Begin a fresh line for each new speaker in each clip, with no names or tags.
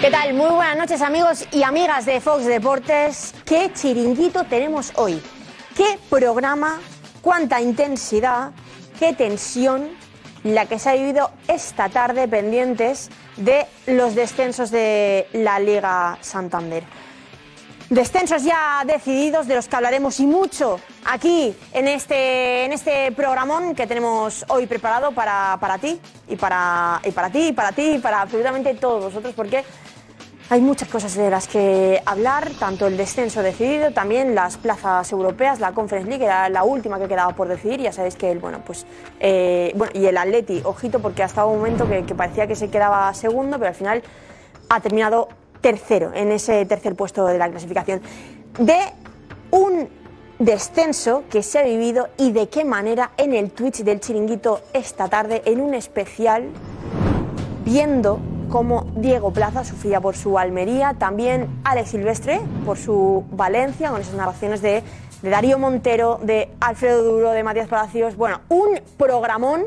¿Qué tal? Muy buenas noches amigos y amigas de Fox Deportes. ¿Qué chiringuito tenemos hoy? ¿Qué programa? ¿Cuánta intensidad? ¿Qué tensión? La que se ha vivido esta tarde pendientes de los descensos de la Liga Santander. Descensos ya decididos de los que hablaremos y mucho aquí en este, en este programón que tenemos hoy preparado para, para ti y para, y para ti y para ti y para absolutamente todos vosotros porque hay muchas cosas de las que hablar, tanto el descenso decidido, también las plazas europeas, la Conference League, que era la última que quedaba por decidir, ya sabéis que el, bueno, pues, eh, bueno, y el Atleti, ojito, porque hasta un momento que, que parecía que se quedaba segundo, pero al final ha terminado tercero, en ese tercer puesto de la clasificación, de un descenso que se ha vivido y de qué manera en el Twitch del Chiringuito esta tarde, en un especial viendo cómo Diego Plaza sufría por su Almería, también Alex Silvestre por su Valencia, con esas narraciones de, de Darío Montero, de Alfredo Duro, de Matías Palacios. Bueno, un programón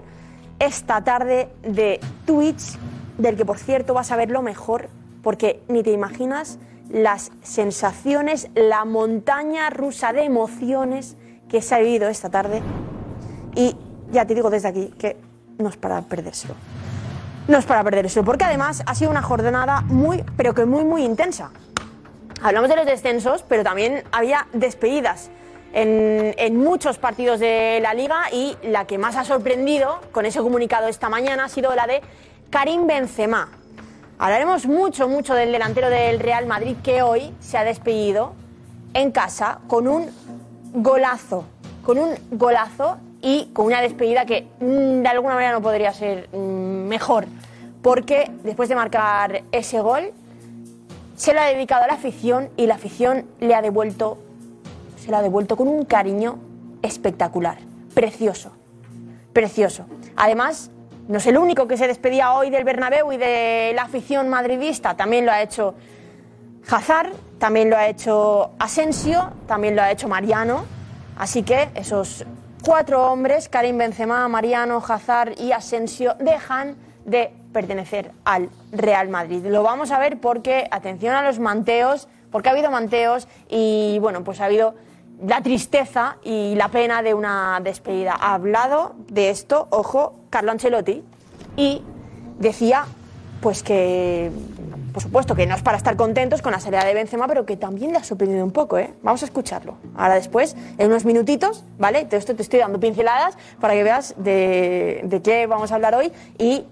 esta tarde de Twitch, del que por cierto vas a verlo mejor, porque ni te imaginas las sensaciones, la montaña rusa de emociones que se ha vivido esta tarde. Y ya te digo desde aquí que no es para perdérselo no es para perder eso, porque además ha sido una jornada muy, pero que muy, muy intensa. Hablamos de los descensos, pero también había despedidas en, en muchos partidos de la liga y la que más ha sorprendido con ese comunicado esta mañana ha sido la de Karim Benzema. Hablaremos mucho, mucho del delantero del Real Madrid que hoy se ha despedido en casa con un golazo, con un golazo y con una despedida que mm, de alguna manera no podría ser mm, mejor, porque después de marcar ese gol se lo ha dedicado a la afición y la afición le ha devuelto, se lo ha devuelto con un cariño espectacular, precioso, precioso. Además, no es el único que se despedía hoy del Bernabéu y de la afición madridista, también lo ha hecho Hazard, también lo ha hecho Asensio, también lo ha hecho Mariano. Así que esos cuatro hombres, Karim Benzema, Mariano, Hazard y Asensio, dejan de pertenecer al Real Madrid. Lo vamos a ver porque, atención a los manteos, porque ha habido manteos y, bueno, pues ha habido la tristeza y la pena de una despedida. Ha hablado de esto, ojo, Carlo Ancelotti, y decía, pues que, por supuesto, que no es para estar contentos con la salida de Benzema, pero que también le ha sorprendido un poco, ¿eh? Vamos a escucharlo. Ahora después, en unos minutitos, ¿vale? Te, esto te estoy dando pinceladas para que veas de, de qué vamos a hablar hoy y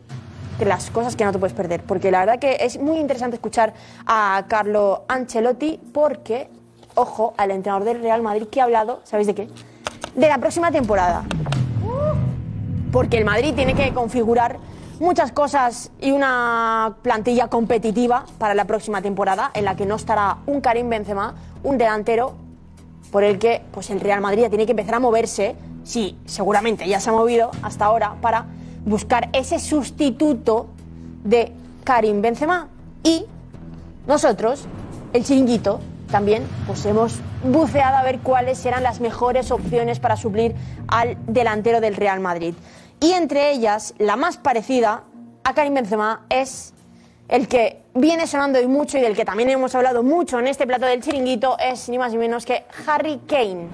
de las cosas que no te puedes perder. Porque la verdad que es muy interesante escuchar a Carlo Ancelotti porque, ojo, al entrenador del Real Madrid que ha hablado, ¿sabéis de qué? De la próxima temporada. Porque el Madrid tiene que configurar muchas cosas y una plantilla competitiva para la próxima temporada en la que no estará un Karim Benzema, un delantero por el que pues el Real Madrid ya tiene que empezar a moverse, sí, seguramente ya se ha movido hasta ahora para buscar ese sustituto de Karim Benzema y nosotros, el chiringuito, también pues hemos buceado a ver cuáles eran las mejores opciones para suplir al delantero del Real Madrid y entre ellas la más parecida a Karim Benzema es el que viene sonando hoy mucho y del que también hemos hablado mucho en este plato del chiringuito es ni más ni menos que Harry Kane.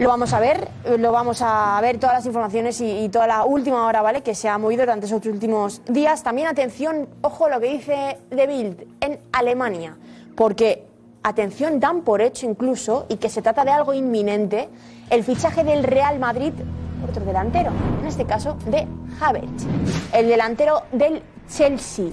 Lo vamos a ver, lo vamos a ver todas las informaciones y, y toda la última hora, ¿vale? Que se ha movido durante esos últimos días. También atención, ojo a lo que dice De Bild en Alemania, porque atención dan por hecho incluso y que se trata de algo inminente el fichaje del Real Madrid otro delantero, en este caso de Havertz, el delantero del Chelsea.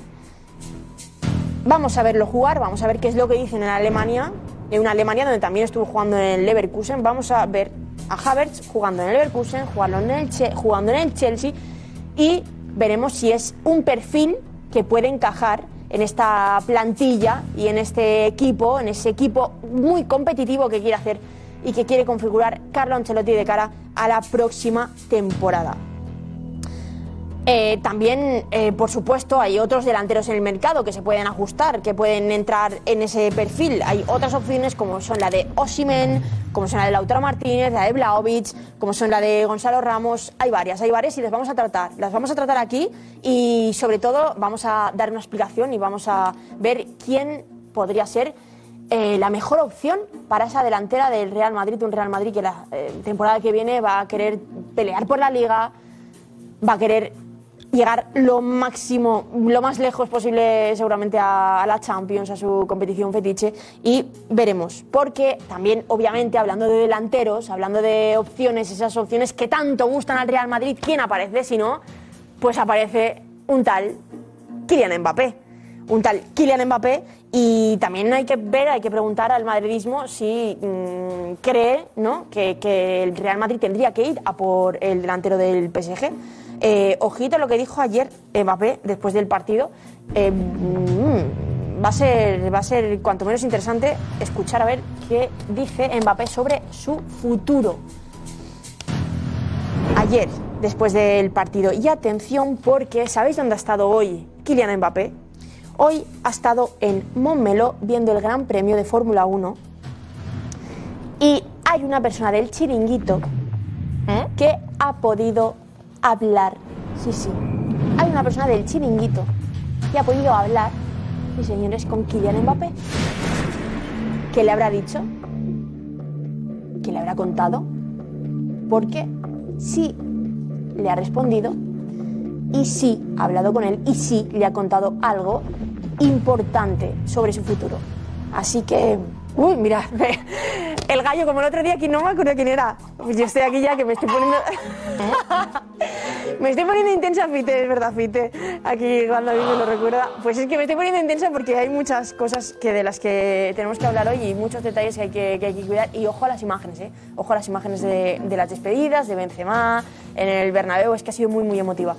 Vamos a verlo jugar, vamos a ver qué es lo que dicen en Alemania, en una Alemania donde también estuvo jugando en el Leverkusen. Vamos a ver a Havertz jugando en el Leverkusen, jugando en el, che jugando en el Chelsea y veremos si es un perfil que puede encajar en esta plantilla y en este equipo, en ese equipo muy competitivo que quiere hacer y que quiere configurar Carlo Ancelotti de cara a la próxima temporada. Eh, también, eh, por supuesto, hay otros delanteros en el mercado que se pueden ajustar, que pueden entrar en ese perfil. Hay otras opciones como son la de Osimen, como son la de Lautaro Martínez, la de Blaovic, como son la de Gonzalo Ramos. Hay varias, hay varias y las vamos a tratar. Las vamos a tratar aquí y, sobre todo, vamos a dar una explicación y vamos a ver quién podría ser eh, la mejor opción para esa delantera del Real Madrid, un Real Madrid que la eh, temporada que viene va a querer pelear por la liga, va a querer llegar lo máximo, lo más lejos posible seguramente a, a la Champions, a su competición fetiche, y veremos. Porque también, obviamente, hablando de delanteros, hablando de opciones, esas opciones que tanto gustan al Real Madrid, ¿quién aparece? Si no, pues aparece un tal Kylian Mbappé un tal Kylian Mbappé y también hay que ver, hay que preguntar al madridismo si mm, cree ¿no? que, que el Real Madrid tendría que ir a por el delantero del PSG. Eh, ojito lo que dijo ayer Mbappé después del partido. Eh, mm, va, a ser, va a ser cuanto menos interesante escuchar a ver qué dice Mbappé sobre su futuro. Ayer, después del partido. Y atención porque, ¿sabéis dónde ha estado hoy Kylian Mbappé? Hoy ha estado en Montmeló viendo el Gran Premio de Fórmula 1 y hay una persona del chiringuito ¿eh? que ha podido hablar. Sí, sí. Hay una persona del chiringuito que ha podido hablar, sí señores, con Kylian Mbappé. ¿Qué le habrá dicho? ¿Qué le habrá contado? Porque sí le ha respondido y sí ha hablado con él y sí le ha contado algo importante sobre su futuro. Así que, uy, mira, el gallo como el otro día, que no me acuerdo quién era. Pues Yo estoy aquí ya que me estoy poniendo... me estoy poniendo intensa, Fite, es verdad, Fite. Aquí cuando a mí me lo recuerda. Pues es que me estoy poniendo intensa porque hay muchas cosas que de las que tenemos que hablar hoy y muchos detalles que hay que, que hay que cuidar. Y ojo a las imágenes, ¿eh? Ojo a las imágenes de, de las despedidas, de Benzema, en el Bernabéu. Es que ha sido muy, muy emotiva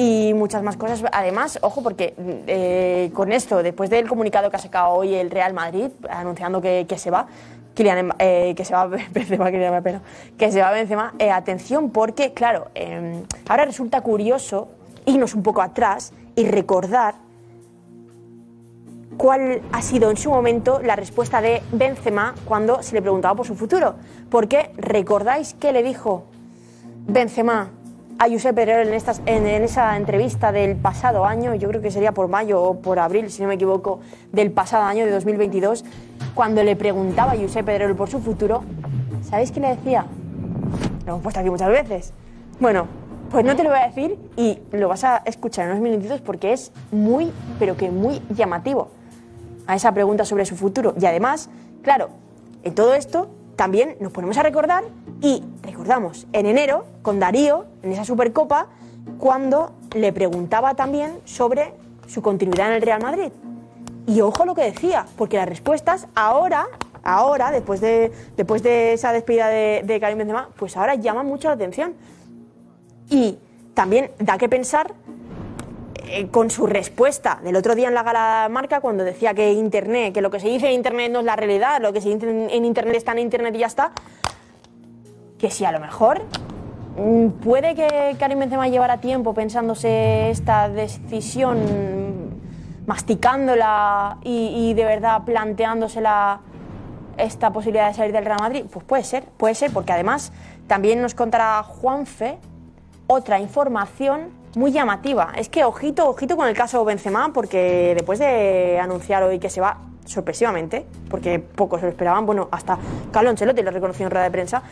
y muchas más cosas. Además, ojo, porque eh, con esto, después del comunicado que ha sacado hoy el Real Madrid, anunciando que, que se va, Kylian, eh, que se va Benzema, Kylian Mbappé, no, que se va Benzema, eh, atención porque, claro, em, ahora resulta curioso irnos un poco atrás y recordar cuál ha sido en su momento la respuesta de Benzema cuando se le preguntaba por su futuro. Porque recordáis que le dijo Benzema a Josep Herrero en, estas, en, en, esa entrevista del pasado año, yo creo que sería por mayo o por abril, si no me equivoco, del pasado año de 2022, cuando le preguntaba a Josep Herrero por su futuro, ¿sabéis qué le decía? Lo hemos puesto aquí muchas veces. Bueno, pues no te lo voy a decir y lo vas a escuchar en unos minutitos porque es muy, pero que muy llamativo a esa pregunta sobre su futuro. Y además, claro, en todo esto también nos ponemos a recordar y recordamos en enero con Darío, en esa Supercopa, cuando le preguntaba también sobre su continuidad en el Real Madrid. Y ojo lo que decía, porque las respuestas ahora, ahora, después de, después de esa despedida de, de Karim Benzema, pues ahora llama mucho la atención. Y también da que pensar eh, con su respuesta del otro día en la gala marca cuando decía que internet, que lo que se dice en internet no es la realidad, lo que se dice en internet está en internet y ya está, que si a lo mejor mm, puede que Karim Benzema llevara tiempo pensándose esta decisión, masticándola y, y de verdad planteándosela esta posibilidad de salir del Real Madrid, pues puede ser, puede ser, porque además también nos contará Juanfe otra información muy llamativa. Es que ojito, ojito con el caso Benzema, porque después de anunciar hoy que se va sorpresivamente, porque pocos lo esperaban, bueno, hasta Carlo Ancelotti lo reconoció en rueda de prensa,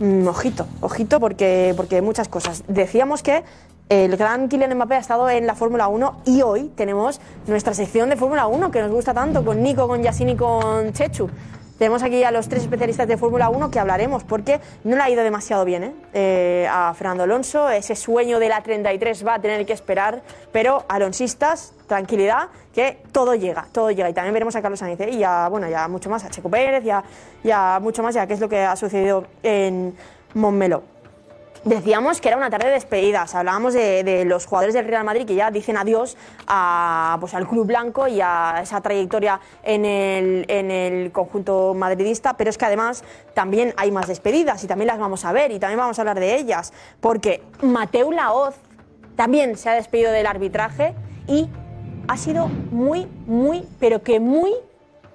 mm, ojito, ojito porque, porque muchas cosas. Decíamos que el gran Kylian Mbappé ha estado en la Fórmula 1 y hoy tenemos nuestra sección de Fórmula 1 que nos gusta tanto, con Nico, con Yasin y con Chechu. Tenemos aquí a los tres especialistas de Fórmula 1 que hablaremos porque no le ha ido demasiado bien ¿eh? Eh, a Fernando Alonso. Ese sueño de la 33 va a tener que esperar, pero alonsistas, tranquilidad, que todo llega, todo llega. Y también veremos a Carlos Sainz ¿eh? y a, bueno, ya mucho más, a Checo Pérez, ya, ya mucho más, ya qué es lo que ha sucedido en Montmeló decíamos que era una tarde de despedidas. Hablábamos de, de, los jugadores del Real Madrid que ya dicen adiós a, pues, al Club Blanco y a esa trayectoria en el, en el conjunto madridista. Pero es que además también hay más despedidas y también las vamos a ver y también vamos a hablar de ellas. Porque Mateu Laoz también se ha despedido del arbitraje y ha sido muy, muy, pero que muy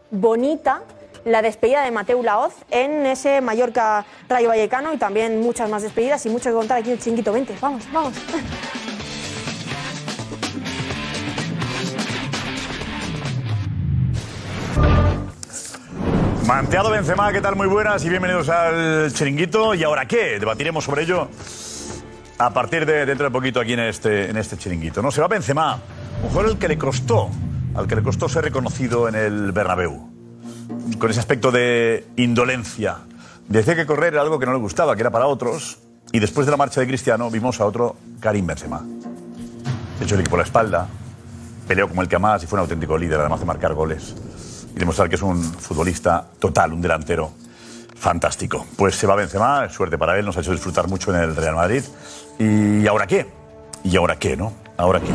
bonita la despedida de Mateu Laoz en ese Mallorca Rayo Vallecano y también muchas más despedidas y mucho que contar aquí en el Chinguito 20. Vamos, vamos.
Manteado Benzema, ¿qué tal? Muy buenas y bienvenidos al chiringuito. ¿Y ahora qué? Debatiremos sobre ello a partir de dentro de poquito aquí en este, en este chiringuito. No, se va Benzema, mejor el que le costó, al que le costó ser reconocido en el Bernabéu, con ese aspecto de indolencia. Decía que correr era algo que no le gustaba, que era para otros, y después de la marcha de Cristiano vimos a otro Karim Benzema. Se echó el equipo a la espalda, peleó como el que más y fue un auténtico líder, además de marcar goles y demostrar que es un futbolista total, un delantero fantástico. Pues se va Benzema, suerte para él, nos ha hecho disfrutar mucho en el Real Madrid. ¿Y ahora qué? ¿Y ahora qué, no? ¿Ahora qué?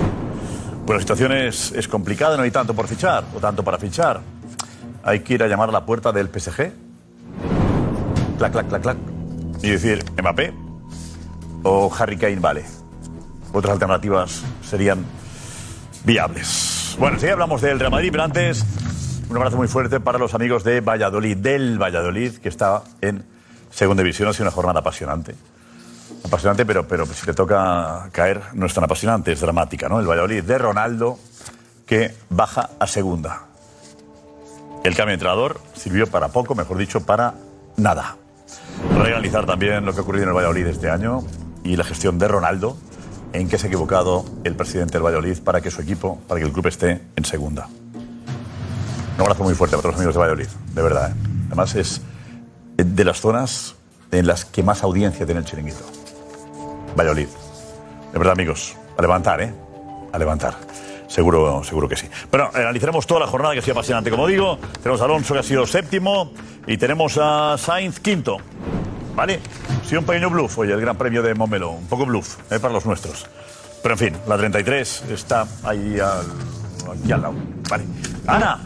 Pues la situación es, es complicada, no hay tanto por fichar o tanto para fichar. Hay que ir a llamar a la puerta del PSG, clac, clac, clac, clac, y decir Mbappé o Harry Kane, vale. Otras alternativas serían viables. Bueno, sí, hablamos del Real Madrid, pero antes un abrazo muy fuerte para los amigos de Valladolid, del Valladolid, que está en Segunda División. Ha sido una jornada apasionante. Apasionante, pero, pero si te toca caer, no es tan apasionante, es dramática, ¿no? El Valladolid de Ronaldo, que baja a Segunda. El cambio de entrenador sirvió para poco, mejor dicho, para nada. Realizar también lo que ha ocurrido en el Valladolid este año y la gestión de Ronaldo, en que se ha equivocado el presidente del Valladolid para que su equipo, para que el club esté en Segunda. Un abrazo muy fuerte a todos los amigos de Valladolid, de verdad. ¿eh? Además es de las zonas en las que más audiencia tiene el chiringuito. Valladolid. De verdad, amigos, a levantar, ¿eh? A levantar. Seguro, seguro que sí. Bueno, eh, analizaremos toda la jornada que ha sido apasionante, como digo. Tenemos a Alonso que ha sido séptimo y tenemos a Sainz quinto. ¿Vale? Sí, un pequeño bluff hoy, el Gran Premio de Momelo. Un poco bluff ¿eh? para los nuestros. Pero en fin, la 33 está ahí al, aquí al lado. Vale. Ana,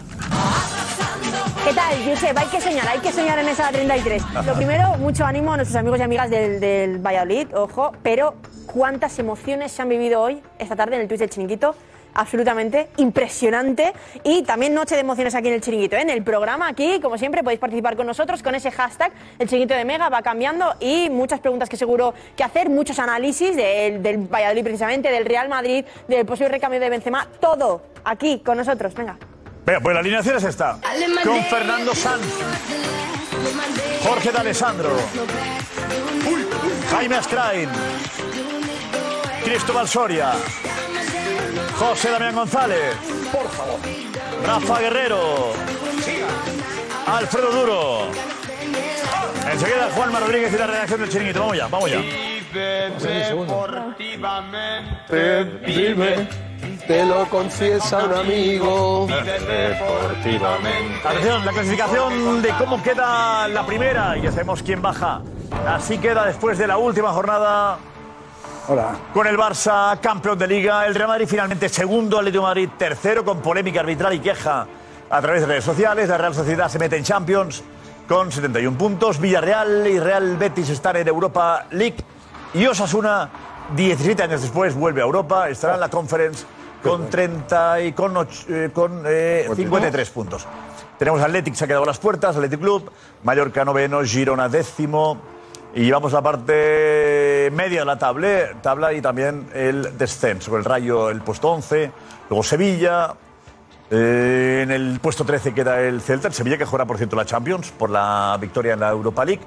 ¿Qué tal, Josep? Hay que soñar, hay que soñar en esa 33. Lo primero, mucho ánimo a nuestros amigos y amigas del, del Valladolid, ojo, pero cuántas emociones se han vivido hoy, esta tarde, en el Twitch del Chiringuito. Absolutamente impresionante. Y también noche de emociones aquí en el Chiringuito. ¿eh? En el programa, aquí, como siempre, podéis participar con nosotros con ese hashtag. El Chiringuito de Mega va cambiando y muchas preguntas que seguro que hacer, muchos análisis del, del Valladolid, precisamente, del Real Madrid, del posible recambio de Benzema. Todo aquí con nosotros. Venga.
Venga, pues la alineación es esta. Con Fernando Sanz. Jorge D'Alessandro. Jaime Ascrain. Cristóbal Soria. José Damián González. Por favor. Rafa Guerrero. Alfredo Duro. Enseguida Juanma Rodríguez y la redacción del Chiringuito. Vamos ya, vamos ya.
Te vive, te lo confiesa un amigo.
Atención, la clasificación de cómo queda la primera. Ya sabemos quién baja. Así queda después de la última jornada. Hola. Con el Barça, campeón de Liga. El Real Madrid finalmente segundo. Atlético de Madrid tercero con polémica arbitral y queja a través de redes sociales. La Real Sociedad se mete en Champions con 71 puntos. Villarreal y Real Betis están en Europa League. Y Osasuna, 17 años después, vuelve a Europa. Estará en la Conference con 30 y con, och- eh, con eh, 53 puntos. Tenemos Athletic, se ha quedado a las puertas, Athletic Club, Mallorca noveno, Girona décimo. Y llevamos la parte media de la table- tabla y también el descenso. El Rayo, el puesto 11, luego Sevilla. eh, en el puesto 13 queda el Celta, el Sevilla que jugará por cierto la Champions por la victoria en la Europa League.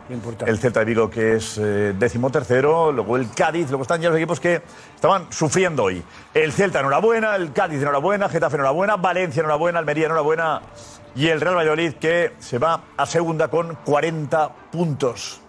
El Celta de Vigo que es eh, décimo tercero, luego el Cádiz, luego están ya los equipos que estaban sufriendo hoy. El Celta enhorabuena, el Cádiz enhorabuena, Getafe enhorabuena, Valencia enhorabuena, Almería enhorabuena y el Real Valladolid que se va a segunda con 40 puntos.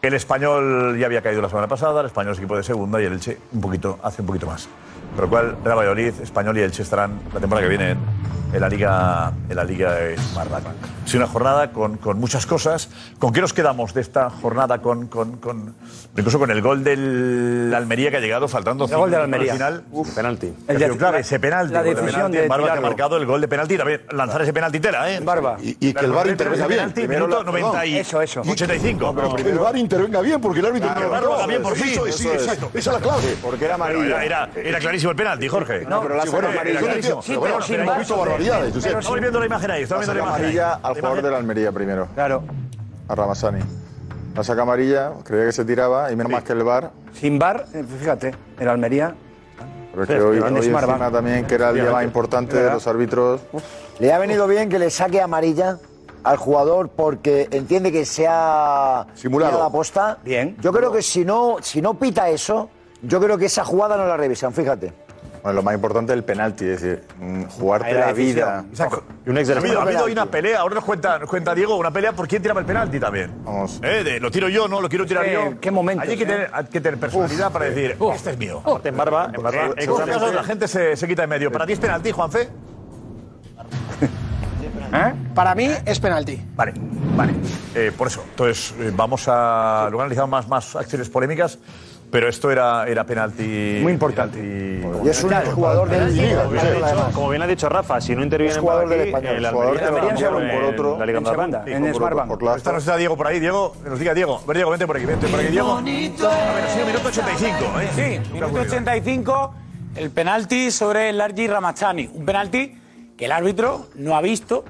El español ya había caído la semana pasada, el español es equipo de segunda y el Elche un poquito, hace un poquito más. Por lo cual, Real Valladolid, español y Elche estarán la temporada que viene en en la Liga, en la Liga de Marlac. Ha sido una jornada con, con muchas cosas. ¿Con qué nos quedamos de esta jornada? Con, con- con- incluso con el gol del Almería que ha llegado faltando
El gol del
cinco minutos
Almería.
al final.
penalti.
Ha sido clave ese penalti.
La
gol de
decisión
penalti,
de
en Barba que ha
tirarlo.
marcado el gol de penalti. A ver, lanzar ese penalti tela, ¿eh?
Barba.
Y- y que el VAR intervenga bien.
Penalti,
Primero
minuto
la-
90 y
perdón. Eso, eso.
85.
No, pero el VAR intervenga bien, porque el árbitro.
el VAR lo haga bien por sí.
Eso es, sí,
Eso es.
exacto. Esa es la clave.
Porque era
Pero
amarillo.
era, era, era clarísimo el penalti, Jorge.
No, pero la
Sí,
saca
bueno, era
amarilla.
clarísimo.
Sí,
Pero
pero
bueno,
sin
pero
VAR.
hemos visto barbaridades,
Pero
Josep.
sin-
Estamos viendo la imagen ahí. Estamos
Saca
viendo la imagen ahí.
amarilla
La
al
imagen-
jugador del Almería primero,
Claro.
a Ramazani. La saca amarilla, creía que se tiraba y menos más que el bar.
Sin bar, eh, fíjate, el Almería.
Pero es que
Pero
hoy,
Iván
hoy
es
encima
Marván.
también, que era el día más importante de los árbitros.
Le ha venido bien que le saque amarilla al jugador porque entiende que se ha
Simulado.
pillado la posta.
Bien.
Yo creo que si no, si no pita eso, yo creo que esa jugada no la revisan, fíjate.
Bueno, lo más importante es el penalti, es decir, mm, jugarte
Era
la
decisión.
vida.
Exacto.
Y un ex
Ha habido, ha habido hoy una pelea, ahora nos cuenta, nos cuenta Diego, una pelea por quién tiraba el penalti también.
Vamos.
Eh, de, lo tiro yo, no, lo quiero tirar
Eh,
yo.
qué momentos,
Allí hay que
eh.
tener, hay que tener personalidad para decir, este es mío.
En barba, en
Eh, en esos casos la gente se, se quita de medio. ¿Para ti es penalti, Juanfe?
Para mí es penalti.
Vale, vale. Eh, por eso. Entonces, eh, vamos a. Luego analizamos más, más acciones polémicas, pero esto era, era penalti.
Muy importante.
Y es un jugador del Liga.
Como bien, ha dicho, como bien ha dicho Rafa, si no interviene
Es jugador
Mbaki,
del Español.
el
Es
jugador
Almería
del
va
Español.
por
Por otro.
otro. La Liga
En
Andorra.
segunda, en Esbarban.
por la-
Esta nos está Diego por ahí, Diego. Que nos diga Diego. A ver, Diego, vente por aquí, vente por aquí, Diego. A ver, ha sido minuto 85, ¿eh?
Sí,
¿Qué ha
minuto
ocurrido?
85, el penalti sobre el Largi Ramachani. Un penalti que el árbitro no ha visto,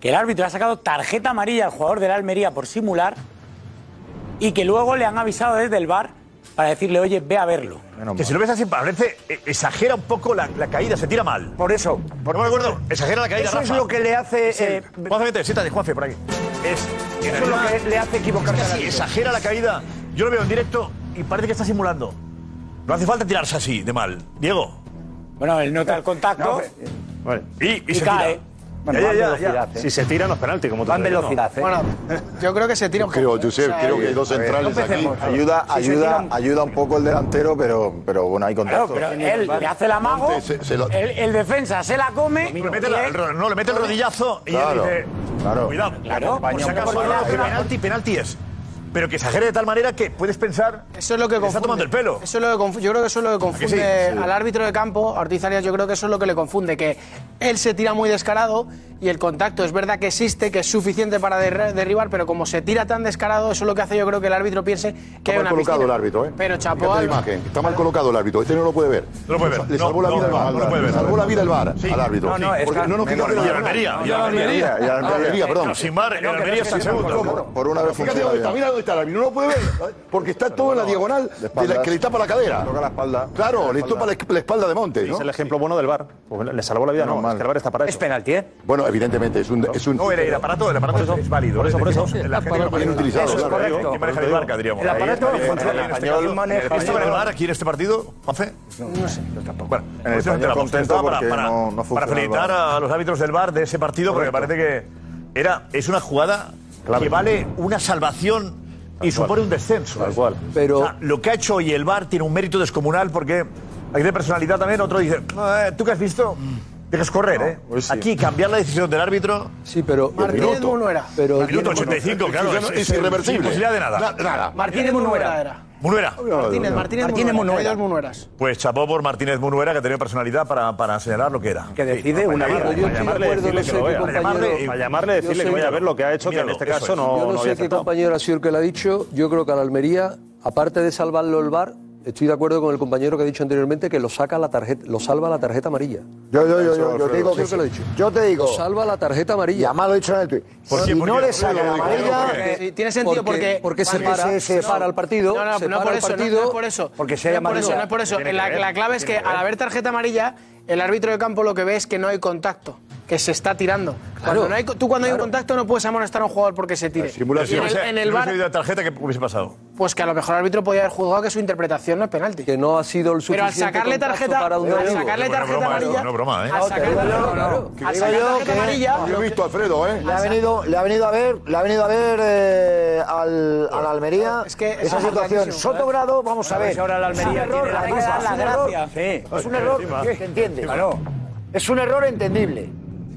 que el árbitro ha sacado tarjeta amarilla al jugador del Almería por simular y que luego le han avisado desde el bar para decirle, oye, ve a verlo.
Menos
Que
mal.
si lo ves así, parece. eh, Exagera un poco la, la caída, se tira mal.
Por eso.
No me acuerdo. Exagera la caída,
Eso es
Rafa.
lo que le hace,
Es el-
eh,
Juanfe, vete, siéntate, Juanfe, por aquí. Es. en
Eso es lo
realidad-
que le hace equivocarse al
Si
árbitro.
exagera la caída, yo lo veo en directo y parece que está simulando. No hace falta tirarse así de mal, Diego.
Bueno, él nota el contacto
Vale.
Y,
y
se
cae.
tira.
Bueno,
Ya,
va en
ya, ya,
velocidad, ¿eh?
Si se tira, no es penalti, como tú
Va en
has dicho.
velocidad, ¿eh?
Bueno, yo creo que se tira un
Creo,
poco.
Josep,
O sea,
creo que hay dos centrales aquí.
empecemos.
Ayuda,
Si se
ayuda,
tiran-
ayuda un poco el delantero, pero, pero bueno, hay
Claro,
contacto.
pero él le hace el amago,
Se- se lo-
Eh,
el, el defensa se la come.
Le mete
y
la-
él-
el ro- no, le mete el rodillazo y
Claro,
él dice,
claro.
cuidado,
Claro,
por si acaso,
porque
no,
le hace una-
penalti, penalti es. Pero que exagere de tal manera que puedes pensar
Eso es lo que
le
confunde.
está tomando el pelo.
Eso es lo que confu- yo creo que eso es lo que
que
confunde
sí? Sí.
al árbitro de campo, a Ortiz Arias, yo creo que eso es lo que le confunde, que él se tira muy descarado y el contacto es verdad que existe, que es suficiente para derri- derribar, pero como se tira tan descarado, eso es lo que hace yo creo que el árbitro piense que
Está
hay
mal
una
colocado el
piscina.
árbitro, ¿eh?
Pero chapó
Fíjate la
al-
imagen. Está mal colocado el árbitro. Este no lo puede ver.
No lo puede ver.
Le
No,
salvó la
no,
vida al
no,
VAR.
no lo puede ver.
Le salvó la vida el VAR
Sí.
al árbitro.
No, no, es
Porque
que-
no nos fijamos en
Y
la-
Almería, y
Ah,
Almería.
Y al-
Ah, Almería, perdón.
No, sin mar, el
No, que no
Almería
se
está en
sienta
segundo.
tampoco.
Por una vez
Fíjate dónde está,
funciona. bien.
mira dónde está el árbitro, no lo puede ver, ¿eh? porque está todo en la diagonal de la
espaldas.
que le tapa la cadera.
Toca la espalda.
Claro,
Toca la
le
espalda.
topa la, la espalda de Montes,
Es
¿no?
el ejemplo bueno del bar. le salvó la vida, no.
Normal.
Es que el bar está para
Es
eso.
penalti, ¿eh?
Bueno, evidentemente, es un... Es un
No, era el aparato, el aparato es válido.
por eso, por eso.
Decimos, La gente que lo
bien
maneja.
utilizado,
Eso es
claro.
correcto.
¿Quién maneja el barca, diríamos?
El
Ahí
aparato
está bien,
funciona.
en este
Español
caso.
maneja-
¿Estaba en el bar aquí en este partido, Juanfe?
No sé, yo tampoco.
Bueno,
En el
pues nos
español
enteramos.
contento
Estaba
porque
para,
no- no
para
funciona el
felicitar
VAR.
a los árbitros del bar de ese partido, porque
Correcto.
parece que era, es una jugada que vale una salvación y supone un descenso.
Tal cual.
Pero O sea, lo que ha hecho hoy el bar tiene un mérito descomunal porque hay de personalidad también. Otro dice, "Eh, ¿tú qué has visto? Dejas correr, ¿eh?
hoy sí.
Aquí cambiar la decisión del árbitro.
Sí, pero.
Martínez Munuera.
Pero.
Minuto 85, claro.
Es, es irreversible.
Sin posibilidad de nada.
Na- nada.
Martínez Munuera.
era.
Munuera.
Martínez, Martínez,
Martínez
Munuera.
Munuera.
Hay dos Munueras.
Pues chapó por Martínez Munuera, que ha tenido personalidad para, para señalar lo que era.
Que decide una
Para
vez.
llamarle, decirle que lo vea.
compañero-
Para llamarle, para llamarle, decirle que vaya a ver lo que ha hecho, que en
Míralo,
este
eso
caso
es.
no,
Yo no,
no había
sé qué
acertado.
compañero ha sido el que lo ha dicho. Yo creo que a la Almería, aparte de salvarlo el bar, estoy de acuerdo con el compañero que ha dicho anteriormente que lo saca la tarjeta, lo salva la tarjeta amarilla.
Yo, yo, yo, yo, yo
Alfredo,
te digo
sí,
que
sí.
sí. Yo te digo,
Pues
Lo salva la tarjeta
y
amarilla.
además lo he dicho en el tuit,
¿Por
si
qué? ¿Por
no
qué?
le saca la
Porque-
amarilla,
Sí, tiene sentido porque,
porque se
Vale,
para,
se- se
se para el partido,
No, no,
se
no
para
por
el
eso, no,
partido,
no es por eso.
porque si
no
hay
es por
amarilla,
eso, no es por eso.
tiene
La,
que ver,
la clave es que,
tiene que
al
ver.
haber tarjeta amarilla, el árbitro de campo lo que ve es que no hay contacto, que se está tirando. Cuando no hay, tú cuando hay un contacto no puedes amonestar a un jugador porque se tire.
Pero si
Y en,
hubiese-
el, en el
si hubiese
VAR,
habido la tarjeta, ¿qué hubiese pasado?
pues que a lo mejor el árbitro podía haber juzgado que su interpretación no es penalti.
que no ha sido el
Pero al
suficiente
sacarle
contacto
tarjeta,
para un
al
delantero.
sacarle
Bueno,
tarjeta
broma,
amarilla,
no, broma, ¿eh?
al sacar
Claro,
tarjeta
claro.
al sacar tarjeta amarilla,
Lo he visto, Alfredo, ¿eh?
le ha venido, le ha venido a ver, le ha venido a ver eh, al, al Almería
Es que es ¿eh?
esa situación.
importantísimo,
Soto Grado, vamos a
A ver
ver.
si ahora la
es un
Almería
error,
tiene la
además,
culpa.
es un error,
Sí.
es un error, ¿se entiende?
Claro.
Es un error entendible.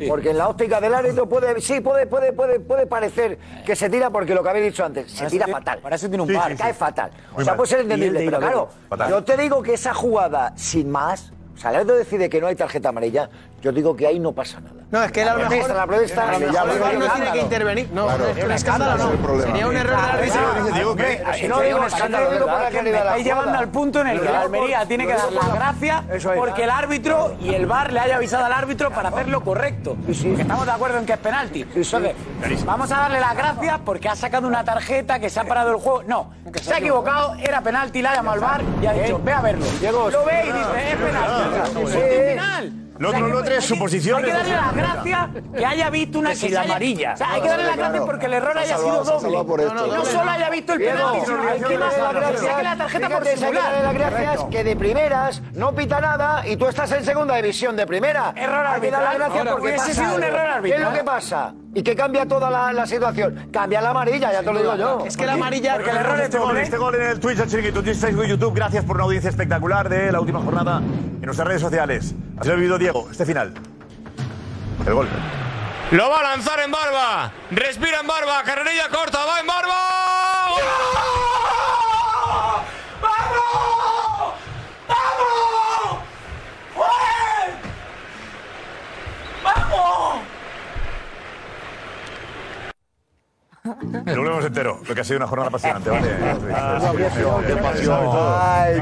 Porque en la óptica del árbitro puede, sí, puede, puede, puede, puede parecer que se tira porque lo que habéis dicho antes, se
Para eso
tira
tiene-
fatal.
para eso tiene un
Se
VAR.
cae fatal.
Muy
o sea,
mal.
puede ser
Y
entendible,
el de
pero claro,
Ibarrola. Fatal.
yo te digo que esa jugada sin más, o sea, el árbitro decide que no hay tarjeta amarilla, yo digo que ahí no pasa nada.
No, es que él a lo
La
mejor.
protesta, la protesta,
a lo
que ya
mejor
lo
el
digo,
VAR no tiene
escándalo.
que intervenir. No,
Claro.
es un escándalo,
Ese es el
no.
problema.
Sería un error del
Claro,
árbitro.
claro, digo que- no digo escándalo, digo para que me estáis llevando al punto en el que la Almería tiene que dar las gracias porque el árbitro y el VAR le haya avisado al árbitro para hacer lo correcto. Porque estamos de acuerdo en que es penalti. Entonces, vamos a darle las gracias porque ha sacado una tarjeta que se ha parado el juego. No, se ha equivocado, era penalti, la ha llamado al VAR y ha
Eh,
dicho, ve a verlo. Lo ve y dice, es penalti. Es un final.
Lo otro, lo otro es suposición.
Hay que darle las gracias que haya visto una
Que si
que
la
se haya-
amarilla.
O sea, hay que darle las
Claro.
gracias porque el error
Se ha
haya
salvado, se ha
sido
salvado por
doble.
esto.
No,
¿eh?
no, no solo haya visto el
Diego,
penalti, sino
hay que
que
darle las gracias.
saque la tarjeta por
Fíjate, hay que
simular.
darle las gracias
Correcto.
que de primeras no pita nada y tú estás en segunda división de primera.
Error
Hay que darle
arbitral.
las gracias
Ahora, pues,
porque
hubiese
pasa
sido un
algo.
error
¿Qué es
arbitral.
lo que pasa? ¿Y qué cambia toda la, la situación? Cambia la amarilla, ya te lo digo yo.
Porque el error es este gol, este gol en el Twitch, el chiringuito, Twitch, Facebook, YouTube. Gracias por una audiencia espectacular de la última jornada en nuestras redes sociales. Así lo ha vivido Diego, este final. El gol.
Lo va a lanzar en barba. Respira en barba. Carrerilla corta. Va en barba. ¡Gol!
¡Vamos! ¡Vamos! ¡Joder! ¡Vamos!
Lo volvemos entero, lo que ha sido una jornada apasionante, ¿vale?
Ah,
Qué
Ay,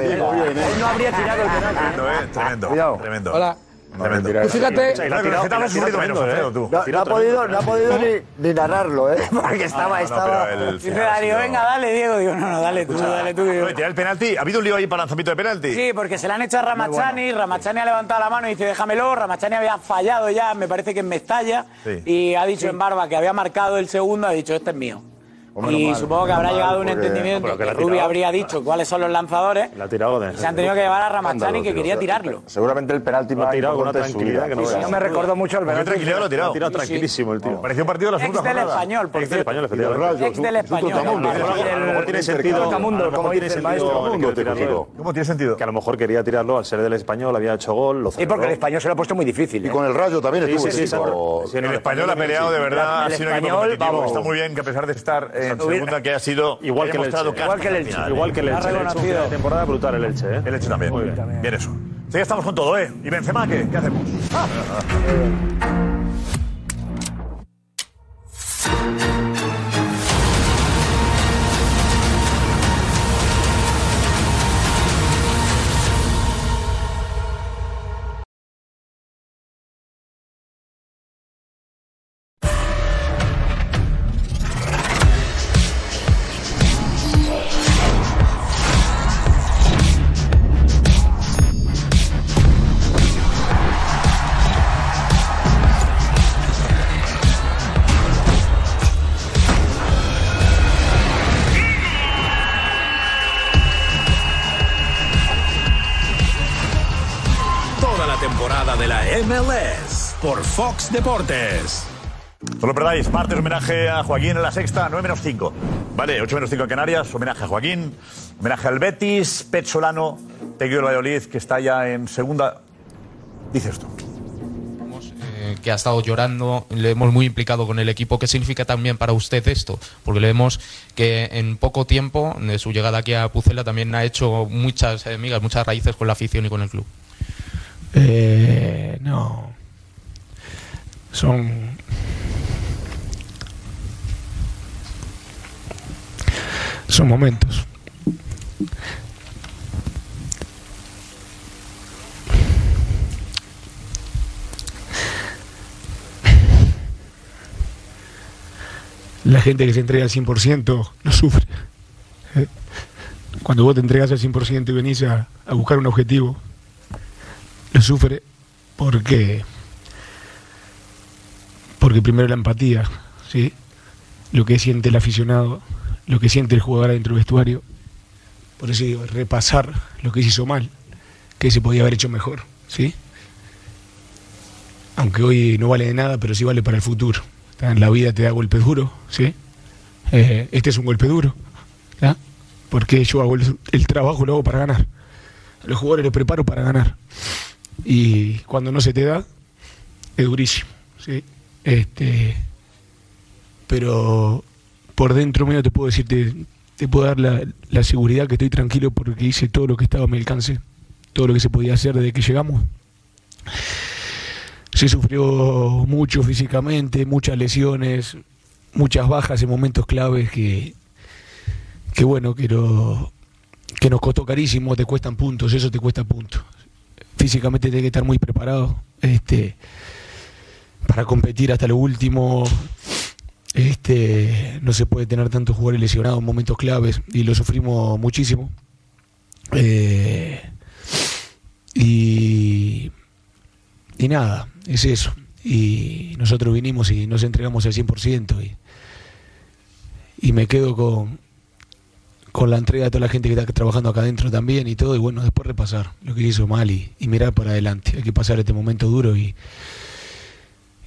Él
no habría tirado el penalti.
Tremendo, ¿eh? Tremendo. Tremendo.
Hola.
Tremendo. Pues
Tú fíjate-
Claro, que el Getafe ¿eh? ha sufrido menos, Alfredo, tú.
No, no ha podido, no ha podido ni, ni narrarlo, ¿eh? Porque estaba, estaba.
Dice Darío, venga, dale, Diego. Digo, no, no, dale tú, dale tú. Digo.
Tira el penalti. ¿Ha habido un lío ahí para lanzamiento de penalti?
Sí, porque se la han hecho a Ramachani, Ramachani ha levantado la mano y dice, déjamelo, Ramachani había fallado ya, me parece que en Mestalla,
Sí.
y ha dicho en barba que había marcado el segundo, ha dicho, este es mío.
Hombre,
y
normal,
supongo que habrá
normal,
llegado a un
porque-
entendimiento
Pero que
que,
la ha
Rubio
tirado.
habría dicho cuáles son los lanzadores.
La ha tirado de.
Y se han tenido que llevar a Ramachani
Escándalo,
que
tío.
quería tirarlo.
Seguramente el penalti
Lo ha
más
tirado con una
importante de su
tranquilidad
vida.
que no
Sí, sí,
veas.
sí, me recordó
mucho al
penalti.
Muy tranquilidad lo ha tirado.
Lo ha tirado
tranquilísimo el tío.
Parecía un partido de la
segunda
Ex del
jornada.
español, por
Ex del
cierto.
español, efectivamente.
Ex del español.
A lo mejor tiene sentido. a lo mejor tiene sentido que quiera tirarlo.
¿Cómo tiene sentido?
Que a lo mejor quería tirarlo al ser del español, había hecho gol. Lo
porque el
español se lo ha puesto muy difícil.
Y con el Rayo también estuvo el tipo.
el español ha peleado de verdad,
El
ha sido un equipo
Español,
competitivo,
vamos.
Está muy bien que a pesar de estar en
Hubiera-
segunda que ha sido
Igual
haya
que el
mostrado
Elche.
casta
Igual que el
al
Elche.
final,
Igual
¿eh?
que el Elche. Ha El Elche, un reconocido. final de temporada brutal el Elche. ¿eh?
El Elche también. bien. eso. Sí, ya estamos con todo, ¿eh? ¿Y Benzema qué? ¿Qué hacemos?
Toda la temporada de la MLS por Fox Deportes.
No lo perdáis, martes homenaje a Joaquín en la sexta, 9 menos 5. Vale, 8 menos 5 en Canarias, homenaje a Joaquín, homenaje al Betis, Pet Solano, Tequio del Valladolid, que está ya en segunda. Dice esto.
eh, que ha estado llorando, le hemos muy implicado con el equipo. ¿Qué significa también para usted esto? Porque le vemos que en poco tiempo, de su llegada aquí a Pucela, también ha hecho muchas eh, migas, muchas raíces con la afición y con el club.
Eh, no. Son. Son momentos. La gente que se entrega al 100% no sufre. Eh, Cuando vos te entregas al 100% y venís a- a buscar un objetivo, lo sufre porque porque primero la empatía, ¿sí? Lo que siente el aficionado, lo que siente el jugador adentro del vestuario. Por eso digo, repasar lo que se hizo mal, que se podía haber hecho mejor, ¿sí? Aunque hoy no vale de nada, pero sí vale para el futuro. ¿tá? La vida te da golpes duros, ¿sí? Eh, este es un golpe duro, ¿tá? Porque yo hago el- el trabajo, lo hago para ganar. A los jugadores los preparo para ganar. Y cuando no se te da, es durísimo, ¿sí? Este, pero por dentro mío te puedo decir, te, te puedo dar la, la seguridad que estoy tranquilo porque hice todo lo que estaba a mi alcance, todo lo que se podía hacer desde que llegamos. Se sufrió mucho físicamente, muchas lesiones, muchas bajas en momentos claves que, que bueno, que, lo- que nos costó carísimo, te cuestan puntos, eso te cuesta puntos. Físicamente tenés que estar muy preparado este, para competir hasta lo último. Este, no se puede tener tantos jugadores lesionados en momentos claves y lo sufrimos muchísimo. Eh, y, y nada, es eso. Y nosotros vinimos y nos entregamos al 100% y, y me quedo con, con la entrega de toda la gente que está trabajando acá adentro también y todo, y bueno, después repasar lo que hizo mal y, y mirar para adelante. Hay que pasar este momento duro y,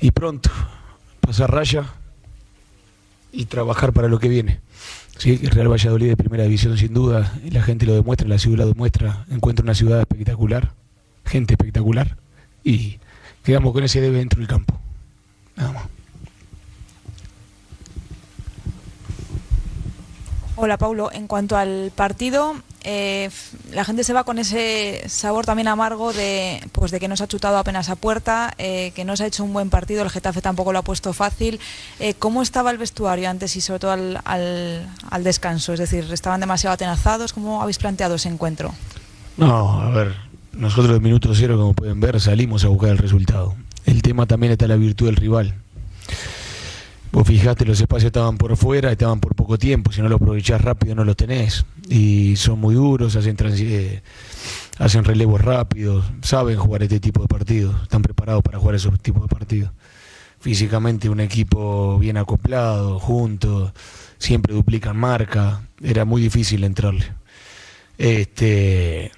y pronto, pasar raya y trabajar para lo que viene. Sí, el Real Valladolid de primera división sin duda, y la gente lo demuestra, la ciudad lo demuestra, encuentra una ciudad espectacular, gente espectacular, y quedamos con ese debe dentro del campo. Nada más.
Hola, Paulo. En cuanto al partido, eh, f- la gente se va con ese sabor también amargo de, pues de que nos ha chutado apenas a puerta, eh, que no se ha hecho un buen partido, el Getafe tampoco lo ha puesto fácil. Eh, ¿Cómo estaba el vestuario antes y sobre todo al, al- al descanso? Es decir, ¿estaban demasiado atenazados? ¿Cómo habéis planteado ese encuentro?
No, a ver, nosotros de minuto cero, como pueden ver, salimos a buscar el resultado. El tema también está en la virtud del rival. Vos fijaste, los espacios estaban por fuera, estaban por poco tiempo, si no lo aprovechás rápido no los tenés. Y son muy duros, hacen, transi- eh, hacen relevos rápidos, saben jugar este tipo de partidos, están preparados para jugar esos tipos de partidos. Físicamente un equipo bien acoplado, junto, siempre duplican marca, era muy difícil entrarle. Este,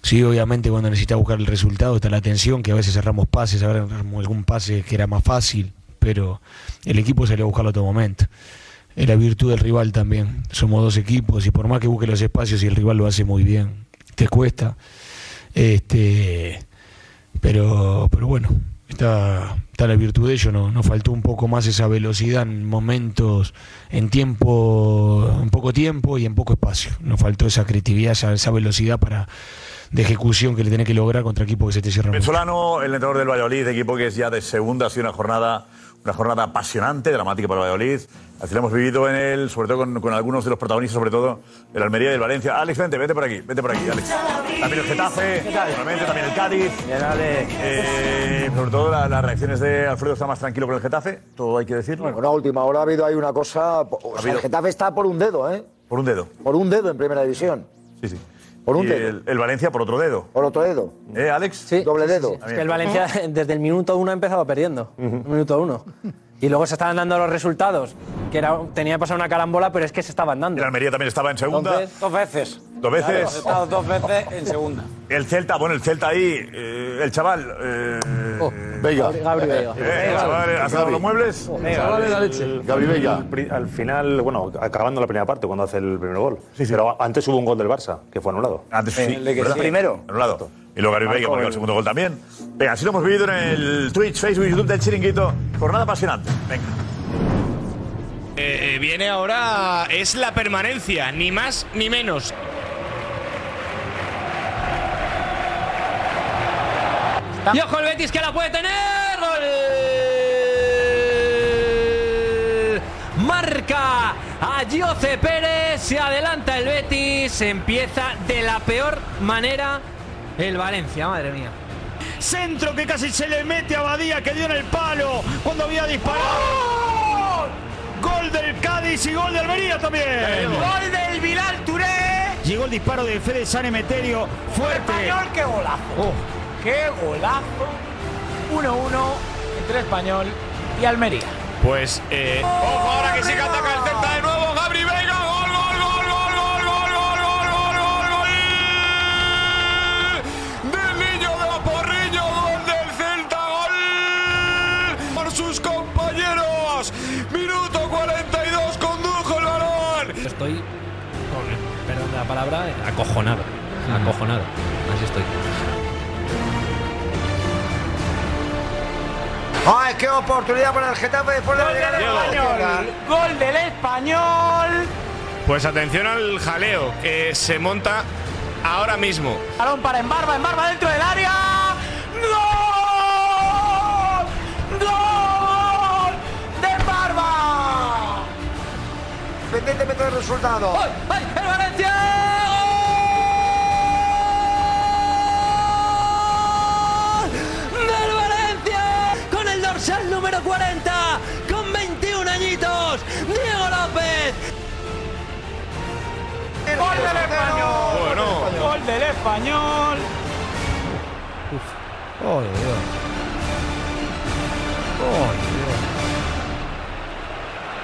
sí, obviamente cuando necesita buscar el resultado está la tensión, que a veces cerramos pases, ahora cerramos algún pase que era más fácil, pero el equipo salió a buscarlo a todo momento. Es la virtud del rival también. Somos dos equipos y por más que busque los espacios y el rival lo hace muy bien, te cuesta. Este, pero, pero bueno, está, está la virtud de ello, ¿no? Nos faltó un poco más esa velocidad en momentos, en tiempo, en poco tiempo y en poco espacio. Nos faltó esa creatividad, esa, esa velocidad para de ejecución que le tenés que lograr contra equipos que se te cierran. mucho.
Venezolano, el entrenador del Valladolid, equipo que es ya de segunda, ha sido una jornada, una jornada apasionante, dramática para el Valladolid. Así lo hemos vivido en él, sobre todo con, con algunos de los protagonistas, sobre todo el Almería y el Valencia. Alex, vente, vete por aquí, vete por aquí, Alex. También el Getafe, realmente también el Cádiz. Eh, sobre todo la- las reacciones de Alfredo está más tranquilo con el Getafe, todo hay que decirlo.
Bueno, a última hora ha habido ahí una cosa. o sea, el Getafe está por un dedo, ¿eh?
Por un dedo.
Por un dedo en primera división.
Sí, sí.
Por un
Y
dedo.
El, el Valencia por otro dedo.
Por otro dedo.
¿Eh, Alex?
Doble dedo.
Es que el
pues,
Valencia desde el minuto uno ha empezado perdiendo. Minuto uno. Y luego se estaban dando los resultados. Que era, tenía que pasar una carambola, pero es que se estaban dando. El
Almería también estaba en segunda.
dos veces.
Dos veces.
Claro, ha estado dos veces en segunda.
El Celta, bueno, el Celta ahí, eh, el chaval. Eh,
Veiga.
Gabriel Oh, Eh, el chaval, ¿ha sacado los muebles?
Gaby Al, final, bueno, acabando la primera parte, cuando hace el primer gol. Pero antes hubo un gol del Barça, que fue anulado.
Ah, Antes sí, ¿verdad? Anulado. Y luego Gary Veiga
Marcó
marcó el
el-
segundo gol también. Venga, así lo hemos vivido en el Twitch, Facebook y YouTube del Chiringuito. Jornada apasionante. Venga.
Eh, eh, viene ahora es la permanencia, ni más ni menos. Y ojo el Betis que la puede tener. Gol. Marca a Gioce Pérez. Se adelanta el Betis. Empieza de la peor manera el Valencia, madre mía.
Centro que casi se le mete a Badía que dio en el palo cuando había disparado. Gol del Cádiz y gol de Almería también.
Gol del Vilal Touré.
Llegó el disparo de Fede San Emeterio fuerte.
Español, qué golazo. Qué golazo. 1-1 entre Español y Almería.
Pues eh,
Ojo ahora que sí que ataca el Celta de nuevo. Gabri Veiga. Gol, gol, gol, gol, gol, gol, gol, gol, gol, gol, gol. Del niño de Oporrillo. Gol del Celta. Gol. Por sus compañeros. Minuto 42. Condujo el balón.
Estoy, con el perdón de la palabra, acojonado. Acojonado. Así estoy.
¡Ay, qué oportunidad para el Getafe después de la llegada de Español!
¡Gol del Español!
Pues atención al jaleo que se monta ahora mismo.
Balón para Embarba, Embarba dentro del área. ¡Gol! ¡Gol! ¡De Barba!
Pendiente meter el resultado.
¡Ay, el Valencia! ¡Gol del Valencia! Con el dorsal número 40, con 21 añitos, Diego López.
¡Gol del Español! ¡Gol del Español!
¡Oh, Dios! ¡Oh, Dios!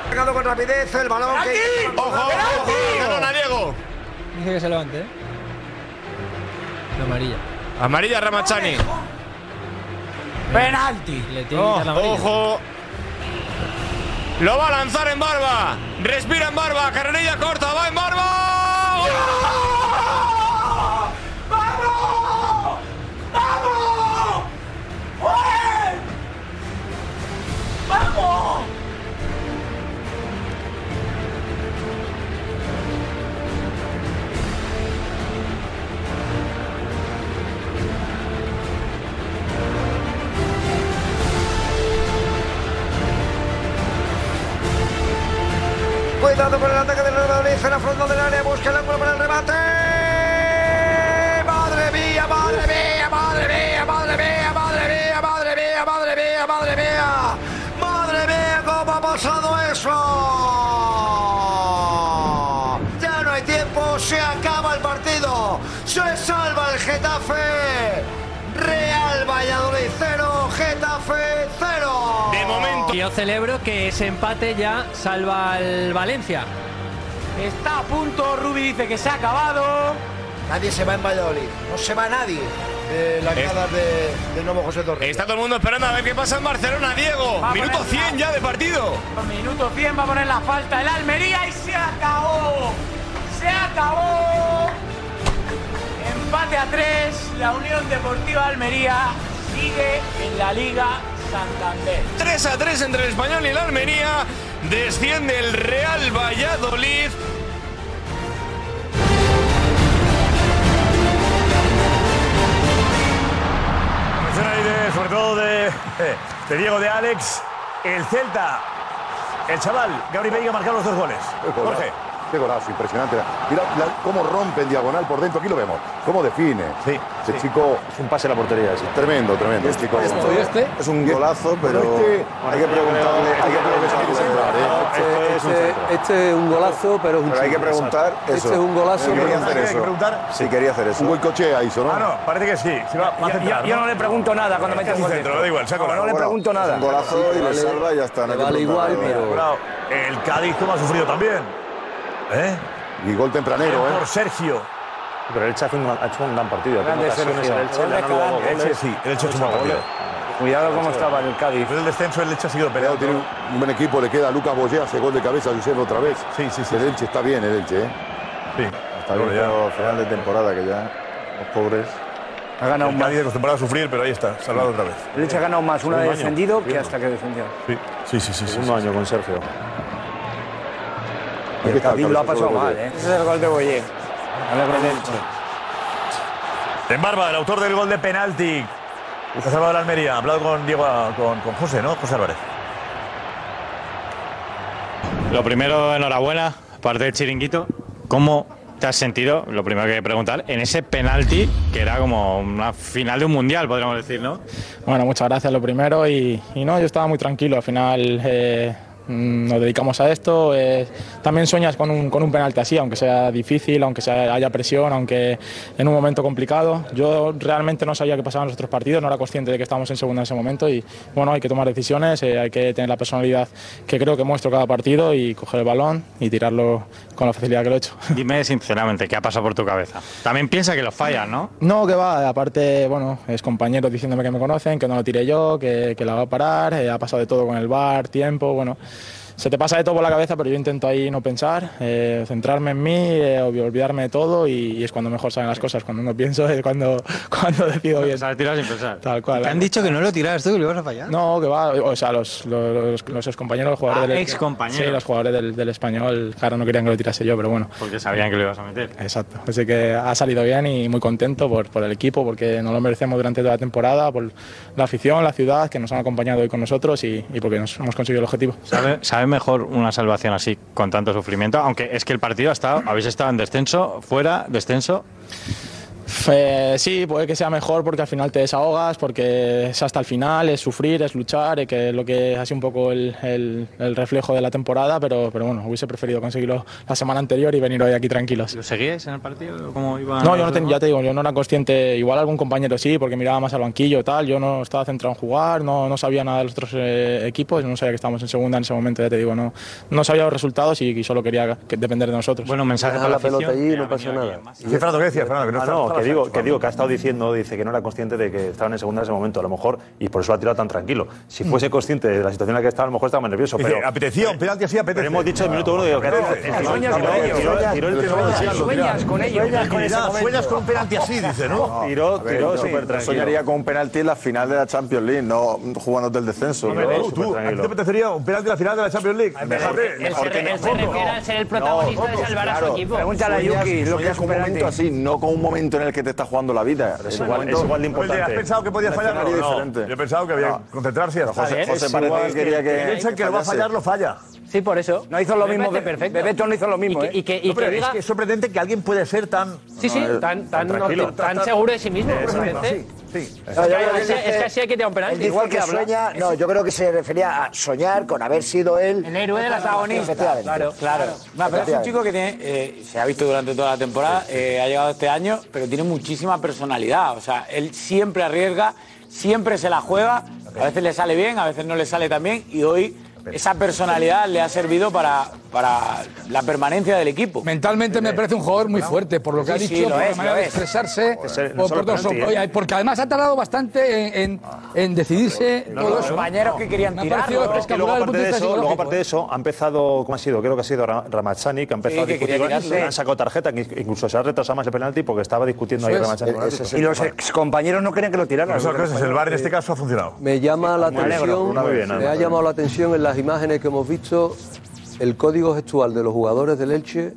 Cargado con rapidez el balón que...
¡Penalti! ¡Ojo,
¡Penalti! ojo!
¡Balón
¡Balón a Diego!
Dice que se levante, ¿eh? La amarilla.
Amarilla Ramachani.
Penalti.
Le tiene que
Oh,
quitar la amarilla.
ojo. Lo va a lanzar en barba. Respira en barba. Carrerilla corta. Va en barba.
¡Vamos! ¡Vamos! ¡Oye! ¡Vamos!
Cuidado con el ataque del Real Madrid en la frontal del área, busca el ángulo para el remate. ¡Madre mía, madre mía, madre mía, madre mía, madre mía, madre mía, madre mía, madre mía! ¡Madre mía, cómo ha pasado eso! Ya no hay tiempo, se acaba el partido, se salva el Getafe. Real Valladolid 0, Getafe 0. De momento.
Yo celebro que ese empate ya salva al Valencia.
Está a punto, Rubi dice que se ha acabado.
Nadie se va en Valladolid, no se va nadie. Eh, la
Es-
cara de, de nuevo José Torres.
Está todo el mundo esperando a ver qué pasa en Barcelona, Diego.
Va a
Minuto
poner-
100 ya de partido.
Minuto 100 va a poner la falta el Almería y se acabó. Se acabó. Empate a 3. La Unión Deportiva Almería sigue en la Liga Santander.
3 a 3 entre el español y el Almería. Desciende el Real Valladolid.
Atención ahí de- sobre todo de, eh, de Diego de Alex, el Celta, el chaval, Gabri Veiga marcar los dos goles.
Qué golazo,
Jorge.
Qué golazo, impresionante. Mira la- cómo rompe en diagonal por dentro, aquí lo vemos. Cómo define. Sí. Ese chico. Es un pase a la portería, ese. Tremendo, tremendo. Este, chico,
esto y este. Es un golazo, pero hay que preguntarle- hay que preguntarle si entrar, ¿eh?
Este, este- este es un golazo, pero es un
Pero hay que
chute.
preguntar
Este
eso.
es un
Eh,
golazo,
Hay que
pero es un
preguntar
chute.
eso. Sí, quería hacer eso. Un buen coche ahí, ¿no?
Ah, no, parece que sí. Se va- va a
Ya-
centrar,
ya- yo no le pregunto nada cuando
Es
mete un
casi
gol
centro,
dentro.
da igual, se acabó.
No, no le Bueno, pregunto es nada. un golazo y le
Vale.
salva y ya está, no hay que
Vale
preguntar
igual,
nada.
pero... Bravo. El Cádiz como ha sufrido también. ¿Eh?
Y gol tempranero,
Por Sergio.
Pero el Elche hace un- ha hecho un gran partido. Ha
Grande
tenido ocasiones
Sergio.
el Elche,
Gol de
le han anulado
Calante.
goles.
Elche sí, el Elche ha hecho un buen
goles.
Cuidado
cómo estaba
el Cádiz. Después
del descenso, el Elche ha sido peleado.
Tiene un un buen equipo, le queda a Lucas Boyer, hace gol de cabeza, Josep otra vez. Sí, sí, sí. El Elche está bien, el Elche, ¿eh?
Sí.
Está bien, pero final de temporada que ya. Los pobres.
Ha ganado un Cádiz acostumbrado a sufrir, pero ahí está, salvado otra vez.
El Elche ha ganado más una
Segundo
de
año.
defendido que
Segundo.
hasta que defendió.
Sí, sí, sí. sí, sí,
Segundo año con Sergio.
Y el Cádiz lo ha pasado mal, ¿eh? Ese es el gol de Boyer.
En Barba, el autor del gol de penalti. que ha salvado el Almería. Ha hablado con Diego, con, con José, ¿no? José Álvarez.
Lo primero, enhorabuena, parte del chiringuito. ¿Cómo te has sentido? Lo primero que preguntar, en ese penalti, que era como una final de un mundial, podríamos decir, ¿no?
Bueno, muchas gracias lo primero y, y no, yo estaba muy tranquilo, al final eh, mm, nos dedicamos a esto, eh, también sueñas con un, con un penalti así, aunque sea difícil, aunque sea, haya presión, aunque en un momento complicado, yo realmente no sabía qué pasaba en los otros partidos, no era consciente de que estábamos en segunda en ese momento y bueno, hay que tomar decisiones, eh, hay que tener la personalidad que creo que muestro cada partido y coger el balón y tirarlo con la facilidad que lo he hecho.
Dime sinceramente, ¿qué ha pasado por tu cabeza? También piensa que los fallas, ¿no?
No, que va, aparte, bueno, es compañeros diciéndome que me conocen, que no lo tiré yo, que, que la va a parar, eh, ha pasado de todo con el bar, tiempo, bueno. se te pasa de todo por la cabeza, pero yo intento ahí no pensar, eh, centrarme en mí, eh, obvio, olvidarme de todo y, y es cuando mejor salen las cosas. Cuando no pienso es cuando, cuando decido bien.
tirar sin pensar.
Tal cual.
Te han dicho que no lo tiras tú, que lo ibas a fallar.
No, que va, o sea, los, los, los excompañeros, los jugadores
Ah,
del...
excompañeros.
Sí, los jugadores del, del español, claro, no querían que lo tirase yo, pero bueno.
Porque sabían que lo ibas a meter.
Exacto. Así que ha salido bien y muy contento por, por el equipo, porque nos lo merecemos durante toda la temporada, por la afición, la ciudad, que nos han acompañado hoy con nosotros y, y porque nos hemos conseguido el objetivo.
¿Sabe, sabe mejor una salvación así con tanto sufrimiento? Aunque es que el partido ha estado, habéis estado en descenso, fuera, descenso.
Eh, sí, puede que sea mejor porque al final te desahogas, porque es hasta el final, es sufrir, es luchar, eh, que es lo que ha sido un poco el, el- el reflejo de la temporada, pero, pero bueno, hubiese preferido conseguirlo la semana anterior y venir hoy aquí tranquilos.
¿Lo seguíais en el partido? ¿Cómo iba
No, yo no ten- ya te digo, yo no era consciente, igual algún compañero sí, porque miraba más al banquillo tal, yo no estaba centrado en jugar, no, no sabía nada de los otros eh, equipos, no sabía que estábamos en segunda en ese momento, ya te digo, no, no sabía los resultados y, y solo quería que- depender de nosotros. Bueno,
mensaje
Dejar la pelota allí y no pasa nada.
Sí, Fernando, ¿qué decías, Fernando? Que no
Ah,
estaba-
no,
estaba
que digo, que
jugando.
digo que ha estado diciendo, dice que no era consciente de que estaban en segunda en ese momento, a lo mejor, y por eso lo ha tirado tan tranquilo. Si fuese consciente de la situación en la que estaba, a lo mejor estaba más nervioso,
Mm. Dice,
pero...
apetecía un penalti así, apetece.
Pero hemos dicho en el minuto uno, digo, que
Sueñas con un penalti así, dice, ¿no?
Tiró,
ver, yo súper tranquilo.
soñaría con un penalti en la final de la Champions League, no jugándote el descenso.
No, no, tú, ¿a ti te apetecería un penalti en la final de la Champions League?
Mejor- mejor que no. No, Coco, claro. Sueñas- Sueñas con un momento así, no con un momento en el que te está jugando la vida. En
Es
un
igual-
momento-
es igual de importante. ¿Has pensado que podías
Un
fallar?
escenario
No, no.
diferente.
Yo he pensado que había que concentrarse y hasta-
José-
Joder,
José
es
parece
igual
que quería
que-
que
piensan que lo va a
fallase.
fallar, lo falla.
Sí, por eso.
No hizo lo mismo,
Be- Bebeto
no hizo lo mismo,
¿eh?
Y que- y que- y
¿eh? No, pero
que
es
diga-
que es sorprendente que alguien puede ser tan...
Sí, sí, No, tan- tan-
eh, tranquilo.
tan- tan seguro de sí mismo, ¿eh?
Eso mismo,
sorprendente.
Sí, sí.
No, yo creo que
Es que-
dice-
es que así hay que tirar un penalti.
él dice
Igual que
que
habla.
sueña, no, yo creo que se refería a soñar con haber sido él.
El héroe de la protagonista.
Efectivamente.
claro. No, pero es un chico que tiene, eh, se ha visto durante toda la temporada, eh, ha llegado este año, pero tiene muchísima personalidad. O sea, él siempre arriesga, siempre se la juega. A veces le sale bien, a veces no le sale tan bien. Y hoy esa personalidad le ha servido para, para la permanencia del equipo.
Mentalmente me parece un jugador muy fuerte, por lo que ha
Sí, sí,
dicho,
lo
por
es,
la manera
lo
de
es.
expresarse.
Pues, eh, no
por-
solo
por todo eso.
penalti, ¿eh?
Oye, porque además ha tardado bastante en, en- en decidirse.
No,
todo
no,
eso.
compañeros
Me ha parecido
Es que luego
espectacular el punto
aparte de
vista
eso, luego
psicológico,
aparte de eso, ha empezado, ¿cómo ha sido? Creo que ha sido Ra- Ramazzani, que ha empezado
Sí, que
a discutir.
quería
con-
tirarse.
le han sacado tarjeta, que incluso se ha retrasado más el penalti porque estaba discutiendo ahí
Eso es.
Ramazzani. con el
Ese es
árbitro.
el- Y los excompañeros no querían que lo tiraran.
Eso,
Los
gracias, el VAR en este
compañeros-
caso ha funcionado.
Me llama la
Me alegro,
atención,
una vez, nada
me ha
más.
llamado la atención en las imágenes que hemos visto el código gestual de los jugadores del Elche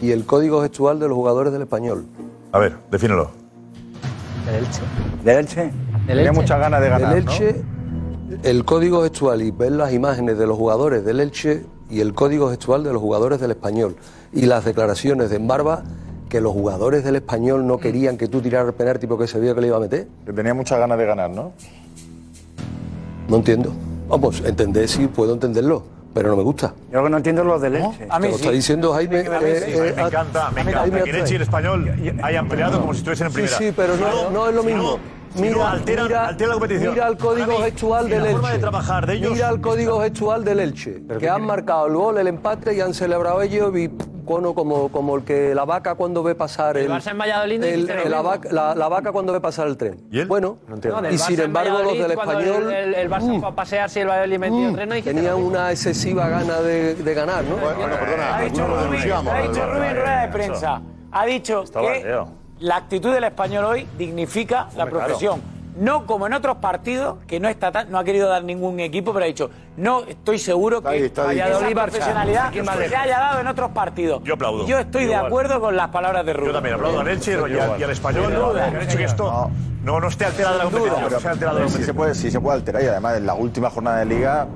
y el código gestual de los jugadores del Español.
A ver, defínelo.
Del Elche.
¿Del Elche?
Tenía muchas ganas de ganar,
Del
¿no?
Elche, el código gestual y ver las imágenes de los jugadores del Elche y el código gestual de los jugadores del Español y las declaraciones de Embarba que los jugadores del Español no querían que tú tiraras el penalti porque se veía que le iba a meter. Que tenía muchas ganas de ganar, ¿no? No entiendo. Vamos, entender sí puedo entenderlo, pero no me gusta.
Yo lo que no entiendo es lo del Elche.
Te lo está diciendo Jaime.
A mí sí,
eh,
me
eh, a-
encanta, me
a mí
encanta.
me
Que Leche y el
atrae.
español hayan peleado como si estuviesen en
Sí,
primera.
sí, pero no- no es lo mismo.
mira,
Mira,
altera,
mira-
altera la competición.
mira el código
Para mí,
gestual
y
del
la forma
Elche.
de trabajar de ellos.
Mira el código gestual del Elche, que han marcado el gol, el empate y han celebrado ellos y cono como, como el que la vaca cuando ve pasar el,
El Barça en Valladolid
el-
dice
la,
lo mismo.
vaca, la- la vaca cuando ve pasar el tren. Bueno,
No, del
y
Barça
sin
en
embargo los
Valladolid,
del
cuando el-
español
El, el
Uh.
Barça fue a pasearse y el Valladolid metió tres, no dijiste
tenían
lo mismo.
una excesiva gana de, de ganar, ¿no? Bueno, perdona.
Ha dicho Rubén, ha dicho Rubén en rueda de prensa. Ha dicho que la actitud del español hoy dignifica la
Hombre,
profesión. No como en otros partidos, que no está tan- no ha querido dar ningún equipo, pero ha dicho, no estoy seguro que
ahí, está ahí.
Valladolid
Esa
esa profesionalidad
Barça. Yo estoy.
se haya dado en otros partidos. Yo
aplaudo.
Yo estoy de
Igual.
acuerdo con las palabras de Rubén.
Yo también aplaudo a Leche y al, y al español.
Sin
¿no?
duda,
Que han hecho que esto no, no esté alterada la
Sin duda.
competición. No esté alterada la
Sí,
se
competición.
puede, sí se puede alterar y además en la última jornada de liga,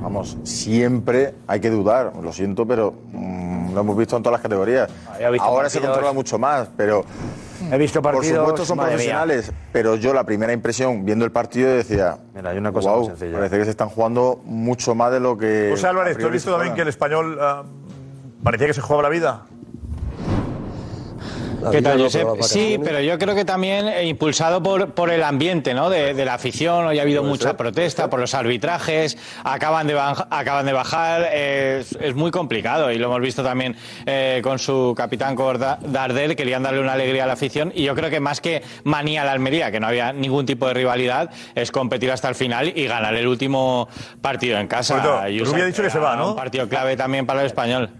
vamos, siempre hay que dudar, lo siento, pero mm, lo hemos visto en todas las categorías.
Ah, he visto
Ahora se
partidos- Mm.
controla mucho más, pero
He visto partidos,
por supuesto son
madre mía.
profesionales, pero yo la primera impresión viendo el partido decía,
mira, hay una cosa
"Guau,
muy sencilla".
parece que se están jugando mucho más de lo que
José
a
Álvarez, ¿tú has
priori
visto
se
también que
juega.
el español ah, parecía que se jugaba la vida?
La
¿Qué
vida
tal,
no,
Josep?
pero las
Sí,
vacaciones-
pero yo creo que también eh, impulsado por, por el ambiente, ¿no? De, de la afición, hoy ha habido mucha protesta por los arbitrajes, acaban de, baj- acaban de bajar, eh, es, es muy complicado y lo hemos visto también eh, con su capitán Corda- Dardel, querían darle una alegría a la afición y yo creo que más que manía a la Almería, que no había ningún tipo de rivalidad, es competir hasta el final y ganar el último partido en casa.
Bueno,
Josep,
Rubio ha dicho que se
era
va, ¿no?
Un partido clave también para el español.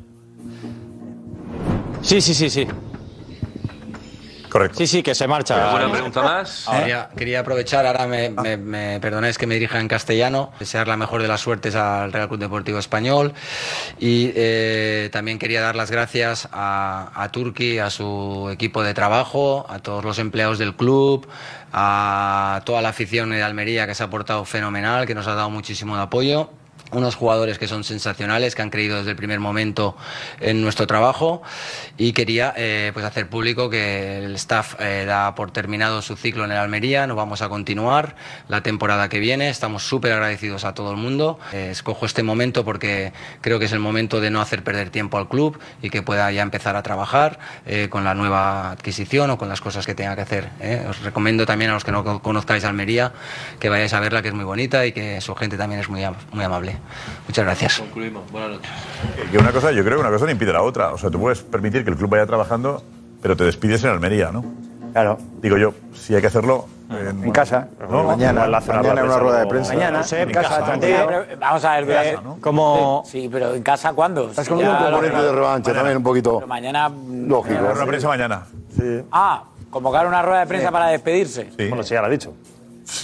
Sí, sí, sí, sí.
Correcto.
Sí, sí, que se marcha. Ah.
¿Alguna pregunta más? ¿Eh? Ah, Quería, quería aprovechar, ahora me, me- me perdonáis que me dirija en castellano, desear la mejor de las suertes al Real Club Deportivo Español y eh, también quería dar las gracias a, a Turki, a su equipo de trabajo, a todos los empleados del club, a toda la afición de Almería que se ha portado fenomenal, que nos ha dado muchísimo de apoyo unos jugadores que son sensacionales, que han creído desde el primer momento en nuestro trabajo y quería eh, pues hacer público que el staff eh, da por terminado su ciclo en el Almería, no vamos a continuar la temporada que viene, estamos súper agradecidos a todo el mundo. Eh, escojo este momento porque creo que es el momento de no hacer perder tiempo al club y que pueda ya empezar a trabajar eh, con la nueva adquisición o con las cosas que tenga que hacer. ¿eh? Os recomiendo también a los que no co- conozcáis Almería que vayáis a verla, que es muy bonita y que su gente también es muy, am- muy amable. Muchas gracias.
Concluimos. Buenas noches.
Que una cosa, yo creo que una cosa no impide la otra. O sea, tú puedes permitir que el club vaya trabajando, pero te despides en Almería, ¿no? Claro. Digo yo, si hay que hacerlo. En, casa.
Mañana, mañana en una rueda de prensa.
en casa.
Vamos a ver, eh,
¿cómo?
Sí, pero ¿en casa cuándo?
Estás
Si
con un
ya lo-
componente de revancha
Mañana.
también, un poquito.
Pero mañana. mm, eh,
Lógico.
Una prensa mañana.
Ah, convocar una rueda de prensa para despedirse.
Bueno, sí, ya lo ha dicho.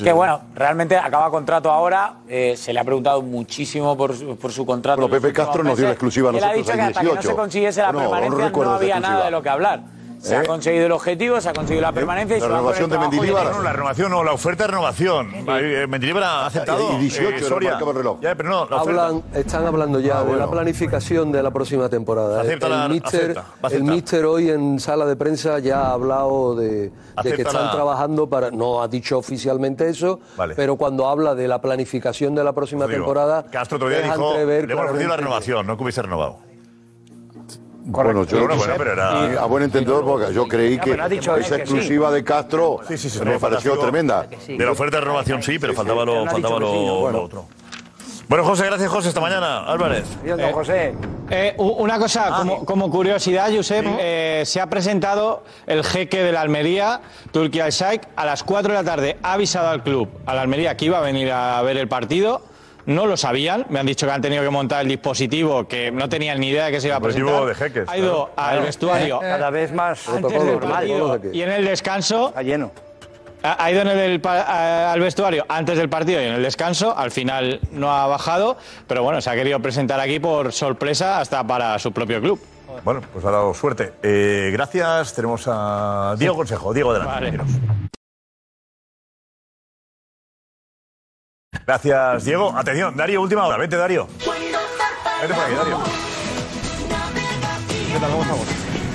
Que bueno, realmente acaba contrato ahora. eh, se le ha preguntado muchísimo por su, por su contrato.
Bueno,
en los
Pepe
últimos
Castro nos dio la
meses,
exclusiva a
y él ha
nosotros
dicho
al
que hasta que no
18.
se consiguiese la
No, no
permanencia no,
recuerdo esa
había nada
exclusiva.
de lo que hablar. Se
¿Eh?
ha conseguido el objetivo, se ha conseguido la permanencia y se va con el trabajo de-
No, la renovación no, la oferta de renovación. Eh, Mendilibar ha aceptado.
Y 18
eh,
era
Soria.
marcaba el reloj.
Ya, pero no, la oferta. Ah,
Hablan, están hablando ya de la planificación de la próxima temporada. eh.
Acepta
el,
la-
míster,
acepta, va a
el
aceptar.
míster hoy en sala de prensa ya ha hablado de, de que
Acepta
están
la-
trabajando para. No ha dicho oficialmente eso,
Vale. Pues
pero cuando habla de la planificación de la próxima
Digo,
temporada.
Castro otro día
deja
dijo, le
entrever
hemos ofrecido la
claramente-
renovación, no que hubiese renovado.
Bueno, yo,
Bueno, bueno, pero era-
Y a buen entendedor, porque yo creí
Ya,
que
pero ha dicho él
esa
que sí.
exclusiva de Castro me pareció
Pero faltaba-
tremenda.
De la oferta de renovación sí, pero faltaba
pero
lo,
no ha
faltaba
dicho que
lo-
sí, ¿no? Bueno.
lo otro. Bueno, José, gracias, José, esta mañana. Ah, Álvarez.
Eh, eh, u- una cosa,
Ah.
como, como curiosidad, Josep, eh, se ha presentado el jeque de la Almería, Turki al Shaik, a las 4 de la tarde. Ha avisado al club, a la Almería, que iba a venir a ver el partido. No lo sabían, me han dicho que han tenido que montar el dispositivo, que no tenían ni idea de que se iba a
Dispositivo
presentar.
de jeques,
ha ido
claro.
al
Claro. Eh,
vestuario.
Cada vez más
Eh, Antes del partido
normal.
y en el descanso. Está
lleno.
Ha ha ido en el, el pa- a- al vestuario antes del partido y en el descanso. Al final no ha bajado, pero bueno, se ha querido presentar aquí por sorpresa hasta para su propio club.
Bueno, pues ha dado suerte. Eh, gracias, tenemos a Diego Consejo. Diego, adelante. Gracias, Diego. Atención, Darío, última hora. Vente, Darío. Vente por aquí, Darío. ¿Qué tal? ¿Cómo estamos?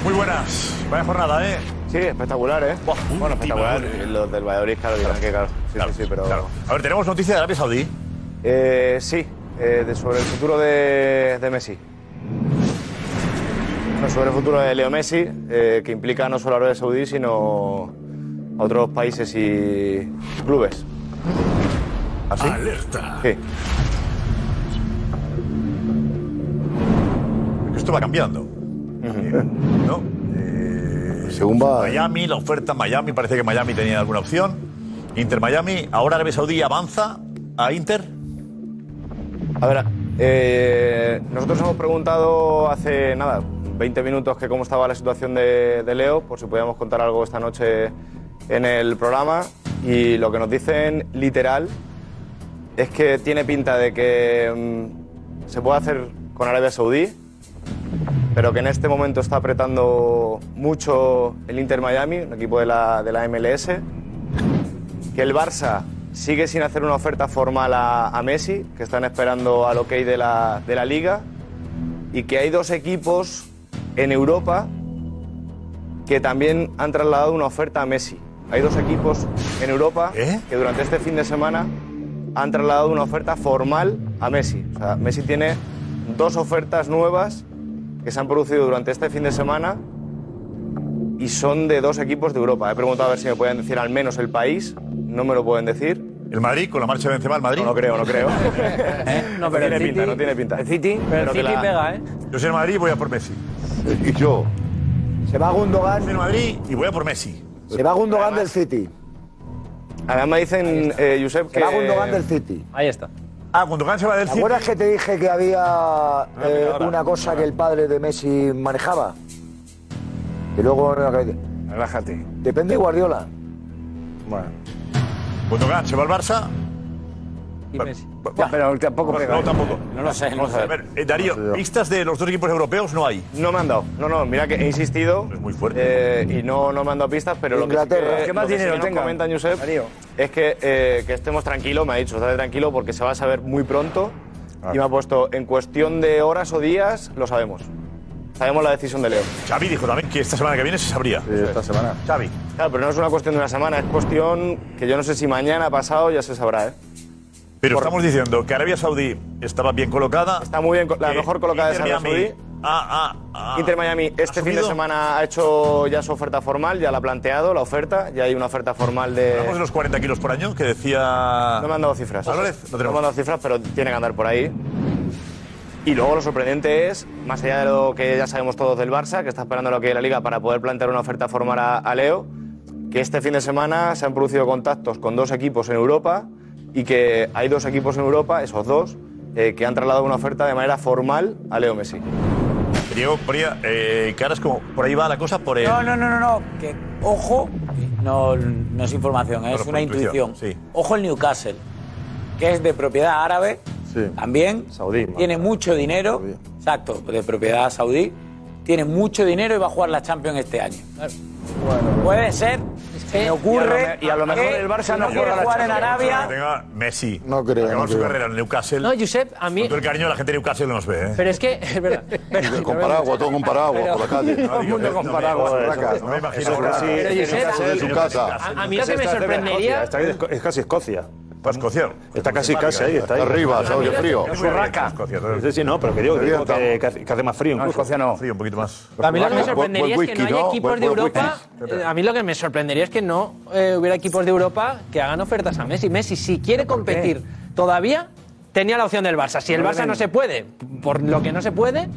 Muy buenas. Vaya jornada, ¿eh?
Sí, espectacular, ¿eh? bueno, espectacular. Los del Valladolid, claro, dirán que claro. Sí, sí, sí, pero...
A ver, ¿tenemos noticia de Arabia Saudí?
Eh, sí, eh, de- sobre el futuro de, de Messi. Bueno, sobre el futuro de Leo Messi, eh, que implica no solo a Arabia Saudí, sino a otros países y clubes. ¿Ah,
Alerta.
Sí.
Esto va cambiando. ¿No? Eh,
Según va.
Miami, la oferta en Miami, parece que Miami tenía alguna opción. Inter Miami, ahora Arabia Saudí avanza a Inter.
A ver, eh, nosotros hemos preguntado hace nada, 20 minutos, que cómo estaba la situación de, de Leo, por si podíamos contar algo esta noche en el programa. Y lo que nos dicen literal es que tiene pinta de que mm, se puede hacer con Arabia Saudí, pero que en este momento está apretando mucho el Inter Miami, un equipo de la, de la MLS, que el Barça sigue sin hacer una oferta formal a, a Messi, que están esperando al ok de la, de la liga, y que hay dos equipos en Europa que también han trasladado una oferta a Messi. Hay dos equipos en Europa
¿Eh?
que durante este fin de semana han trasladado una oferta formal a Messi. O sea, Messi tiene dos ofertas nuevas que se han producido durante este fin de semana y son de dos equipos de Europa. He preguntado a ver si me pueden decir al menos el país, no me lo pueden decir.
¿El Madrid con la marcha de Benzema al Madrid?
No, no creo, no creo.
No,
no
pero
tiene
el
pinta,
City,
no tiene pinta.
el City, pero el
que
City pega, ¿eh?
Yo soy el Madrid y voy a por Messi.
Y yo.
Se va Gundogan.
Soy el Madrid y voy a por Messi.
Se va Gundogan del City.
Además me dicen, eh, Josep,
Se
que...
va Gundogan del City.
Ahí está.
Ah, Gundogan se va del
¿Te acuerdas que te dije que había eh, una cosa que el padre de Messi manejaba? Y luego...
Relájate.
Depende de Guardiola.
Bueno.
Gundogan se va al Barça.
Pero tampoco
No,
pega.
no, tampoco.
No lo sé, no lo sé.
A ver, eh, Darío, pistas de los dos equipos europeos no hay.
No me han dado. No, no, mira que he insistido. Es muy fuerte. y no, no me han dado pistas, pero lo que sí
Inglaterra.
que,
¿Qué más
lo que sí
dinero
que nos
tengan?
comentan, Josep,
Darío.
es que, eh, que estemos tranquilos, me ha dicho, estate tranquilo porque se va a saber muy pronto. Y me ha puesto, en cuestión de horas o días, lo sabemos. Sabemos la decisión de Leo.
Xavi dijo también que esta semana que viene se sabría.
esta semana.
Xavi.
Claro, pero no es una cuestión de una semana, es cuestión que yo no sé si mañana, pasado, ya se sabrá, ¿eh?
Pero estamos diciendo que Arabia Saudí estaba bien colocada.
Está muy bien, co- la
Eh,
mejor colocada
Inter
es Arabia
Miami.
Saudí.
Ah, ah, ah.
Inter Miami este fin de
asumido?
semana ha hecho ya su oferta formal, ya la ha planteado, la oferta, ya hay una oferta formal de...
Hablamos de los 40 kilos por año que decía.
No me han dado cifras.
Álvarez,
no, me han dado cifras, pero tiene que andar por ahí. Y luego lo sorprendente es, más allá de lo que ya sabemos todos del Barça, que está esperando lo que la Liga para poder plantear una oferta formal a, a Leo, que este fin de semana se han producido contactos con dos equipos en Europa y que hay dos equipos en Europa, esos dos, eh, que han trasladado una oferta de manera formal a Leo Messi.
Diego, ponía eh, caras como. Por ahí va la cosa, por el.
No, no, no, no, no. Que, ojo, no, no es información, ¿eh? es
por
una
intuición,
intuición. Ojo el Newcastle, que es de propiedad árabe, también. Tiene mucho dinero. Exacto, de propiedad saudí. Tiene mucho dinero y va a jugar la Champions este año. Puede ser. Se me ocurre.
y a lo me- y a lo mejor
que
el Barça no
quiere
juega la
jugar en
Champions.
Arabia.
Que tenga Messi.
No creo.
Acabamos
no
su
creo.
carrera en el Newcastle.
No, Josep, a mí.
Con todo el cariño de la gente de Newcastle no nos ve, ¿eh?
Pero es que, es verdad. Pero,
Con paraguas, todo con paraguas por la calle.
Todo el mundo con paraguas por la calle. No me imagino.
Eso es
ahora.
casi- Pero,
En
Josep,
casa de su
a-
casa.
a- a mí lo que me
Está cerca de
sorprendería-
Escocia, está ahí, es casi Escocia.
Para Escocia.
Está casi, casi ahí. Está ahí.
Arriba, se oye frío.
Es muy rica. Sí, sí, no, pero que digo, que digo que, que hace- que hace más frío. incluso.
Escocia no.
Frío un poquito más.
A mí lo que me
Buen- buen
sorprendería es que
whisky,
no haya
¿no?
equipos
Buen-
de
buen
Europa.
whisky.
eh, a mí lo que me sorprendería es que no eh, hubiera equipos de Europa que hagan ofertas a Messi. Messi, si quiere competir todavía, tenía la opción del Barça. Si el
No
Barça
deben-
no se puede, por lo que no se puede.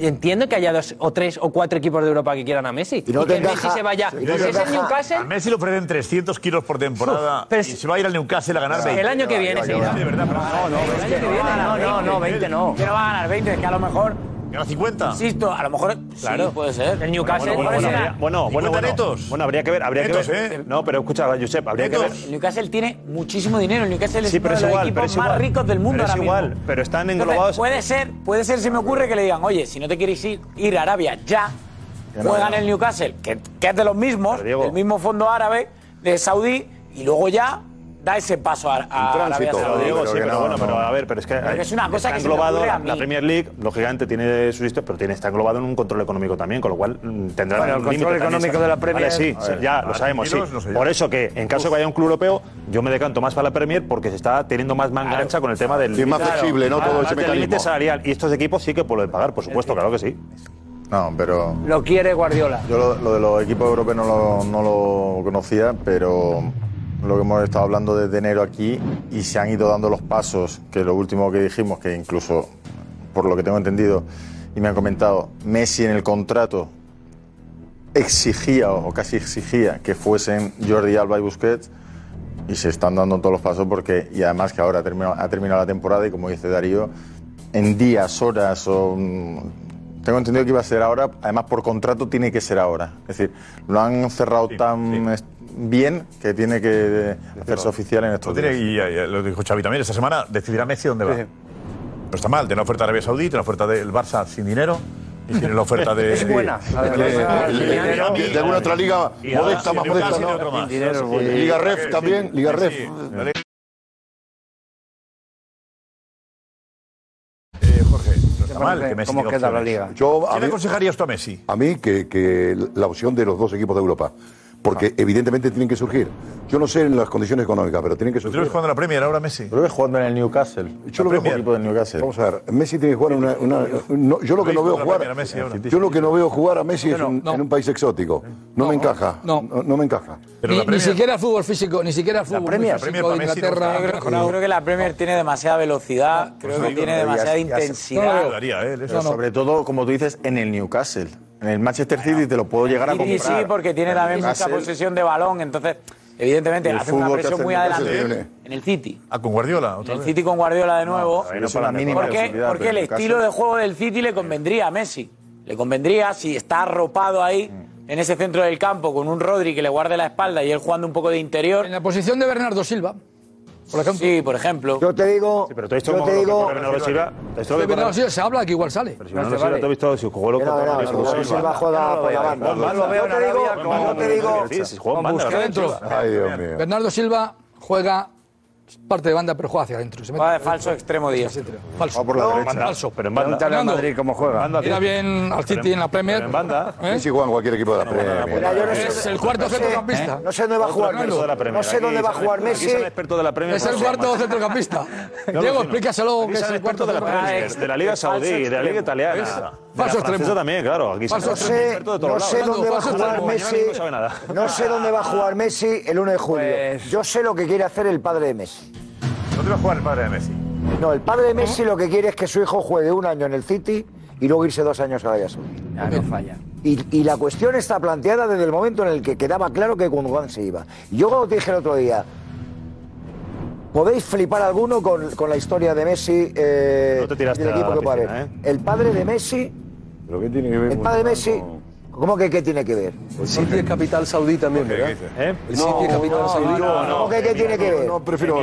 Entiendo que haya dos o tres o cuatro equipos de Europa que quieran a Messi. Y,
no
que
te
el Messi
encaja-
se vaya.
y
Si
no Ah,
es
te
el
encaja-
Newcastle,
A Messi lo ofrecen 300 kilos por temporada
Pero
y
si-
se va a ir al Newcastle a ganar
el
20.
año que viene se irá.
Sí, de verdad, pero-
No, no, 20 no. No, no, 20 no. Que no va a ganar 20, es que a lo mejor.
¿Gana 50?
Insisto, a lo mejor.
Claro.
Sí, puede ser.
El
Bueno,
Newcastle.
bueno, bueno, habría- bueno, bueno, bueno. Bueno, habría que ver, habría
Netos,
que ver. No, pero escucha, Josep, habría que ver.
El Newcastle tiene muchísimo dinero. El Newcastle es
Sí, pero
uno
es
de los
igual, pero
equipos
es
más
igual.
ricos del mundo
Pero es
ahora mismo.
igual, pero están
Entonces,
englobados.
puede ser, puede ser, se me ocurre que le digan, oye, si no te quieres ir, ir a Arabia ya,
Ya no,
juegan
ya no.
el Newcastle, que, que es de los mismos, del mismo fondo árabe, de Saudí, y luego ya da ese paso a, Ah, a Arabia
Pero
Saudí.
Diego, sí, pero bueno, pero a ver, pero es que,
Pero que es una cosa
está
que se me
englobado,
ocurre a
la, la
mí.
Premier League, lógicamente tiene sus historias, pero tiene, está englobado en un control económico también, con lo cual mm, tendrá
Bueno,
un
el control
límite también,
económico
¿sabes?
de la Premier-
Vale, sí,
A
sí,
ver,
ya
a
lo
ver,
sabemos, sí.
kilos, no sé yo.
Por eso que en caso de que haya un club europeo, yo me decanto más para la Premier porque se está teniendo más manga ancha con el tema del
Sí, es más flexible, ¿no? Todo
Además
ese
del límite
mecanismo.
salarial y estos equipos sí que pueden pagar, por supuesto, claro que sí.
No, pero.
Lo quiere Guardiola.
Yo lo, lo de los equipos europeos no lo, no lo conocía, pero lo que hemos estado hablando desde enero aquí y se han ido dando los pasos, que lo último que dijimos, que incluso por lo que tengo entendido y me han comentado, Messi en el contrato exigía o casi exigía que fuesen Jordi Alba y Busquets y se están dando todos los pasos porque, y además que ahora ha terminado, ha terminado la temporada y como dice Darío, en días, horas o... mm, Tengo entendido que iba a ser ahora, además por contrato tiene que ser ahora. Es decir, lo han cerrado tan es- bien que tiene que hacerse oficial en
Lo
estos
tiene-
días.
y, y- y lo dijo Xavi también, esta semana decidirá Messi dónde va. No está mal, tiene la oferta de Arabia Saudí, tiene la oferta del Barça sin dinero y tiene la oferta de...
Es buena.
Ah, Sí.
La de-
De-
la de-
de-
de-
Miami,
de alguna otra liga
y ahora
modesta,
sí,
más
de
modesta,
Newcastle y
¿no?
otro más.
Sin dinero,
Sí,
pues.
sí.
Liga Ref
Sí,
también,
sí,
Liga
sí,
Ref.
sí. Eh, Jorge, no está mal que Messi tenga opciones.
Yo, a
¿Qué
mí-
le aconsejarías tú a Messi?
A mí que, que la opción de los dos equipos de Europa.
porque evidentemente tienen que surgir. Yo no sé en las condiciones económicas, pero tienen que surgir.
¿Tú lo ves jugando en la Premier ahora, Messi?
Lo ves jugando en el Newcastle.
Yo lo veo
Premier.
equipo del Newcastle. Vamos a ver, Messi tiene que jugar en una, una- no, yo lo que no veo jugar, yo lo que no veo jugar a Messi es un- en un país exótico. No, me encaja. No. no me encaja.
Ni, ni siquiera el fútbol físico, ni siquiera el fútbol muy
Premier, la
físico
Premier para
de
Messi no
Inglaterra.
está.
Yo creo, creo que la Premier tiene
Pues
demasiada velocidad, creo que
digo,
tiene
no,
demasiada
ya- ya se-
intensidad.
Pero Sobre todo, como tú dices, en el Newcastle. En el Manchester City te lo puedo llegar a
Y- y
comprar.
sí, porque tiene
En
también mucha
Newcastle,
posesión de balón, entonces, evidentemente,
El
hace una
fútbol que
presión
hace
muy
Newcastle
adelante.
viene.
En el City.
Ah, con Guardiola.
En el City con Guardiola de nuevo.
pero es una mínima
porque
posibilidad,
porque
pero
el
en el caso-
estilo de juego del City le convendría a Messi. Le convendría si está arropado ahí, en ese centro del campo, con un Rodri que le guarde la espalda y él jugando un poco de interior. En
la posición de Bernardo Silva. Por ejemplo.
Sí, por ejemplo.
Yo te digo.
Sí, pero tú has visto
Yo
cómo
te
lo que
digo-
pone Bernardo Silva. Tú has visto lo que
Pero
pone-
no, sí, se habla que igual sale.
Si Bernardo Silva, tú has visto si jugó lo que
Era, era,
Bernardo
Bernardo Silva
juega
No lo
por
veo,
la banda.
no lo veo en
Yo te digo-
Arabia con-
yo te digo-
Sí, sí, jugó en banda,
Busca
Bernardo
dentro.
Silva.
Ay, Dios mío.
Bernardo Silva juega parte de banda, pero juega hacia adentro. Se mete
de falso extremo 10.
Falso.
por la
No,
derecha.
Falso.
Pero en banda. Pregúntale al
Fernando,
Madrid cómo juega. Banda,
Mira
tío.
bien al
Pero
City
en-
en la Premier.
pero en banda.
¿Eh?
Messi juega en cualquier equipo de la
Mira, yo no
Premier.
sé-
Es el cuarto
no sé-
centrocampista.
No sé dónde va a
Otro
jugar
experto
Messi.
de la Premier.
No sé
Aquí
dónde va a
son-
jugar
aquí
Messi.
son expertos de la Premier Es el
por los
cuarto centrocampista.
No,
Diego,
no.
explícaselo
Aquí
que es
sale
el cuarto
experto de la Premier,
centrocampista.
de la
Ah,
Liga Saudí, de la Liga Italiana.
Es-
de la
Falso
francesa
extremo.
también, claro. Aquí
No
sale un
sé,
experto de todos
no
lados.
sé dónde va a
Falso
jugar
extremo,
Messi.
mañana No sabe nada.
No sé dónde va a jugar Messi el 1 de julio.
Pues-
Yo sé lo que quiere hacer el padre de Messi.
¿Dónde va a jugar el padre de Messi?
No, el
¿Eh?
padre de Messi lo que quiere es que su hijo juegue un año en el City y luego irse dos años a Arabia Saudí.
no falla.
Y, y la cuestión está planteada desde el momento en el que quedaba claro que Gundogan se iba. Yo como te dije el otro día, podéis flipar alguno con, con la historia de Messi eh,
No te tiraste
del equipo
a la
que pueda
piscina,
¿eh?
haber. El padre de Messi,
¿Pero qué tiene que ver
el padre de Messi, ¿cómo que qué tiene que ver?
El City es capital saudí también, ¿verdad? El City es capital saudí.
¿Cómo
eh,
que qué tiene que ver?
No, prefiero no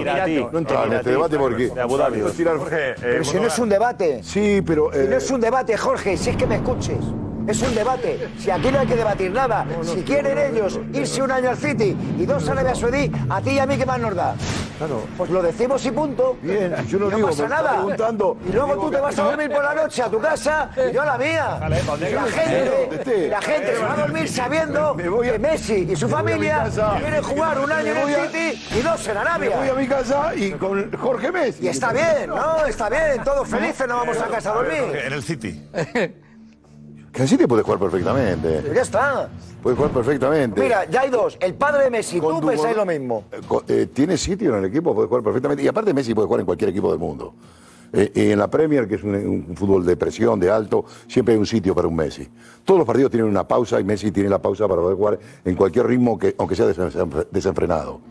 entrar en este debate porque. Prefiero tirar- Eh,
Pero si no es un debate.
Sí, pero.
Si no
eh,
es un debate, Jorge, si es que me escuches. Es un debate. Si aquí no hay que debatir nada. Si quieren ellos irse un año al City y dos a Arabia Saudí, a ti y a mí, ¿qué más nos da? Pues lo decimos y punto.
Bien, yo lo
no
digo,
pasa
me está
nada.
preguntando.
y luego
Digo
tú
que-
te vas a dormir por la noche a tu casa y yo a la mía. Y la gente, y la gente se va a dormir sabiendo que Messi y su
voy a mi
familia
casa.
quieren jugar un año en
Me voy
el
a-
City y dos en
Me
Arabia.
voy a mi casa y con Jorge Messi.
Y está bien, ¿no? Está bien, todos felices, no vamos a casa a dormir.
En el City.
Que en City puede jugar perfectamente.
Pero ya está.
Puede jugar perfectamente.
Mira, ya hay dos. El padre de Messi, tú
Gundogan-
pensáis lo mismo.
Eh, co- eh, tiene sitio en el equipo, puede jugar perfectamente. Y aparte Messi puede jugar en cualquier equipo del mundo. Eh, y en la Premier, que es un, un fútbol de presión, de alto, siempre hay un sitio para un Messi. Todos los partidos tienen una pausa y Messi tiene la pausa para poder jugar en cualquier ritmo, que, aunque sea desenfre- desenfrenado.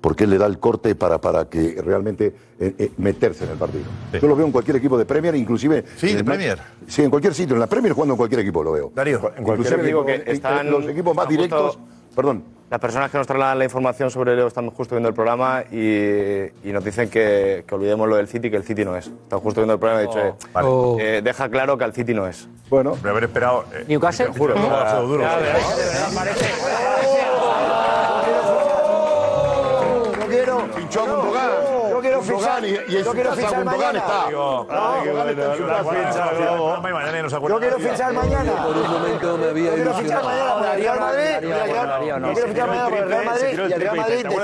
Porque él le da el corte para, para que realmente eh, eh, meterse en el partido. Yo lo veo en cualquier equipo de Premier, inclusive.
Sí,
en el
de
ma-
Premier.
Sí, en cualquier sitio. En la Premier jugando en cualquier equipo lo veo.
Darío.
En
Inclusive
cualquier
digo
equipo,
que
en- en-
están
los equipos más
están
directos.
justo-
Perdón.
Las personas que nos trasladan la información sobre Leo están justo viendo el programa y, y nos dicen que, que olvidemos lo del City, que el City no es. Están justo viendo el programa y han dicho, eh,
Oh,
eh, deja claro que al City no es.
Bueno.
De haber esperado.
eh,
Newcastle.
Juro, no, ha sido duro.
Yo quiero.
Pinchó a Gundogan.
Yo quiero
Gundogan
fichar.
y- y en
yo
su
quiero
casa
fichar
Gundogan
mañana.
está.
Digo,
Ah, Gundogan está en su casa.
Yo quiero fichar mañana.
Por un momento me había
Quiero fichar
ilusionado.
mañana por el Real Madrid. y el Real-
Darío, no.
Yo quiero fichar mañana por el Real Madrid y el Real Madrid decide que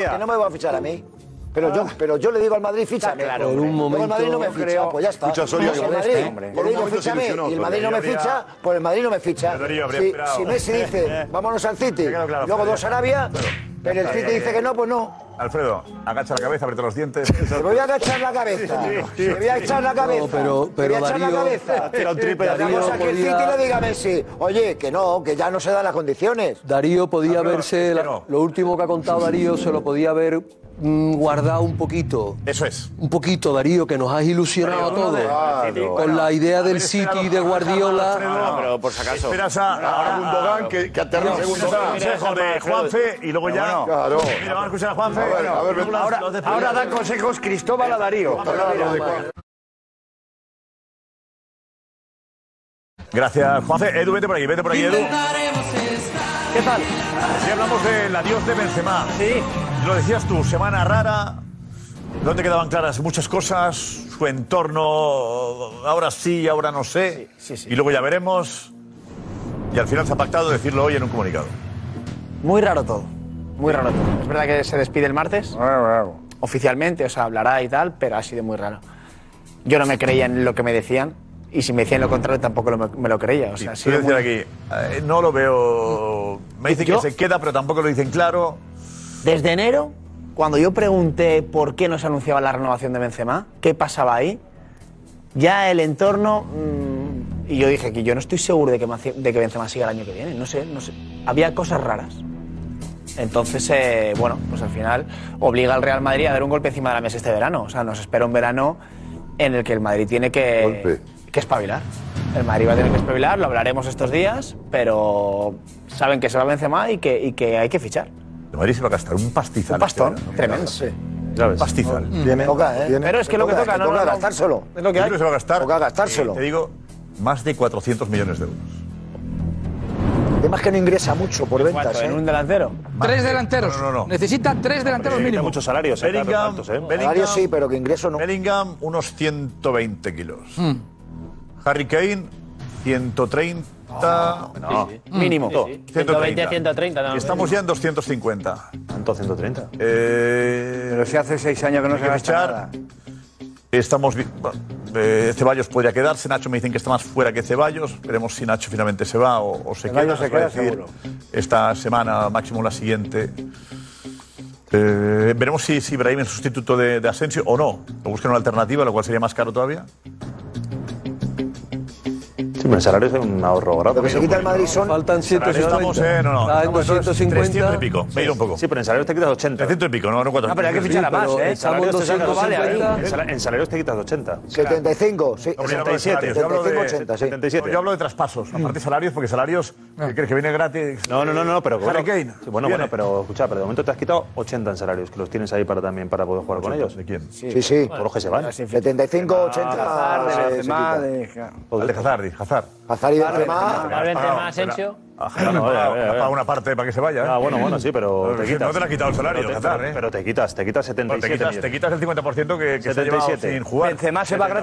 no- que no me va a fichar a mí. Pero
Ah.
yo, pero yo le digo al Madrid, fíchame.
Por un
Luego el Madrid no me
momento-
ficha, pues ya está.
Escucha, Soria,
Si el
que
Madrid,
molesta, hombre.
le
Por un
digo,
momento se
fíchame,
ilusionó,
y el Madrid no me
Soria, ya
ficha,
habría-
pues el Madrid no me ficha.
Soria habría
Si,
esperado.
si Messi dice, vámonos al City,
claro,
luego
Soria.
dos Arabia, pero el
está,
City
ya,
dice
ya.
que no, pues no.
Alfredo, agacha la cabeza, aprieta los dientes.
Te voy a agachar la cabeza. Te voy a echar la cabeza.
No, pero-
Te voy a
pero
echar la
Darío-
cabeza.
Tira un triple,
La
Darío
cosa es que el
podía-
City le diga a Messi, oye, que no, que ya no se dan las condiciones.
Darío podía verse, la- lo último que ha contado Darío, se lo podía haber mm, guardado un poquito.
Eso es.
Un poquito, Darío, que nos has ilusionado a
Darío, uno
todos.
de- del City,
Con
bueno,
la idea
haber
del
esperado
City, de
a
Guardiola.
Ah, pero por si acaso. Esperas a, a Gundogan
que, que
aterra
aterriza.
segundo. Consejo de Juanfe y luego ya.
Bueno, claro.
Mira, vamos a escuchar a Juanfe.
A ver, a ver,
Los-
ahora-
los de-
ahora
dan consejos Cristóbal a Darío.
Gracias, Juanfe. Edu, vete por aquí, vete por aquí, Edu.
¿Qué tal?
Si hablamos del adiós de Benzema. Sí. Lo decías tú, semana rara, donde quedaban claras muchas cosas, su entorno, ahora sí, ahora no sé. Y luego ya veremos. Y al final se ha pactado decirlo hoy en un comunicado.
Muy raro todo. Muy raro todo. Es verdad que se despide el martes. Oficialmente, o sea, hablará y tal, pero ha sido muy raro. Yo no me creía en lo que me decían y si me decían lo contrario tampoco lo- me lo creía. O sea, ha
Quiero
sido
decir
muy-
aquí, eh, no lo veo. Me dicen
Yo-
que se queda, pero tampoco lo dicen claro.
Desde enero, cuando yo pregunté por qué no se anunciaba la renovación de Benzema, qué pasaba ahí, ya el entorno mm, y yo dije que yo no estoy seguro de que, Maci- de que Benzema siga el año que viene. No sé, no sé. Había cosas raras. Entonces, eh, bueno, pues al final obliga al Real Madrid a dar un golpe encima de la mesa este verano. O sea, nos espera un verano en el que el Madrid tiene que, que espabilar. El Madrid va a tener que espabilar, lo hablaremos estos días, pero saben que se va Benzema y que, y que hay que fichar.
El Madrid se va a gastar un pastizal. este
Un pastón, tremendo.
Un Pastizal.
Toca, ¿eh? Pero es que lo que toca, no, no, no. Es lo que
Yo
hay.
creo se va a gastar. Toca gastárselo. te digo, más de 400 millones de euros.
Además que no ingresa mucho por ventas,
¿Cuánto? ¿En
¿eh?
un delantero?
Tres delanteros.
No, no, no.
Necesita tres delanteros mínimo.
muchos salarios.
eh, claro,
Bellingham,
altos, eh. Salarios sí,
pero que ingreso no. Bellingham, unos 120 kilos.
Hmm.
Harry Kane, 130. no.
sí.
Mínimo.
Sí, sí. 120
130. no,
Estamos ya en 250. ¿Cuánto 130? Eh,
Pero si hace seis años que no
hay
se gasta
fichar.
nada.
Estamos. vi- bueno, eh, Ceballos podría quedarse. Nacho me dicen que está más fuera que Ceballos. Veremos si Nacho finalmente se va o, o se
Ceballos
queda.
se
Nos va a
queda
decir
seguro.
Esta semana, máximo la siguiente. Eh, veremos si, si Ibrahim es sustituto de, de Asensio o no. O buscan una alternativa, lo cual sería más caro todavía.
Sí, pero el salario es un ahorro grande.
Lo que se quita el Madrid
son.
Faltan
Estamos, eh, no, no. estamos en 300 y pico. Me he ido un poco.
Sí, pero en salarios te quitas 80.
300 y pico, no, no 400.
No, pero hay que fichar a más, ¿eh? En salarios, te sacas
250.
80. En sala- en salarios te quitas 80.
75, sí.
No, pero yo hablo de salarios, yo hablo de-
75, 80, sí.
77. No, Yo hablo de traspasos, aparte de salarios, porque salarios, ¿qué crees que viene gratis?
No, no, no, no, pero bueno,
Harry Kane.
sí, bueno,
Viene.
bueno, pero escucha, pero de momento te has quitado 80 en salarios, que los tienes ahí para también para poder jugar con ellos. ¿De
quién?
Sí, sí.
Por los que se van.
75, 80.
Hazard, de
se- se
Benzema,
quita.
de-
Vale, Hazard, di, Hazard.
Hazard y
Vale,
Benzema.
Hazard, Hazard. Ah,
Asensio.
Hazard, no, ha pagado una parte para que se vaya.
Ah, bueno, bueno, sí, pero te
si
quitas.
No te la ha quitado el salario,
Pero te-
Hazard, ¿eh?
pero- Pero te quitas, te quitas
Bueno,
77
te, quitas, te
millones.
quitas el 50% que, que se ha llevado
77.
sin jugar.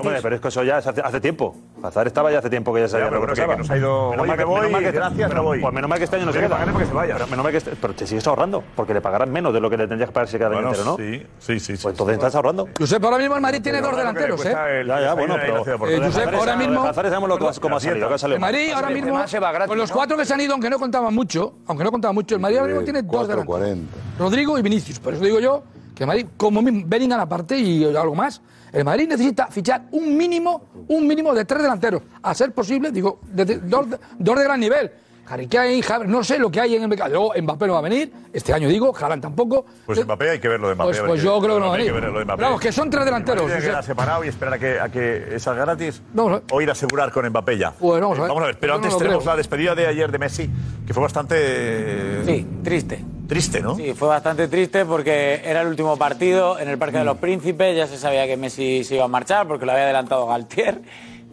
Hombre, pero es que eso ya es hace, hace tiempo. Hazard estaba ya hace tiempo que ya
Ya,
sabía
pero
lo que
bueno, que-
pasaba.
que nos ha ido-
Menos
oye,
mal
me voy,
menos mal
gracias, me
menos-
voy.
Pues menos mal que este año no se
Pero que
queda.
pagarle para que se vaya.
Pero menos mal que este- pero te sigues ahorrando, porque le pagarán menos de lo que le tendrías que pagar si cada
Bueno,
entero, ¿no?
sí, sí, sí.
Pues entonces estás ahorrando.
Josep, ahora mismo el Madrid tiene dos delanteros, ¿eh?
Ya, ya, bueno, pero.
Eh, Josep, ahora mismo.
Hazard, sabemos lo que has- cómo ha salido, lo que ha salido
El
mal.
Madrid ahora mismo, con los cuatro que se han ido, aunque no contaban mucho, aunque no contaban mucho, el Madrid ahora mismo tiene dos delanteros.
40.
Rodrigo y Vinicius. Por eso digo yo que el Madrid, como mínimo, Bellingham aparte y algo más, el Madrid necesita fichar un mínimo, un mínimo de tres delanteros. A ser posible, digo, de- de- dos, de- dos de gran nivel. Harry Kane, Havertz, no sé lo que hay en el mercado. Luego Mbappé no va a venir, este año digo, Haaland tampoco.
Pues Mbappé hay que verlo de Mbappé.
Pues-
a ver
pues
qué-
yo creo que no va a
Hay que
venir.
ver lo de Mbappé.
Pero vamos, que son tres delanteros,
Tiene que
Josep.
quedar separado y esperar a que, a que salga gratis.
Vamos a
O ir a asegurar con Mbappé ya.
Bueno, vamos a ver.
Pero
Yo no
antes
lo
tenemos
creo.
la despedida de ayer de Messi, que fue bastante. eh,
Sí, triste.
Triste, ¿no?
Sí, fue bastante triste porque era el último partido en el Parque de
Mm.
los Príncipes, ya se sabía que Messi se iba a marchar porque lo había adelantado Galtier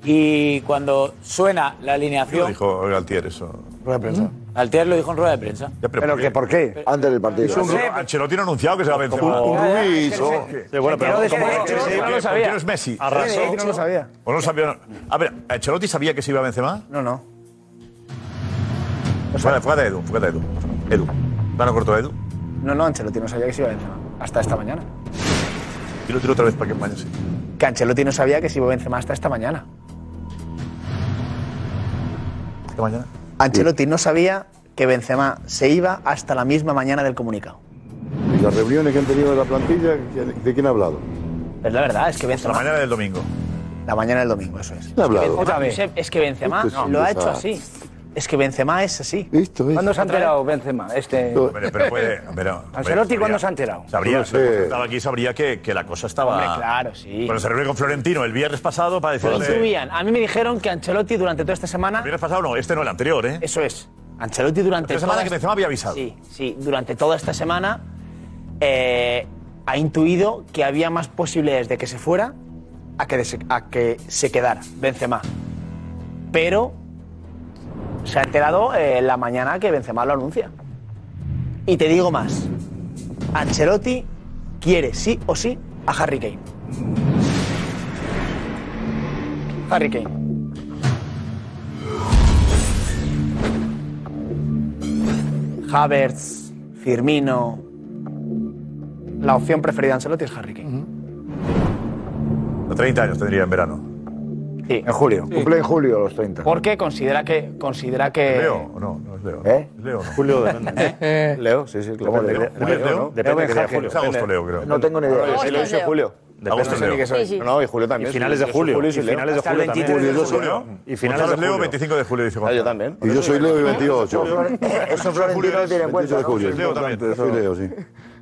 y cuando suena la
¿Qué lo
alineación,
dijo Galtier eso?
Rueda de prensa. Galtier lo dijo en rueda de prensa.
¿Pero que por qué?
Antes del partido.
Es un-
Ancelotti ha anunciado que se va a vencer.
un Rubí,
Sí,
¿no?
Sí,
Se
bueno, pero ¿cómo-
quedó
cómo-
de-
cómo-
de-
¿por
no lo
qué
sabía.
no es Messi?
Arrasó.
¿O
Eh, No lo sabía.
no sabía? A ver, ¿Ancelotti sabía que se iba a Benzema?
No, no.
Fuera, fuera Pues de Edu, fuera de Edu. Edu, dale corto a Edu.
No, no, Ancelotti no sabía que se iba a Benzema. Hasta esta mañana.
Y lo tiro otra vez para que mañana sí.
Que Ancelotti no sabía que se iba a Benzema hasta esta mañana.
¿Esta mañana?
Ancelotti no sabía que Benzema se iba hasta la misma mañana del comunicado.
Y las reuniones que han tenido de la plantilla, ¿de quién ha hablado?
Es la verdad, es que Benzema...
La mañana del domingo.
La mañana del domingo, eso es.
¿Quién ha hablado?
Otra vez. Josep, Es que Benzema
Esto es un
lo ha hecho
desastre.
así. Es que Benzema es así.
Esto es.
¿Cuándo
se ha enterado
Benzema? Este...
Hombre, pero puede. Pero,
Ancelotti, ¿cuándo
cuando
se ha enterado?
Sabría,
No sé.
si estaba aquí, sabría que, que la cosa estaba.
Hombre, claro, sí.
Bueno, se reunió con Florentino el viernes pasado para
Y
decirle.
subían. A mí me dijeron que Ancelotti durante toda esta semana...
El viernes pasado no, este no, el anterior, ¿eh?
Eso es. Ancelotti durante
La semana
toda
que
esta-
Benzema había avisado.
Sí, sí, durante toda esta semana eh, ha intuido que había más posibilidades de que se fuera a que, de se- a que se quedara Benzema. Pero se ha enterado eh, la mañana que Benzema lo anuncia. Y te digo más, Ancelotti quiere sí o sí a Harry Kane. Harry Kane. Havertz, Firmino. La opción preferida de Ancelotti es Harry Kane.
30 años tendría en verano.
Sí.
En julio.
Cumple en julio los 30.
Porque considera que. Considera que
Leo, no, no es Leo.
¿Eh?
Leo, no.
Julio depende.
Leo, sí, sí,
¿Cómo
claro.
le-
Leo.
le- Julio,
Leo,
¿no? Depende
Ben
que sea
Hacker.
julio. Es agosto,
Leo, creo.
No tengo ni idea.
No, es el 11 de julio.
Agosto,
No sé ni
Leo.
qué soy.
Sí, sí.
No, y julio también.
Y finales de
Yo soy
julio,
Julio,
y finales de
Hasta el
julio también.
23 de
Julio,
julio.
¿no? Y finales de
Gonzalo Leo,
julio. Ah,
25 de julio, dice Juan.
yo también.
Y yo soy Leo y 28.
Eso Florentino no tiene en cuenta.
de
¿no?
julio.
Es importante,
Yo soy Leo, sí.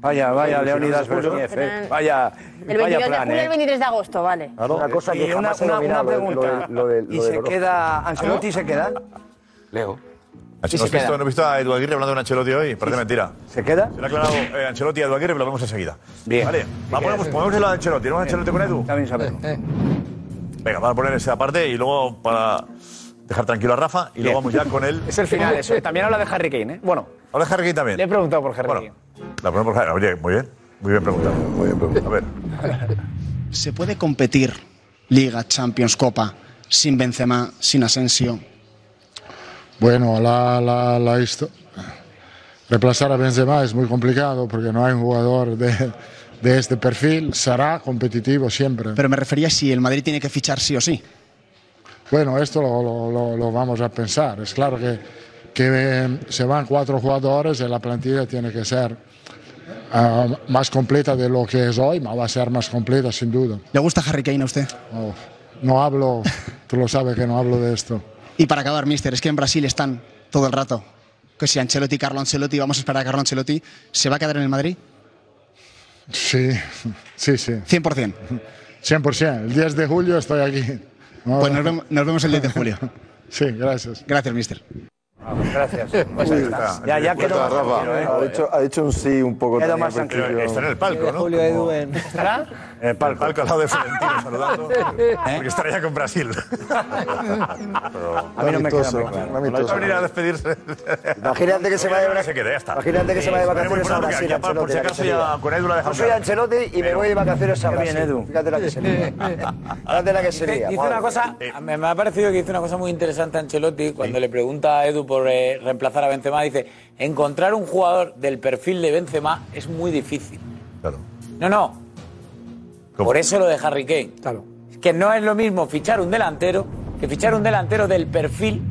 Vaya, vaya,
Sí,
Leonidas
sí, sí, sí.
Bernier, eh.
Fernán.
Vaya,
El
vaya
22 de
plan,
julio y el
eh.
23 de agosto, vale.
Claro. Eh, Una cosa que
Y una,
jamás se
una-
domina,
una
lo de- lo de-
pregunta.
lo de- lo
¿Y
de
se
Europa.
queda. ¿Ancelotti se queda?
Leo.
Y se
¿No has, visto,
queda.
¿No has visto a Edu Aguirre hablando de un Ancelotti hoy? Parece mentira.
¿Se queda?
Se lo ha aclarado eh, Ancelotti y Edu Aguirre, pero lo vemos enseguida.
Bien.
Vale,
Ah,
va,
pues
ponemos, ponemos el de Ancelotti. ¿Tenemos a Ancelotti con Edu?
También sabemos.
Venga, vamos a poner esa parte y luego para dejar tranquilo a Rafa y luego vamos ya con él.
Es el final, eso. También habla de Harry Kane, ¿eh? Bueno.
Ahora Harry Kane también.
Le he preguntado por Harry Kane.
La ponemos por Oye, muy bien. Muy bien preguntado. Muy bien preguntado. A ver.
¿Se puede competir Liga, Champions, Copa sin Benzema, sin Asensio?
Bueno, la, la, la histo- reemplazar a Benzema es muy complicado porque no hay un jugador de, de este perfil. Será competitivo siempre.
Pero me refería si el Madrid tiene que fichar sí o sí.
Bueno, esto lo, lo- lo- lo vamos a pensar. Es claro que, que eh, se van cuatro jugadores y la plantilla tiene que ser ah, más completa de lo que es hoy, pero va a ser más completa sin duda.
¿Le gusta Harry Kane a usted?
Oh, no hablo, tú lo sabes que no hablo de esto.
Y para acabar, mister, es que en Brasil están todo el rato. Que si Ancelotti, Carlo Ancelotti, vamos a esperar a Carlo Ancelotti, ¿se va a quedar en el Madrid?
Sí, sí, sí.
100%.
100%. El 10 de julio estoy aquí.
Pues nos vemos, nos vemos el 10 de julio.
Sí, gracias.
Gracias, mister.
Gracias.
Pues ahí está.
Ya, ya quedó más tranquilo, ¿eh?
Ha hecho, ha hecho un sí un poco
Queda
también
más
al
tranquilo.
principio.
Está en el palco, ¿no?
Julio Edu
Como-
en- ¿Estará?
En el palco. al lado de Florentino saludando. Porque estará ya con Brasil.
A mí no me queda muy
No
claro.
va a venir a despedirse.
Imagínate que se vaya de
No, no
vacaciones.
se quede, ya está.
Imagínate que se vaya de
Eh,
vacaciones
muy bueno,
a
porque
Brasil,
ya para- Por si
Ancelotti, la
acaso
que se
ya
lía.
con Edu la
Yo
dejamos.
soy
ya.
Ancelotti y me
Pero-
voy de vacaciones a
Qué bien,
Brasil.
Edu.
Fíjate la que se lía. Fíjate la que se lía.
Dice
madre
una cosa,
Eh.
me me ha parecido que dice una cosa muy interesante a Ancelotti cuando le pregunta a Edu por eh, reemplazar a Benzema. Dice: Encontrar un jugador del perfil de Benzema es muy difícil.
Claro.
No, no. Por eso lo de Harry Kane. Claro. Es que no es lo mismo fichar un delantero que fichar un delantero del perfil,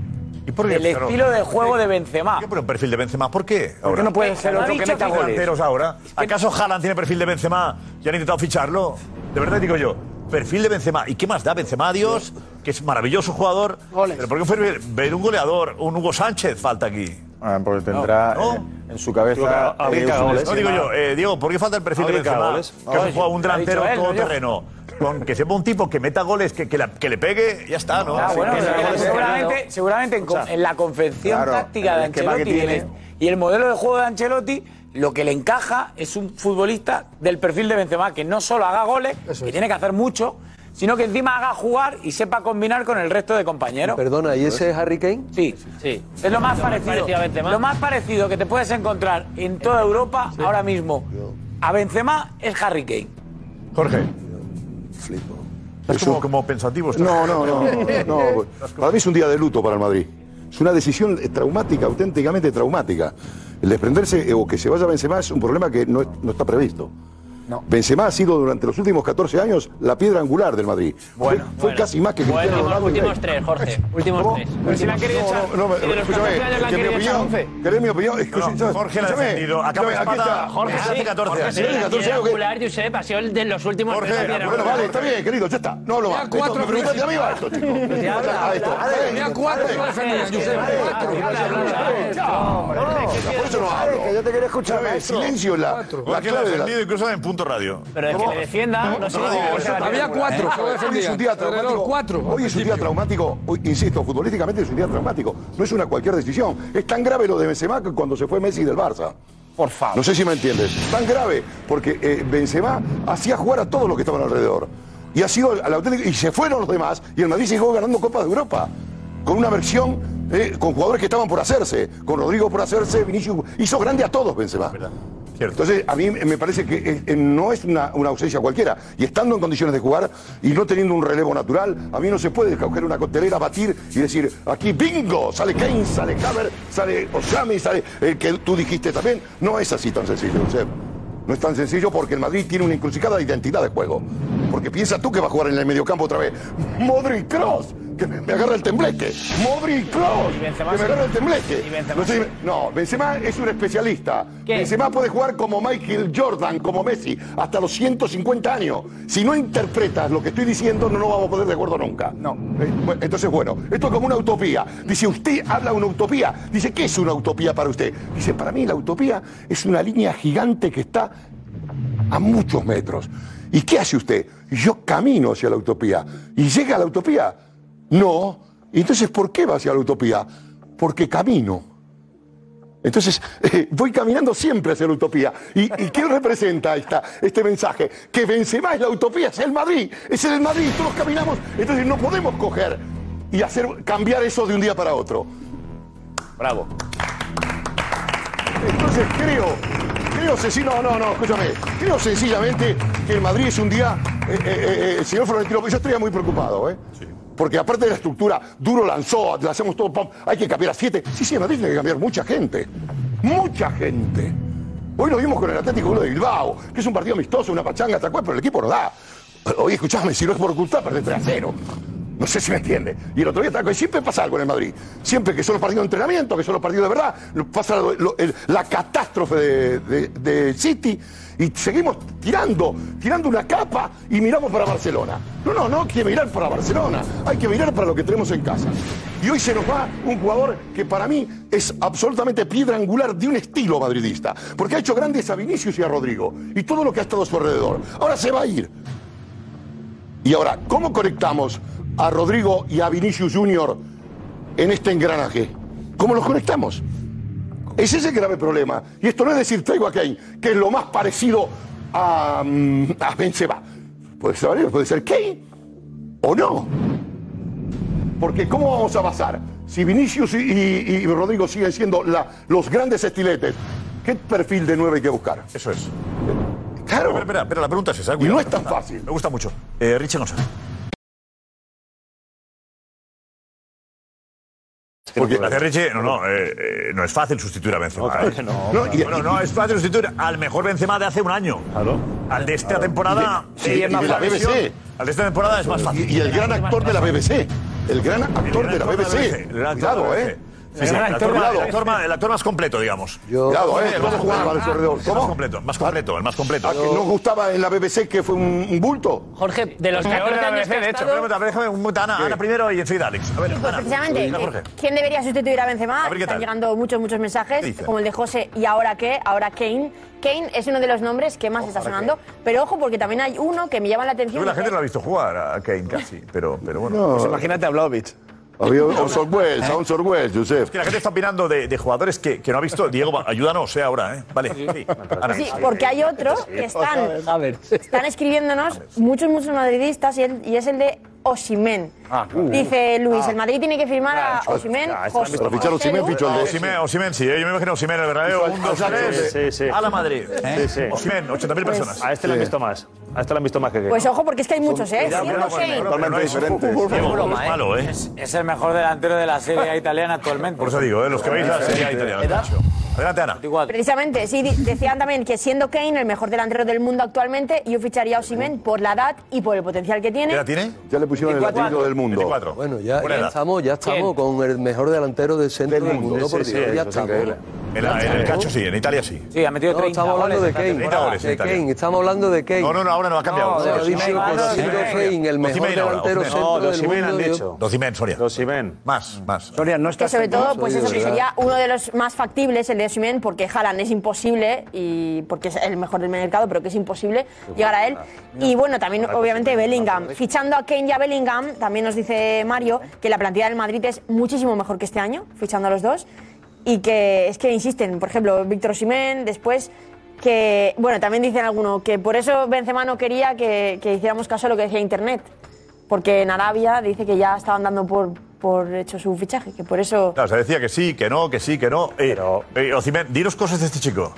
qué
del
ficharon?
estilo de juego de Benzema.
¿Qué pone un perfil de Benzema? ¿Por qué?
¿Por qué no pueden ser
¿Ha
otro que
dicho
meta goles?
delanteros ahora? ¿Acaso Haaland tiene perfil de Benzema y han intentado ficharlo? De verdad digo yo, perfil de Benzema. ¿Y qué más da Benzema? Adiós, que es maravilloso jugador. Pero ¿por qué fue ver un goleador, un Hugo Sánchez falta aquí?
Ah, porque tendrá
No.
eh, en su cabeza. eh, un
No digo yo, eh, Diego, ¿por qué falta el perfil de
Ahorita
Benzema?
goles.
Que es un,
Oye,
jugador, un
lo ha dicho
delantero
él, no yo.
todoterreno. Con que sepa un tipo que meta goles, que, que la- que le pegue, ya está, ¿no?
Ah, bueno,
Sí,
pero
que-
seguramente, seguramente en, con- en la confección
claro,
táctica de
el esquema que
Ancelotti y el,
tiene.
y el modelo de juego de Ancelotti, lo que le encaja es un futbolista del perfil de Benzema que no solo haga goles, que tiene que hacer mucho, sino que encima haga jugar y sepa combinar con el resto de compañeros.
Perdona, ¿y ese es Harry Kane?
Sí.
sí.
Es lo más
Lo más
parecido.
parecido a Benzema.
Lo más parecido que te puedes encontrar en toda Europa ahora mismo a Benzema es Harry Kane.
Jorge.
Flipo.
Es como, como pensativo. está.
No, no, no, no. pues, Para mí es un día de luto para el Madrid. Es una decisión traumática, auténticamente traumática. El desprenderse eh, o que se vaya Benzema es un problema que no, es- no está previsto. Benzema ha sido durante los últimos 14 años la piedra angular del Madrid. Bueno, fue casi más que Cristiano Ronaldo. ¿eh? y Bale.
tres, Jorge. Últimos tres.
Pero si la han querido echar-
No, no,
si de los 14 años la han querido echar 11. ¿Querés mi opinión? Escucha,
Jorge la ha
escúchame,
defendido.
escúchame,
Acaba de
aquí
espada.
está.
Jorge,
Ah,
sí,
hace 14
Jorge,
años.
sí,
Sí, 14 años, ¿qué?
Josep, ha sido el de los últimos
Jorge, bueno, vale, está bien, querido, ya está. No hablo más. Esto,
cuatro
me preguntaste a mí, va esto, chicos. A esto.
Tenía cuatro para defender,
Por eso no hablo.
Que yo te quiero escuchar.
Escúchame,
maestro.
Silencio es la, la
Jorge la ha
clave de la...
defendido incluso en punto radio.
Pero el que le defienda, no sé.
digo,
eso
eso-
también.
cuatro, que lo
Eh, Hoy es un día
defendían.
traumático. Hoy es un día traumático, hoy, insisto, futbolísticamente es un día traumático. No es una cualquier decisión. Es tan grave lo de Benzema que cuando se fue Messi del Barça.
Por favor.
No sé si me entiendes. Tan grave, porque eh, Benzema hacía jugar a todos los que estaban alrededor. Y ha sido el- el auténtico- Y se fueron los demás y el Madrid siguió ganando Copas de Europa. Con una versión, eh, con jugadores que estaban por hacerse. Con Rodrigo por hacerse, Vinicius. Hizo grande a todos Benzema. Entonces, a mí me parece que eh, eh, no es una, una ausencia cualquiera. Y estando en condiciones de jugar y no teniendo un relevo natural, a mí no se puede coger una coctelera, batir y decir, aquí bingo, sale Kane, sale Haver, sale Osami, sale el que tú dijiste también. No es así tan sencillo, Josep. No es tan sencillo porque el Madrid tiene una inclusicada identidad de juego. Porque piensa tú que va a jugar en el mediocampo otra vez. Modric Cross, que me, me agarra el tembleque. Modric Cross,
Y
que
Benzema
me
sí.
agarra el tembleque.
Y Benzema
No, sé,
sí.
no, Benzema es un especialista. Benzema puede jugar como Michael Jordan, como Messi, hasta los 150 años. Si no interpretas lo que estoy diciendo, no nos vamos a poner de acuerdo nunca. No. entonces, bueno, esto es como una utopía. Dice, usted habla de una utopía. Dice, ¿qué es una utopía para usted? Dice, para mí la utopía es una línea gigante que está a muchos metros. ¿Y qué hace usted? Yo camino hacia la utopía. ¿Y llega a la utopía? No. Entonces, ¿por qué va hacia la utopía? Porque camino. Entonces, eh, voy caminando siempre hacia la utopía. ¿Y, y qué representa esta, este mensaje? Que Benzema es la utopía, es el Madrid, es el Madrid, todos caminamos. Entonces no podemos coger y hacer cambiar eso de un día para otro. Bravo. Entonces creo, creo senc- no, no, no, escúchame. Creo sencillamente que el Madrid es un día, eh, eh, eh, señor Florentino, yo estaría muy preocupado, ¿eh? Porque aparte de la estructura, Duro lanzó, le hacemos todo, pam, hay que cambiar a siete. Sí, sí, el Madrid tiene que cambiar mucha gente. Mucha gente. Hoy lo vimos con el Atlético Club de Bilbao, que es un partido amistoso, una pachanga, tal cual, pero el equipo no da. Oye, escuchame, si no es por ocultar, perdés 3 a 0. No sé si me entiende. Y el otro día tal, siempre pasa algo en el Madrid. Siempre que son los partidos de entrenamiento, que son los partidos de verdad, lo- pasa lo- lo- el- la catástrofe de, de- de City y seguimos tirando, tirando una capa y miramos para Barcelona. No, no, no hay que mirar para Barcelona, hay que mirar para lo que tenemos en casa. Y hoy se nos va un jugador que para mí es absolutamente piedra angular de un estilo madridista, porque ha hecho grandes a Vinicius y a Rodrigo y todo lo que ha estado a su alrededor. Ahora se va a ir. Y ahora, ¿cómo conectamos a Rodrigo y a Vinicius Junior en este engranaje? ¿Cómo los conectamos? Ese es el grave problema. Y esto no es decir traigo a Kane, que es lo más parecido a, mm, a Benzema. Puede ser, puede ser Kane o no. Porque ¿cómo vamos a basar? Si Vinicius y, y- y Rodrigo siguen siendo la- los grandes estiletes, ¿qué perfil de nueve hay que buscar?
Eso es.
Claro.
Espera, espera, espera, la pregunta es esa.
Y no es tan
fácil. Me gusta mucho. Eh, Richie González. Porque, gracias, Richie. No, no, eh, eh, no es fácil sustituir a Benzema.
No, claro
¿eh?
que no.
No, y- bueno, no es fácil sustituir al mejor Benzema de hace un año. Claro. Al de esta
Claro.
temporada.
Y de- sí,
eh,
y de
por
la
lesión,
BBC.
Al de esta temporada es más fácil.
Y, y el gran actor de la BBC. El gran actor de la BBC.
El gran actor de la
Cuidado,
BBC.
¿eh?
Sí, sí, el, actor, el actor más- el actor más completo, digamos.
Cuidado, ¿eh? Vamos a jugar para el corredor.
El Más
¿Cómo?
completo, más completo, el más completo.
¿A que no gustaba en la BBC que fue un, un bulto?
Jorge, de
los 14 años que ha estado- Déjame un mute a Ana, Ana primero y enseguida Alex. A ver,
Pues
Ana.
precisamente,
Venga, Jorge.
eh, ¿quién debería sustituir a Benzema?
A ver qué
Están
tal.
llegando muchos, muchos
¿Qué
mensajes,
dice?
como el de José, ¿y ahora qué? Ahora Kane. Kane es uno de los nombres que más está sonando, pero ojo, porque también hay uno que me llama la
Creo
atención.
que la gente no lo ha visto jugar a Kane casi, pero, pero bueno.
Pues
imagínate a Vlaovic.
Había un Orson Welles, a Orson Welles, Josep.
Es que la gente está opinando de, de jugadores que, que no ha visto. Diego, va, ayúdanos eh, ahora, ¿eh? Vale. Sí, Ana.
Sí, porque hay otro que están, están escribiéndonos muchos, muchos madridistas y, el- y es el de Osimén.
Ah, claro.
Dice Luis,
Ah.
el Madrid tiene que firmar a Osimén. José- José Lu-
Osimhen, Osimhen, sí, eh, yo me imagino Osimén en el Bernabéu, un, dos, tres, a la Madrid.
Sí, sí.
Osimhen, 80.000 personas.
A este lo han visto más. A este lo han visto más que
Pues ojo, porque es que hay muchos, ¿eh?
Cuidado,
Siendo
cuidado con el
Kane.
Madrid. Totalmente diferentes.
Es malo, ¿eh?
Es, es el mejor delantero de la Serie A italiana actualmente.
Por eso digo, ¿eh? los que veis la serie italiana. mucho. Adelante, Ana.
Precisamente, sí, di- decían también que siendo Kane el mejor delantero del mundo actualmente, yo ficharía a Osimhen por la edad y por el potencial que tiene.
Ya le pusieron el
24.
latido del mundo.
Bueno, ya,
Buena
ya
edad.
estamos, ya estamos con el mejor delantero del centro del mundo, por Dios, ya estamos.
En, la- en el cacho sí, en Italia sí.
Sí, ha metido
No, estamos hablando de Kane.
30 goles en
de
Italia.
Kane, estamos hablando de Kane.
No, no, no, ahora no ha cambiado.
No, he dicho conocido Kane, el mejor
Osimhen ahora,
delantero
Osimhen.
centro
No,
del
Osimhen
mundo.
han
yo-
dicho. Dosimen, Soria. Dosimen. Más, más.
Soria, no
Que sobre todo, pues eso, que
¿verdad?
sería uno de los más factibles, el de Osimhen, porque Haaland es imposible, y porque es el mejor del mercado, pero que es imposible llegar a él. Y bueno, también obviamente Bellingham. Fichando a Kane y a Bellingham, también nos dice Mario que la plantilla del Madrid es muchísimo mejor que este año, fichando a los dos. Y que es que insisten, por ejemplo, Víctor Osimhen, después que, bueno, también dicen algunos que por eso Benzema no quería que, que hiciéramos caso a lo que decía Internet. Porque en Arabia dice que ya estaban dando por, por hecho su fichaje, que por eso
Oh,
Claro, se decía que sí, que no, que sí, que no. Eh, eh, Osimhen, dinos cosas de este chico.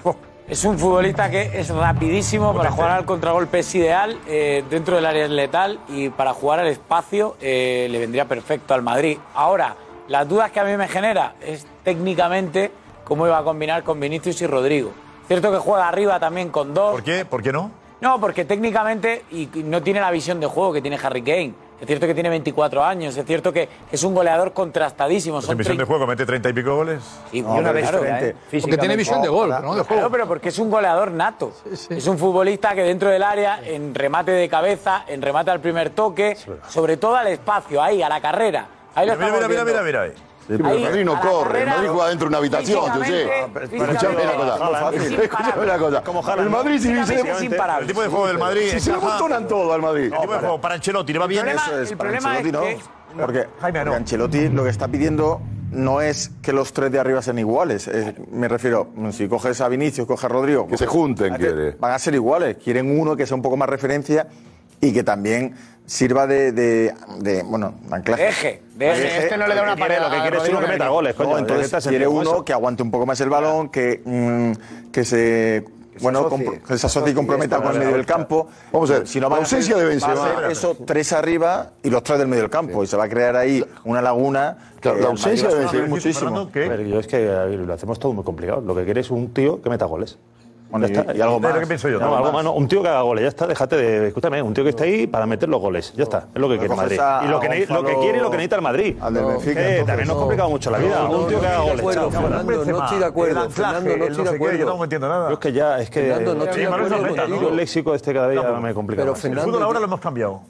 Es un futbolista que es rapidísimo, para jugar al contragolpe es ideal, eh, dentro del área es letal y para jugar al espacio eh, le vendría perfecto al Madrid. Ahora, las dudas que a mí me genera es técnicamente cómo iba a combinar con Vinicius y Rodrigo. Cierto que juega arriba también con dos. ¿Por
qué? ¿Por qué no?
No, porque técnicamente y y no tiene la visión de juego que tiene Harry Kane. Es cierto que tiene 24 años, es cierto que es un goleador contrastadísimo.
Su
Son
misión de juego mete 30 y pico goles.
y una vez diferente, eh,
eh,
físicamente.
oh,
Claro, pero porque es un goleador nato. Es un futbolista que dentro del área, en remate de cabeza, en remate al primer toque, sobre todo al espacio, ahí, a la carrera. Ahí lo
Mira,
estamos
mira, mira,
viendo.
mira, mira. ahí.
Sí, pero
Ahí,
el Madrid
a
no
la
corre, el
carrera,
Madrid juega dentro de una habitación, José.
físicamente,
Escuchame una cosa.
físicamente,
Escuchame una cosa.
como
Haaland,
El Madrid, si
físicamente
hubiese-
es imparable. El tipo de juego del Madrid
Si se lo
encaja-
amontonan todo al Madrid.
El tipo de juego para Ancelotti le va
El
bien.
problema-
Eso es,
el
para
problema
Ancelotti
es
no.
que-
Porque, porque Ancelotti lo que está pidiendo no es que los tres de arriba sean iguales. Es- me refiero, si coges a Vinicius, coges a Rodrigo. Que
se junten, quiere.
Van a ser iguales. Quieren uno que sea un poco más referencia y que también sirva de, de, de, bueno, de anclaje.
Eje, de eje. Este no le da una
quiere-
pared a Rodrigo en el equipo.
No,
coño,
entonces
estás en
quiere
juego
uno
eso.
que aguante un poco más el balón, que, mm, que se... Bueno,
asocie.
compro- que se asocie y comprometa con el medio del campo.
Vamos a ver,
Si no
la
van a ser-
ausencia de
va a
Benzema.
ser Eso tres arriba y los tres del medio del campo. Y se va a crear ahí una laguna. que
Claro,
al
la ausencia
Madrid le
de
va a
Benzema
servir muchísimo.
A ver, yo es que a ver, lo hacemos todo muy complicado. Lo que quieres es un tío que meta goles.
Bueno,
Ya
y- y algo
Es lo
más.
que pienso yo.
Y algo
No, algo
más.
más, no. Un tío que haga goles, ya está. Déjate de. Escúchame, un tío que está ahí para meter los goles. Ya está. Es lo que quiere el
coges
Madrid.
a-
Y lo que,
a
ne- lo que
Gonzalo-
quiere y lo que necesita el Madrid.
al del
No.
Benfica,
Eh,
entonces,
también nos
no.
complicado mucho la vida.
No, no,
un tío que
no estoy
haga
de
goles.
acuerdo,
chao.
Fernando, no estoy de acuerdo,
El anclaje,
Fernando, no
el
estoy de
sé qué,
acuerdo.
Yo no entiendo nada. Yo es que ya, es que.
Fernando, no estoy de
Sí, Manuel,
acuerdo
no,
contigo.
yo el léxico este cada día me complica.
Pero
más.
el fútbol ahora lo hemos cambiado.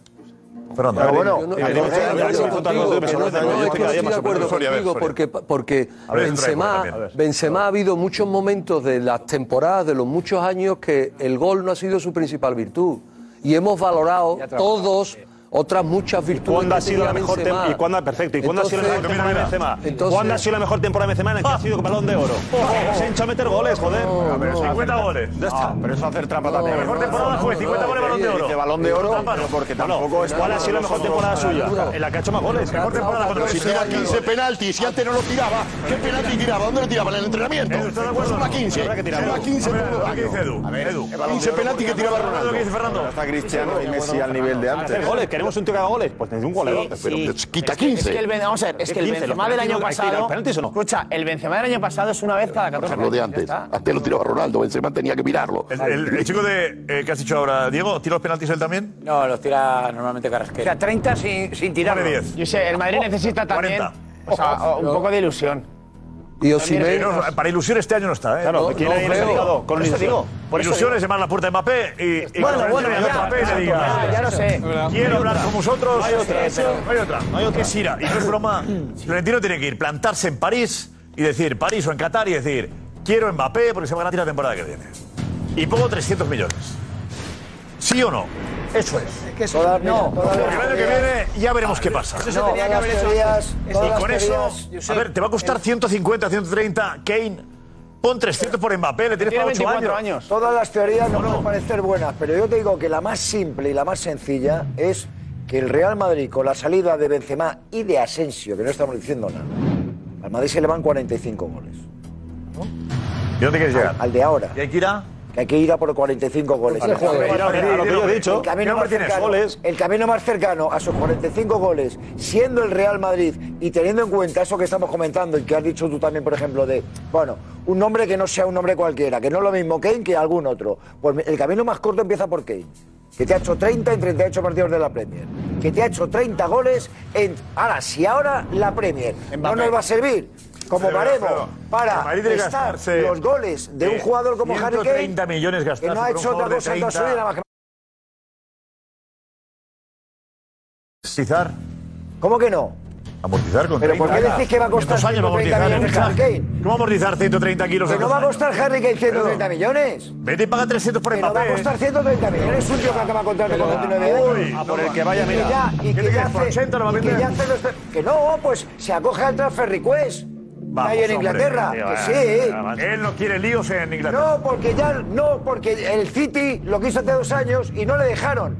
Fernando.
Pero bueno, yo no-
Eh,
yo no-
eh,
yo no-
eh,
yo no-
contar
yo
contigo,
no-
me
yo no- yo
sorprende,
no-
yo
yo
estoy
no-
cada día
estoy
más
de
sorprendido.
acuerdo
Soria, a ver,
contigo
Soria.
porque, porque
A ver,
Benzema,
Soria, a ver.
Benzema ha habido muchos momentos de las temporadas, de los muchos años, que el gol no ha sido su principal virtud. Y hemos valorado todos otras muchas virtudes.
¿Cuándo
que
ha sido la
tenía
mejor
Benzema?
temporada? ¿Y cuándo, perfecto, ¿y cuándo ha sido la mejor
Entonces-
temporada de Benzema?
Entonces-
¿Cuándo ha sido la mejor temporada de Benzema en la que ha sido balón de oro? Se ha hecho a meter goles, joder.
pero 50 goles.
pero eso hacer trampa
también. La mejor temporada fue 50 goles balón de oro.
Dice balón de oro,
Tápalo.
porque tampoco es- ¿Cuál ha sido la mejor temporada suya? En la que ha hecho más goles. Mejor temporada
Pero si tira 15 penaltis, si antes no lo tiraba, ¿qué penalti tiraba? ¿Dónde lo tiraba? ¿En el entrenamiento? Pues suma 15. Suma 15 todos los años.
Edu, Edu.
15 penaltis que tiraba Ronaldo.
Está Cristiano y Messi al nivel de antes.
Hacer goles, queremos un tío que haga goles. Pues necesito un goleador. pero
quita
Es que el, Ben- vamos a ver, es que el
15,
Benzema
los
del año
penaltis, ¿hay que ir a los
pasado.
penaltis o no?
Escucha, el Benzema del año pasado es una vez cada 14
Lo de
años,
antes.
ya está.
Antes lo tiraba Ronaldo, Benzema tenía que mirarlo.
El, el- el chico de, eh, que has dicho ahora, Diego, ¿tira los penaltis él también?
No, los tira normalmente Carrasquero.
O sea, 30 sin, sin tirar.
Vale, 10.
Yo sé, el Madrid
Oh,
necesita también
40.
o sea, o- un poco de ilusión.
Y
Osimhen-
No, Para ilusión este año no está, ¿eh?
Claro,
No,
¿quién
no
ha
veo.
ilusionado? Con
Por eso
ilusión.
digo,
Por eso
Ilusión
digo.
es llamar a la puerta de Mbappé y... y
Bueno,
cuando
bueno,
entre
ya,
Mbappé y le
ya,
diga,
ya lo sé.
Quiero hablar con vosotros.
No hay otra,
Eso,
pero-
No hay otra. No hay otra. Es ira. Y no es broma. Florentino tiene que ir, plantarse en París y decir, París o en Qatar y decir, quiero Mbappé porque se va a ganar la temporada que viene. Y pongo 300 millones. ¿Sí o no? Eso es. no, porque el año que viene ya veremos qué pasa.
Eso se No, tenía que todas haber las hecho teorías, antes. todas
Y
las
con eso,
teorías,
a
Josep,
ver, te va a costar 150, 130, Kane. Pon 300 por Mbappé, le tienes para 8 años.
Todas las teorías no pueden parecer buenas, pero yo te digo que la más simple y la más sencilla es que el Real Madrid, con la salida de Benzema y de Asensio, que no estamos diciendo nada, al Madrid se le van 45 goles.
¿Y dónde quieres llegar?
Al, al de ahora.
¿Y hay que ir a?
Que hay que ir a por 45 goles.
Vale, joder, mira, mira, lo que yo he dicho.
El camino,
¿Qué
más
nombre tienes?
cercano,
Goles.
el camino más cercano a sus 45 goles, siendo el Real Madrid y teniendo en cuenta eso que estamos comentando y que has dicho tú también, por ejemplo, de, bueno, un nombre que no sea un nombre cualquiera, que no es lo mismo Kane que algún otro. Pues el camino más corto empieza por Kane, que te ha hecho 30 en 38 partidos de la Premier, que te ha hecho 30 goles en... Ahora, si ahora la Premier no nos va a servir como
Pero, pero,
baremo
pero, el
para
Madrid tiene que
estar
gastarse
los goles de un
eh,
jugador como Harry Kane
130 millones
que
gastados
no ha
por un
hecho otra
jugador de
cosa en toda su
30.
vida más que
Amortizar.
¿Cómo que no?
Amortizar con
¿Pero por qué
30.
decís que va a costar
¿Cuántos años va a
130
amortizar?
millones Harry Kane?
¿Cómo va a amortizar 130 kilos?
Que
en
no
dos
va a
años?
costar Harry Kane 130 millones.
Vete y paga 300 por
Que no va a
Mbappé.
costar 130 millones. Es un tío que acaba contrato con 29 años.
Uy, a por el que vaya,
Y
mira.
ya- Y
¿Qué te
que ya
crees, por
hace-
80 lo va a
y que
vender?
ya hace los- Que no, pues se acoge al transfer request.
Vamos,
Ahí en
hombre,
Inglaterra.
tío,
Que
eh,
sí.
Él no quiere líos en Inglaterra.
No, porque ya no, porque el City lo quiso hace dos años y no le dejaron.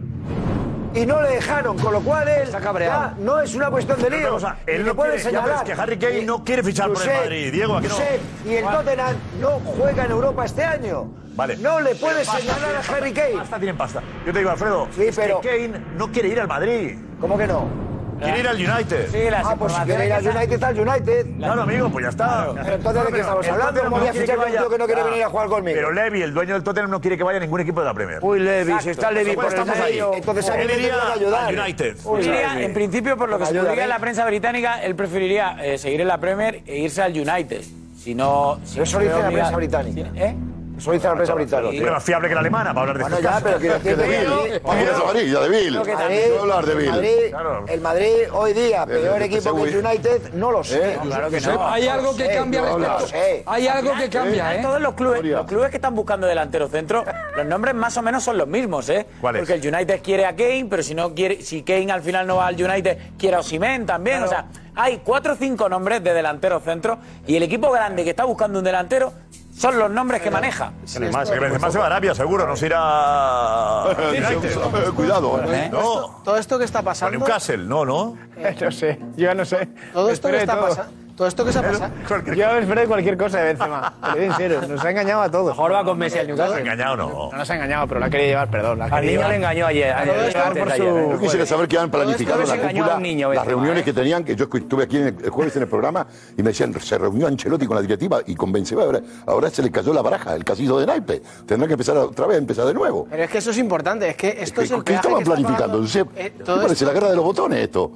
y no le dejaron, con lo cual él
cabreado.
ya no es una cuestión de
Pero otra
lío.
cosa,
y le
él no
pueden
quiere- ya, pero es
señalar.
que Harry Kane
Y-
no quiere fichar por el
Josep,
Madrid, Diego, ¿a que no?
Josep, y el Tottenham no juega en Europa este año.
Vale.
No le
Pero
puedes
pasta,
señalar
tienen
a Harry
pasta,
Kane.
Pasta tienen pasta. Yo te digo, Alfredo, es que Kane no quiere ir al Madrid.
¿Cómo que no?
Quiere ir al United.
ah, pues si quiere ir al United, está al United.
Claro, amigo, pues ya está.
Pero entonces, ¿de qué
Pero
estamos
el
hablando?
Tottenham
¿Cómo voy a
no quiere
fichar yo
vaya-
que no quiere
Ah.
venir a jugar conmigo?
Pero Levy, el dueño del Tottenham, no quiere que vaya a ningún equipo de la Premier.
Uy, Levy,
Exacto.
si está Levy por el
Estamos ahí.
medio, entonces a mí
Él
me
iría
tiene que ayudar.
al United.
Yo diría, en principio, por lo que se
Ayúdame.
publica en la prensa británica, él preferiría eh, seguir en la Premier e irse al United. Si no. Si
Pero eso lo
no
dice la
obliga-
prensa británica.
¿Eh?
Eso dice la prensa británica.
Pero más fiable que la alemana para hablar de
Bueno,
estas
ya,
cosas.
pero quiero decir
Que de Bill,
Vamos a Madrid, ya de Bill.
Creo que
Vamos
Madrid-
a hablar de Bill.
Madrid-
Claro.
eh,
El Madrid hoy día,
Desde
peor
que
equipo que
empecé,
el United, no lo sé.
Eh, No, claro que no.
Hay algo que
Sí,
cambia
no,
respecto-
no sé.
hay algo que
Al final,
cambia,
al final,
¿eh?
Todos los clubes, los clubes que están buscando delantero centro, los nombres más o menos son los mismos, ¿eh? Porque el United quiere a Kane, pero si no quiere, si Kane al final no va al United, quiere a Osimhen también. O sea, hay cuatro o cinco nombres de delantero centro y el equipo grande que está buscando un delantero son los nombres que maneja.
Además, que Benzema se va a Arabia, seguro, no se irá al United.
Cuidado,
No,
Todo ¿Eh? esto que está pasando.
a Newcastle, no, no.
Eh,
No sé, yo ya no sé.
Todo esto
Esperé
que está
todo.
pasando. Todo esto que está pasando.
Yo esperé cualquier cosa
eh.
de Benzema. Te lo digo en serio, nos ha engañado a todos. Mejor va con Messi al Newcastle.
Nos ha engañado, no.
No nos ha engañado, pero la quería llevar, perdón. La
Al niño le engañó ayer, ayer,
Todo esto
antes
por
de
su-
ayer, Yo quisiera saber qué han
Todo esto
planificado
les
la
engañó
cúpula,
a un niño,
las
Benzema,
reuniones
¿eh?
que tenían, que yo escu- estuve aquí en el, el jueves en el programa y me decían, se reunió Ancelotti con la directiva y con Benzema, ahora, ahora se le cayó la baraja, el casillo de naipe. Tendrán que empezar otra vez, empezar de nuevo.
Pero es que eso es importante. Es que esto es, el
¿Qué
peaje
estaban
que está
planificando?
pagando-
Josep?
eh,
¿Qué
todo
parece
esto-
la guerra de los botones esto?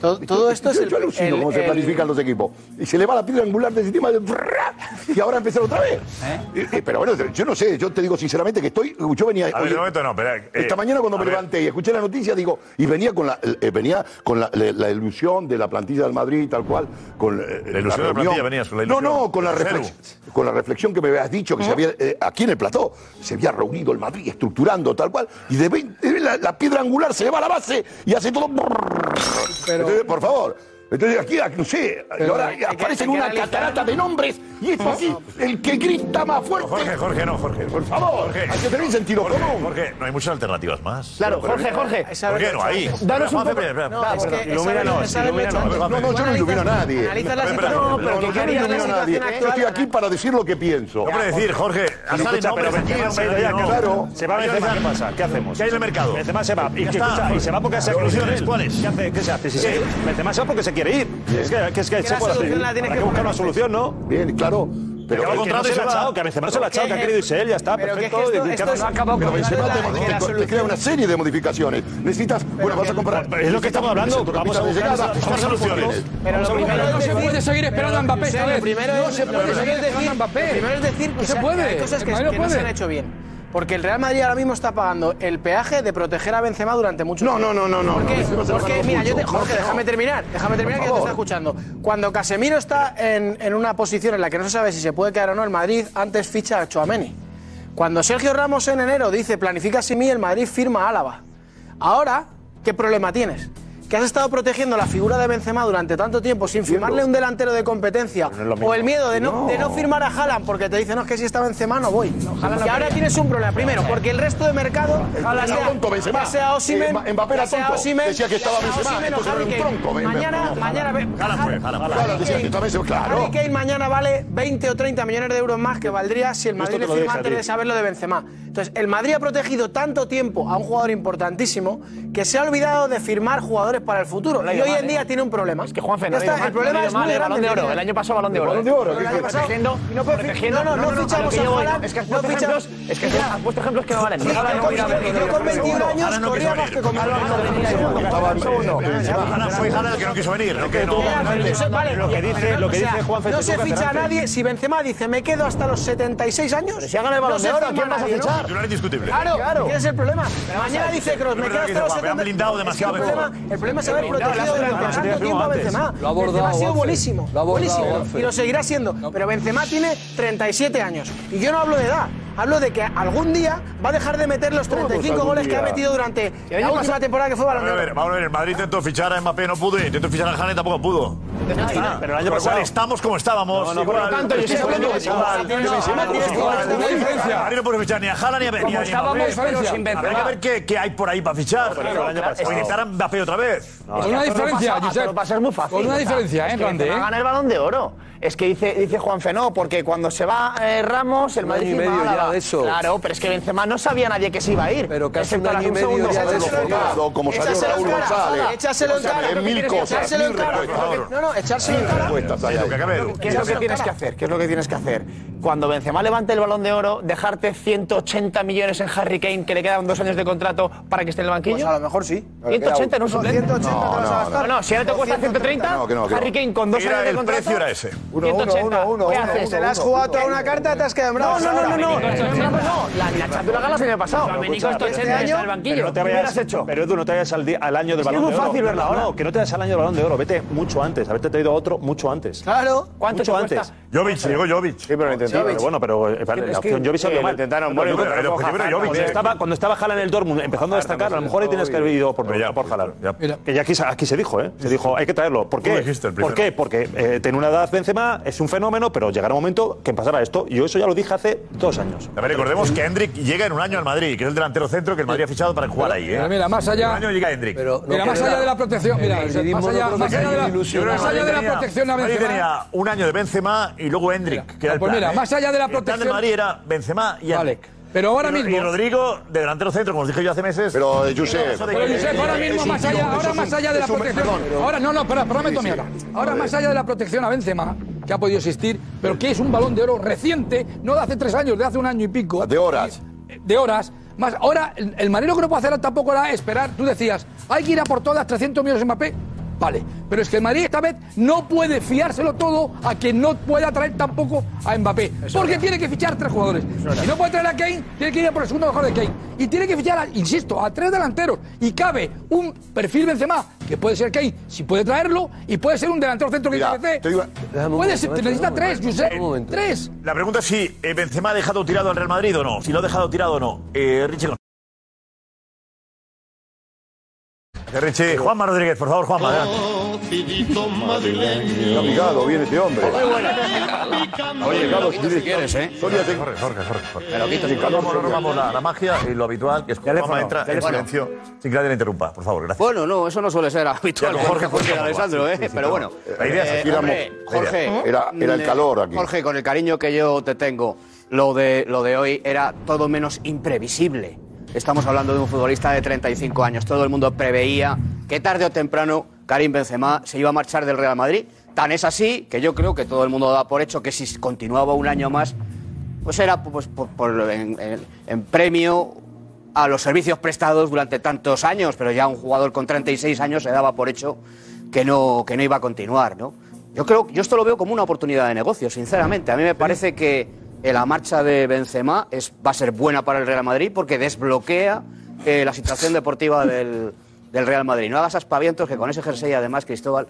Todo, todo esto es
yo,
el-
yo alucino
el-
cómo se
el-
planifican los equipos. Y se le va la piedra angular de encima de- y ahora empezar otra vez. Eh, eh, Pero bueno, yo no sé, yo te digo sinceramente que estoy. Yo venía.
A ver, de momento no, espera, eh,
esta mañana cuando
a
me
ver.
levanté y escuché la noticia, digo, y venía con la, eh, venía con la, la- la ilusión de la plantilla del Madrid, tal cual. Con, eh,
La ilusión de la plantilla venías con la
No,
ilusión.
no, con la,
Cero.
reflexión, con la reflexión que me habías dicho, que se había, eh, aquí en el plató, se había reunido el Madrid estructurando, tal cual, y de, veinte- la, la piedra angular se le va a la base y hace todo. Entonces, por favor. Entonces aquí, aquí, no sé,
Pero
ahora
hay que-
aparecen
hay que
una
analizar.
catarata de nombres y es así, el que grita más fuerte.
Jorge, Jorge, no, Jorge. Por
favor, hay que tener sentido
Jorge,
común.
Jorge, no hay muchas alternativas más.
Claro,
Pero-
Jorge, Jorge.
¿Por qué no? Ahí.
Danos un
Espera,
poco-
espera, espera.
No, es que esa-
Ilumínanos,
esa vez lo he hecho
ilumínanos.
antes.
Vamos,
No, no, yo no ilumino a nadie.
Analiza
Espera,
la
espera,
situación.
no, pero
No,
que
no,
yo no
no, no,
ilumino a
no,
nadie.
no, no,
Yo estoy aquí para decir lo que pienso.
No puede decir, Jorge,
Pero
salen
escucha,
nombres
pero
aquí,
Benzema
hombre,
se
ya,
va,
no.
claro.
Se va a Benzema, ¿qué pasa? ¿Qué hacemos? ¿Qué hay en el mercado?
Benzema se va. Y,
Ya
que
está.
escucha, y se va porque se
¿Soluciones cuáles?
¿Qué hace? ¿Qué se hace? Si
Sí.
se- Benzema se va porque se quiere ir. Es que, que es que,
Que
se
la
puede hacer.
solución la tienes
Habrá
que
buscar
poner
una
antes.
solución, ¿no?
Bien, claro. Pero
que no se le ha echado, que a Benzema se lo ha echado, que ha querido irse él, ya está,
Pero que es que
perfecto.
esto-
y que
esto
ha-
es-
ha acabado
pero
con
Benzema
la-
te,
la-
te-
la
te
solución.
crea una serie de modificaciones. Necesitas, bueno, vas a comprar.
Pero es lo que estamos hablando, vamos a buscar esa- buscar soluciones.
Pero lo primero
no
es
se
decir-
puede seguir esperando a
pero,
Mbappé
Josep,
esta
lo
vez.
primero
No
es-
se
lo
puede
primero
seguir
es decir-
esperando a Mbappé.
Lo primero es decir
No
que,
se
se ha-
puede.
que hay cosas que,
El Madrid no
que no se
puede.
han hecho bien. Porque el Real Madrid ahora mismo está pagando el peaje de proteger a Benzema durante mucho
No,
tiempo.
no, no, no, no,
¿Por
no,
qué?
Benzema se lo ha
Porque,
ganado
mira, yo te,
mucho.
Jorge,
No, no.
déjame terminar. Déjame terminar
Por
que yo te
favor.
estoy escuchando. Cuando Casemiro está en, en una posición en la que no se sabe si se puede quedar o no, el Madrid antes ficha a Chouameni. Cuando Sergio Ramos en enero dice planifica sin mí, el Madrid firma a Álava. Ahora, ¿qué problema tienes? Que has estado protegiendo la figura de Benzema durante tanto tiempo sin firmarle un delantero de competencia
Pero no es lo mismo.
o el miedo de no,
No.
de no firmar a Haaland porque te dicen, no, es que si está Benzema no voy.
Haaland
y
no
ahora
quería.
tienes un problema. Primero, porque el resto de mercado...
Haaland
ya
era
sea-
tonto, Benzema.
ya sea Osimhen,
Eh, Mbappé era
ya sea
tonto.
Osimhen,
Decía que
ya
estaba
sea
Benzema,
Osimhen o
entonces era un
Harry Kane.
tronco, Benzema.
Mañana,
No,
mañana...
Haaland fue, Haaland fue. Haaland decía que estaba Benzema, claro.
Harry Kane mañana vale 20 o 30 millones de euros más que valdría si el
Esto
Madrid
te
le
lo
firma
deja a
antes
ti.
de saber lo de Benzema. Entonces, el Madrid ha protegido tanto tiempo a un jugador importantísimo que se ha olvidado de firmar jugadores para el futuro.
No ha
Y
ido
hoy
mal,
en
¿eh?
día tiene un problema. Es que
Juanfe, no ha ido mal,
el
no ha
problema
ido
es
mal,
muy
el
grande.
Balón de Oro, el año pasado Balón de Oro.
El
El año pasado-
Protegiendo- y no puede fi-
protegiendo-
No, no,
no, no,
no
a lo
fichamos
que yo voy,
a Haaland,
es que has
no
puesto
fichamos-
ejemplos- es que has puesto ejemplos que no valen.
Sí,
Ahora no
yo con-
hubiera venido.
yo con 21 años
Ahora no quiso
corría más
venir.
que con
Ahora no
Benzema.
quiso venir.
Estaba segundo. Fue Haaland el que no quiso venir. ¿no? Que no-
Vale,
Lo que dice, lo que
o sea,
dice Juanfe.
No
te
se
tuvo que
ficha a
hacer antes.
nadie. Si Benzema dice, me quedo hasta los 76 años.
si ha ganado el Balón
no
de
se
Oro,
firma
¿quién vas a
nadie, ¿no?
fichar?
Titular indiscutible.
Claro,
Claro.
¿Quién es el problema? mañana
vamos a
dice
ver,
Kroos,
es
me
verdad
quedo
que
hasta los
Juanfe ha
70.
blindado
Es que
demasiado
el problema-
Benzema.
El problema es haber
Blindado, la
protegido
hace
durante
ganar,
tanto
se lo
tiempo a
firmo antes.
Benzema.
Lo ha abordado,
Benzema ha sido
Juanfe. Lo
buenísimo,
ha abordado,
buenísimo
Juanfe.
y lo seguirá siendo. Pero Benzema tiene 37 años y yo no hablo de edad. Hablo de que algún día va a dejar de meter los
Todos
35
algún
goles que ha
día.
metido durante
año
la última
pasado-
temporada que fue
Vamos
Balón de
a
Oro.
ver, vamos a ver. El Madrid intentó fichar a Mbappé, no pudo. y Intentó fichar a Haaland, tampoco pudo. Ah, pero el año pasado estamos como estábamos.
No, no, por lo tanto, yo siempre digo que sí.
igual.
No, no, ahora tienes que
Igual.
hacer una diferencia.
Ahí no puedes fichar ni a Jala ni a
Como
ni a- ni a
estábamos,
Mbappé.
pero sin Benzema.
Habrá que ver qué, qué hay por ahí para fichar.
No, pero el año pasado.
o intentar a Mbappé otra vez.
No, Con una
Pero pasa- pero pasa, es muy fácil.
Con una
O sea,
diferencia,
es
¿eh,
que
grande,
Benzema
¿eh?
gana el balón de oro. Es que dice, dice Juanfe, no, porque cuando se va eh, Ramos, el
Un año
Madrid
y
firma
medio ya
Álava.
de eso.
Claro, pero es que Benzema no sabía nadie que se iba a ir. Pero
casi un año y medio ya de eso. Como salió Raúl González.
Échaselo en
O sea,
cara.
es
¿qué
mil
quieres?
cosas,
Echárselo en
mil
cara.
respuestas.
No, no, echárselo en cara. ¿Qué es lo que tienes que hacer? ¿Qué es lo que tienes que hacer? Cuando Benzema levante el balón de oro, dejarte 180 millones en Harry Kane, que le quedan dos años de contrato para que esté en el banquillo. Pues a lo mejor sí. 180 en un suplente.
180 te vas a gastar.
No, no, si ahora te cuesta 130,
No, que no, que no.
Harry Kane con dos
Era
años de
el
contrato.
precio era ese.
Uno, uno, 180.
uno, uno,
¿Qué
uno,
haces?
uno,
Te
uno,
la has jugado
uno.
toda una carta, te has quedado en brazos. No, no, no, no. no. No, la, la Champions la ganas el año pasado. Este año,
Pero no te vayas- Pero tú no te vayas al, di- al año del
Es que es
balón
muy
de oro.
fácil verla
No,
ahora.
No, que no te vayas al año del balón de oro. Vete mucho antes. Haberte traído otro mucho antes.
Claro.
¿Cuánto mucho antes.
Jovic, llegó Jovic. Sí,
pero lo
intentaron.
Pero bueno, pero eh, vale,
Es
la
que-
opción Jovic
Sí,
salió
lo
mal.
intentaron,
Pero
bueno,
yo-
pero-
pero
pero
Haaland-
primero Jovic,
Cuando
eh.
estaba, cuando estaba Haaland en el Dortmund, empezando a destacar, a lo mejor ahí tienes que haber ido por, por Haaland. Que ya aquí, se- aquí se dijo, ¿eh? Se dijo, hay que traerlo. ¿Por
Tú
qué?
lo dijiste el
¿Por
primero.
qué? Porque eh, tener una edad Benzema es un fenómeno, pero llegará un momento que pasará esto. Yo eso ya lo dije hace dos años.
A ver, recordemos que Hendrik llega en un año al Madrid, que es el delantero centro que el Madrid ha fichado para jugar ahí. ¿eh?
Pero mira, más allá-
En un año llega Hendrik.
Mira, más allá de la protección, Ah, mira, más allá, más allá de la, más allá de la protección a
Madrid
Benzema.
tenía un año de Benzema y luego Hendrik, que era el
pues
plan,
mira,
¿eh?
más allá de la
El plan de
protección-
Madrid era Benzema y Hendrik.
Pero ahora
Y-
mismo-
Y Rodrigo, de delantero centro, como os dije yo hace meses.
Pero, eh, Josep,
Eso de
Pero
que-
Josep, ahora mismo más allá, ahora más allá de la protección. Ahora no, no, espera, espera, meto mi hora. Ahora más allá de la protección a Benzema, que ha podido existir, pero que es un balón de oro reciente, no de hace tres años, de hace un año y pico. De horas. De horas. Más ahora, el, el Madrid lo que no puede hacer tampoco era esperar. Tú decías, hay que ir a por todas 300 millones en Mbappé. Vale, pero es que el Madrid esta vez no puede fiárselo todo a que no pueda traer tampoco a Mbappé. porque tiene que fichar tres jugadores. Si no puede traer a Kane, tiene que ir a por el segundo mejor de Kane. Y tiene que fichar, a- insisto, a tres delanteros. Y cabe un perfil Benzema, que puede ser Kane, si puede traerlo, y puede ser un delantero centro que dice Puede ser, te necesita tres, Josep. Tres.
La pregunta es si eh, Benzema ha dejado tirado al Real Madrid o no. Si lo ha dejado tirado o no. Eh, Richie Gon- Eh, Richie, Juanma Rodríguez, por favor, Juanma. adelante.
Está picado, viene este hombre.
Oye,
Carlos,
si quieres, ¿eh? Jorge, Jorge, Jorge. Sí, Carlos, no rompamos la, la magia y lo habitual, que es que
Teléfono,
Juanma entra en
teléfono.
silencio sin que nadie le interrumpa. Por favor, gracias.
Bueno, no, eso no suele ser habitual.
Ya con Jorge,
con Jorge
Jorge
Alessandro,
Alba,
¿eh?
sí, sí, sí,
Pero
claro.
bueno.
La idea es
Eh,
aquí, éramos-
hombre,
la idea.
Jorge. ¿eh? Mm,
Era- era el calor aquí.
Jorge, con el cariño que yo te tengo, lo de, lo de hoy era todo menos imprevisible. Estamos hablando de un futbolista de 35 años. Todo el mundo preveía que tarde o temprano Karim Benzema se iba a marchar del Real Madrid. Tan es así que yo creo que todo el mundo daba por hecho que si continuaba un año más, pues era pues, por- por- en- en- en premio a los servicios prestados durante tantos años, pero ya un jugador con 36 años se daba por hecho que no, que no iba a continuar, ¿no? Yo creo, yo esto lo veo como una oportunidad de negocio, sinceramente. A mí me parece que eh, la marcha de Benzema es, va a ser buena para el Real Madrid porque desbloquea eh, la situación deportiva del, del Real Madrid. No hagas aspavientos que con ese jersey, además, Cristóbal.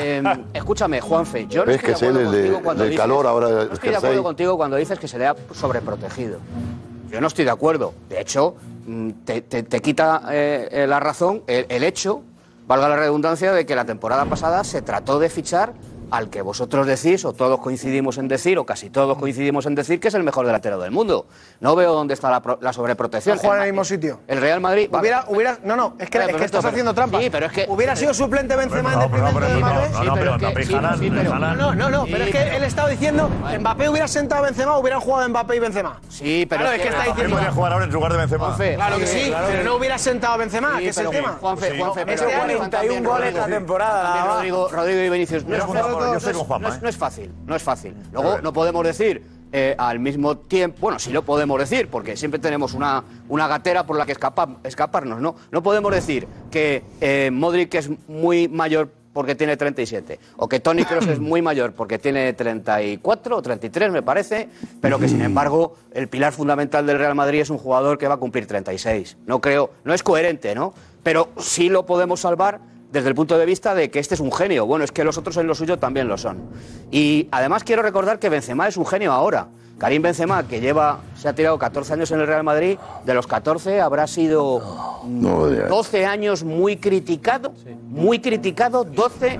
Eh, escúchame, Juanfe, yo no
¿Ves
estoy de
que se
acuerdo
el de-
contigo cuando
del
dices-
calor ahora
no
el
estoy de acuerdo
jersey?
contigo cuando dices que se le ha sobreprotegido. Yo no estoy de acuerdo. De hecho, mm, te, te- te quita eh, eh, la razón el, el hecho, valga la redundancia, de que la temporada pasada se trató de fichar al que vosotros decís, o todos coincidimos en decir, o casi todos coincidimos en decir, que es el mejor delantero del mundo. No veo dónde está la, pro- la sobreprotección.
juegan en
El
el
Ma-
mismo sitio.
El Real Madrid... vale.
Hubiera, hubiera, no, no, es que,
Vale,
es que
perfecto,
estás
pero-
haciendo trampa.
Sí, pero es que...
Hubiera sido suplente Benzema en detrimento de Mbappé.
no, pero
es que-
Mbappé y
sí,
Haaland,
sí, pero-
Haaland.
No, no, no, pero es
Sí,
que él estaba diciendo, Mbappé hubiera sentado a Benzema, hubieran jugado Mbappé y Benzema.
Sí, pero
Claro,
es
es
que
que está
¿Quién
diciendo...
podría jugar ahora en lugar de Benzema?
Claro que sí, pero no hubiera sentado a Benzema,
Sí,
Ah, que es el
pero-
tema.
Juanfe,
Sí.
Juanfe, pero
Este año
Juanfe también,
31 goles
Rodrigo.
la temporada.
También
nada más.
Rodrigo, Rodrigo y Vinicius. No es,
Mira,
fácil,
Juanma, yo estoy
no
con
es-
Juanma,
no es-
¿eh?
no es fácil, no es fácil. Luego no podemos decir eh, al mismo tiempo, bueno, sí lo podemos decir, porque siempre tenemos una, una gatera por la que escapa- escaparnos, ¿no? No podemos decir que eh, Modric es muy mayor porque tiene 37, o que Tony Kroos es muy mayor porque tiene 34 o 33, me parece, pero que sin embargo el pilar fundamental del Real Madrid es un jugador que va a cumplir 36. No creo, no es coherente, ¿no? Pero sí lo podemos salvar desde el punto de vista de que este es un genio. Bueno, es que los otros en lo suyo también lo son. Y además quiero recordar que Benzema es un genio ahora. Karim Benzema, que lleva, se ha tirado 14 años en el Real Madrid, de los 14 habrá sido mm,
No, ya.
12 años muy criticado, muy criticado, 12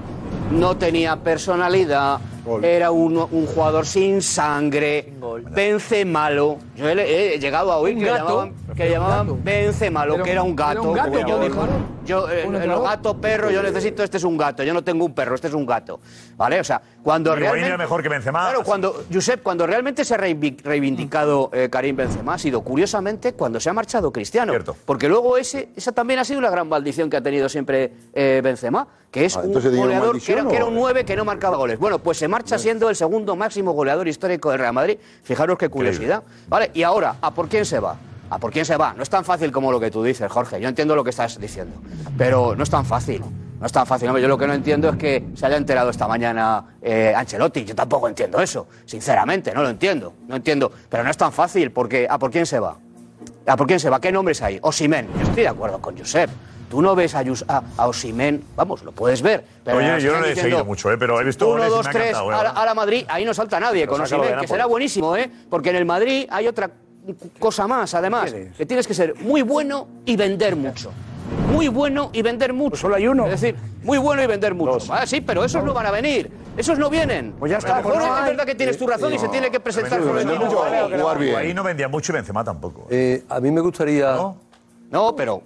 no tenía personalidad, era un, un jugador sin sangre, vence malo. Yo he, he llegado a oír
Un
que
gato.
llamaban, que llamaban vence malo,
Era
que era un
un- era
gato.
un gato,
como yo
¿no?
dijo, yo, eh,
Un
los
entrenador.
gatos, perro, yo necesito, este es un gato, yo no tengo un perro, este es un gato. ¿Vale? O sea, cuando
Higuaín era
realmente...
mejor que Benzema.
Claro, cuando, Josep, cuando realmente se ha reivi- reivindicado eh, Karim Benzema ha sido, curiosamente, cuando se ha marchado Cristiano. Porque luego ese, esa también ha sido la gran maldición que ha tenido siempre eh, Benzema, que es
Ah,
un
entonces digo
goleador que
maldición
era, que era
o-
un 9 que no marcaba goles. Bueno, pues se marcha siendo el segundo máximo goleador histórico del Real Madrid. Fijaros qué curiosidad. Vale, y ahora, ¿a por quién se va? ¿A por quién se va? No es tan fácil como lo que tú dices, Jorge. Yo entiendo lo que estás diciendo, pero no es tan fácil. No es tan fácil. Hombre, yo lo que no entiendo es que se haya enterado esta mañana eh, Ancelotti. Yo tampoco entiendo eso, sinceramente, no lo entiendo. No entiendo. Pero no es tan fácil, porque ¿a por quién se va? ¿A Ah, por quién se va? ¿Qué nombres hay? Osimen. Yo estoy de acuerdo con Josep. Tú no ves a, Yus- a, Osimen, vamos, lo puedes ver. Pero
Oye,
nos
yo
están
no le he
diciendo
seguido mucho, eh, pero he visto
Uno,
goles y
dos,
me ha
tres,
encantado, eh.
a la, a la Madrid, ahí no salta nadie
Pero
con
sácalo
Osimhen,
de
que será
Nápoles.
buenísimo, ¿eh? Porque en el Madrid hay otra cosa más, además, que tienes que ser muy bueno y vender mucho. Muy bueno y vender mucho. Pues solo hay uno. Es decir, muy bueno y vender mucho. Ah, sí, pero esos no van a venir. Esos no vienen. Pues ya
está, pues
Mejor
no
es
hay.
verdad que tienes tu razón y se tiene que presentar con el equipo.
Ahí no vendía mucho y Benzema tampoco.
Eh, a mí me gustaría. No,
pero.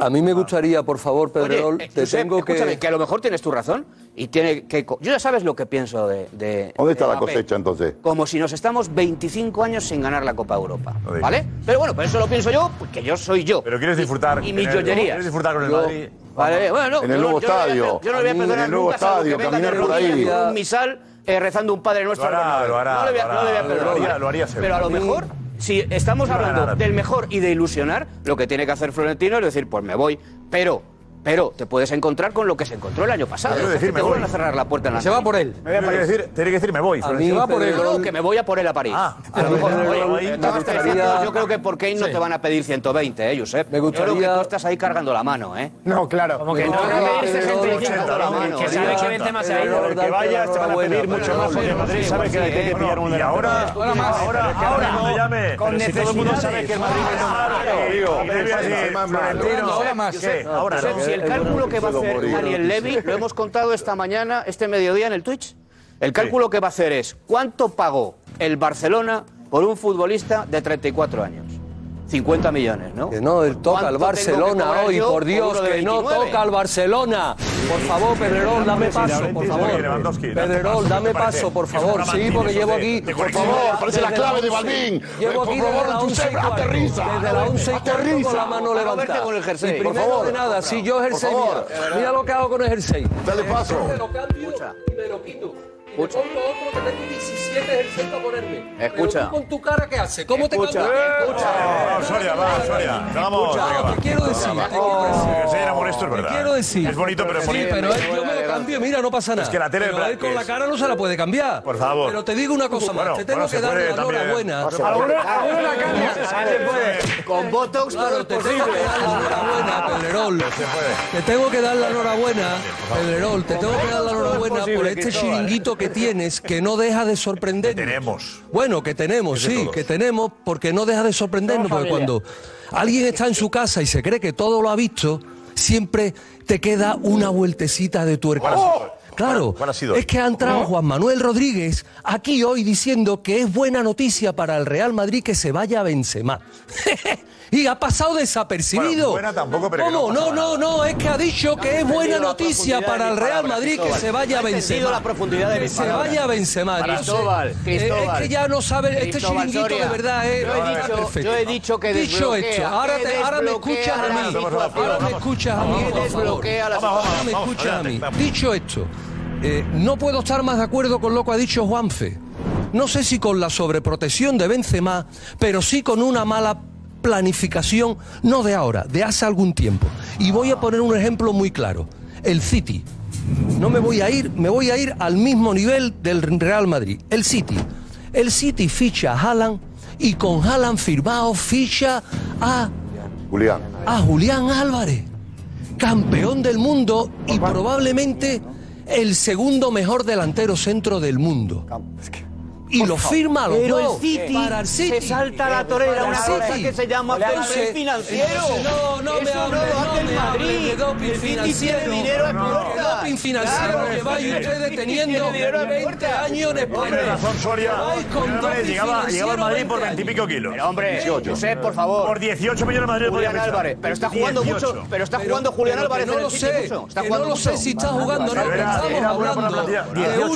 A mí me gustaría, por favor, Pedrerol,
Oye, eh,
te
Josep,
tengo que.
escúchame, que a lo mejor tienes tu razón y tiene que. co- Yo ya sabes lo que pienso de. de-
¿Dónde está
de
la
Mbappé.
cosecha entonces?
Como si nos estamos 25 años sin ganar la Copa Europa, ¿vale? Pero bueno, por eso lo pienso yo, porque yo soy yo. Pero
quieres disfrutar
Y,
en
mis
el-
yoyerías.
quieres disfrutar con el
Yo-
Madrid.
Vale, bueno,
En
no,
el
yo no-
nuevo
yo no le voy a-
estadio.
Yo no le voy a
En el
perdonar
nuevo
nunca, salvo
estadio,
que venga de
caminar por
rodillas
ahí.
con un misal eh, rezando un Padre Nuestro.
Lo hará,
al Bernabéu.
lo hará,
no le voy a,
lo
no le voy a
hará, lo
perdonar.
haría, lo haría seguro.
Pero a lo
Sí.
mejor, si estamos
Lo hará, lo
hablando
hará.
del mejor y de ilusionar, lo que tiene que hacer Florentino es decir, pues me voy, pero... Pero te puedes encontrar con lo que se encontró el año pasado.
Quiero
Es
decir,
que
me
te
voy.
vuelven a cerrar la puerta en la
Se va
nariz.
por él.
Me voy a
Tiene que
París.
decir- tiene que decir, me voy.
A mí,
Se va por él.
Pedrerol, que me voy a por él a París.
Ah,
a lo mejor.
Pedrerol,
Oye,
ahí
eh,
me
tú estás
gustaría-
diciendo, yo creo que por Kane no te van a pedir 120, ¿eh, Josep? Me Yo creo que tú estás ahí cargando la mano, ¿eh?
No, claro. Como
que no, no, no, no,
que sabe que vence más a ellos.
Que vayas, te van a pedir mucho más, porque Madrid ¿eh? sabe que le tiene que pillar un delantero. Y ahora, ahora más, ahora, ahora, no llame. Con si todo el mundo sabe que el Madrid es malo, digo. Florentino, ahora más, ¿qué? Ahora
Josep,
no.
si el cálculo que va a hacer Daniel Levy, lo hemos contado esta mañana, este mediodía en el Twitch, el cálculo que va a hacer es cuánto pagó el Barcelona por un futbolista de 34 años. 50 millones, ¿no?
Que no, el toca al
¿Cuánto tengo que
Barcelona
cobrar
hoy,
yo
por
por
Dios,
uno de
que no
29?
toca al Barcelona. Por favor, Pedrerol, dame paso, por favor. Pedrerol, dame paso, por favor. Sí, porque llevo aquí.
Por favor, parece la clave de Balvin.
Llevo
Por
aquí
favor,
desde la
tú
11 y
se-
cuarto.
aterriza.
Desde la 11 y cuarto con la mano
Aterriza.
levantada.
Vete con el jersey.
Y
Por
primero
favor.
de nada, si yo
Por
jersey,
favor.
mira, mira lo que hago con el jersey.
Dale paso.
Me lo cambio y me lo quito. Y le
Escucha.
pongo otro que tengo 17 jersey para ponerme. Pero
Escucha.
tú con tu cara, ¿qué hace? ¿Cómo te
Escucha.
cambias?
No, Soria, va, Soria. Vamos,
Escucha,
venga, va.
te quiero decir, te quiero decir.
Que se era molesto, es verdad.
Quiero decir.
Es bonito, pero es
sí,
bonito.
pero él, yo me lo cambio, mira, no pasa nada.
Es que la tele
Pero
es-
él con la cara no se la puede cambiar.
Por favor.
Pero te digo una cosa más.
Bueno,
te tengo
bueno,
que
se
dar
puede
la
también.
enhorabuena.
Se puede. Alguna- alguna
la cambia.
Con Botox
claro, te tengo que dar la enhorabuena, Pedrerol. Te tengo que dar la enhorabuena, Pedrerol. Te tengo que dar la enhorabuena por este chiringuito que tienes que no deja de sorprendernos.
tenemos.
Bueno, que tenemos,
Es de
sí,
todos.
que tenemos porque no deja de sorprendernos.
Somos
Porque
familia.
cuando alguien está en su casa y se cree que todo lo ha visto, siempre te queda una vueltecita de tuerca.
¡Oh!
Claro,
¿Cuál ha sido?
es que ha entrado Juan Manuel Rodríguez aquí hoy diciendo que es buena noticia para el Real Madrid que se vaya a Benzema. y ha pasado desapercibido.
Bueno, buena tampoco, pero que
¿Cómo?
no
No,
pasa
no, no, es que ha dicho que es buena noticia para el Real Madrid que se vaya a Benzema.
la profundidad de
que
mis
se
palabras.
vaya a Benzema. Entonces,
Cristóbal,
eh,
Cristóbal.
es que ya no sabe, este
Cristóbal
chiringuito
Soria.
de verdad es
Yo he dicho,
perfecto.
yo he dicho que
Dicho
desbloquea,
esto, ahora,
que
te- ahora me
desbloquea
escuchas a
la
mí.
situación.
Ahora me escuchas a mí.
Que
por favor.
desbloquea la situación.
Ahora me
Vamos,
escuchas a
adelante,
mí.
vamos.
Dicho esto, eh, no puedo estar más de acuerdo con lo que ha dicho Juanfe. No sé si con la sobreprotección de Benzema, pero sí con una mala planificación, no de ahora, de hace algún tiempo. Y voy a poner un ejemplo muy claro. El City. No me voy a ir, me voy a ir al mismo nivel del Real Madrid. El City. El City ficha a Haaland y con Haaland firmado ficha a
Julián.
a Julián Álvarez, campeón del mundo y probablemente el segundo mejor delantero centro del mundo. y
Por
lo
favor.
firma a los
Pero
dos.
el City
para el City.
se salta la torera
Para el
una cosa que se llama
Entonces-
perfil financiero.
entonces No, no me
Eso no
hables,
lo hace
no
el
me hables
Madrid.
de doping
El City tiene
financiero.
dinero a
No,
puertas.
no, doping financiero
Claro,
que
el
vais
City
ustedes
tiene
deteniendo
dinero a
20
puertas.
años en España.
Hombre, razón, Soria.
Que vais con
Señora Álvarez,
doping
llegaba, llegaba al
financiero
Madrid por
20 años.
veintipico kilos.
Pero hombre, Josep, por favor.
Por 18 millones de Madrid podía
Julián
fichar.
Álvarez, pero está jugando
18.
mucho, pero está jugando Julián
pero que
Álvarez
no
en el
lo
City
sé,
mucho. Está
que
jugando
no lo sé
mucho.
si está jugando o no, que estamos hablando de un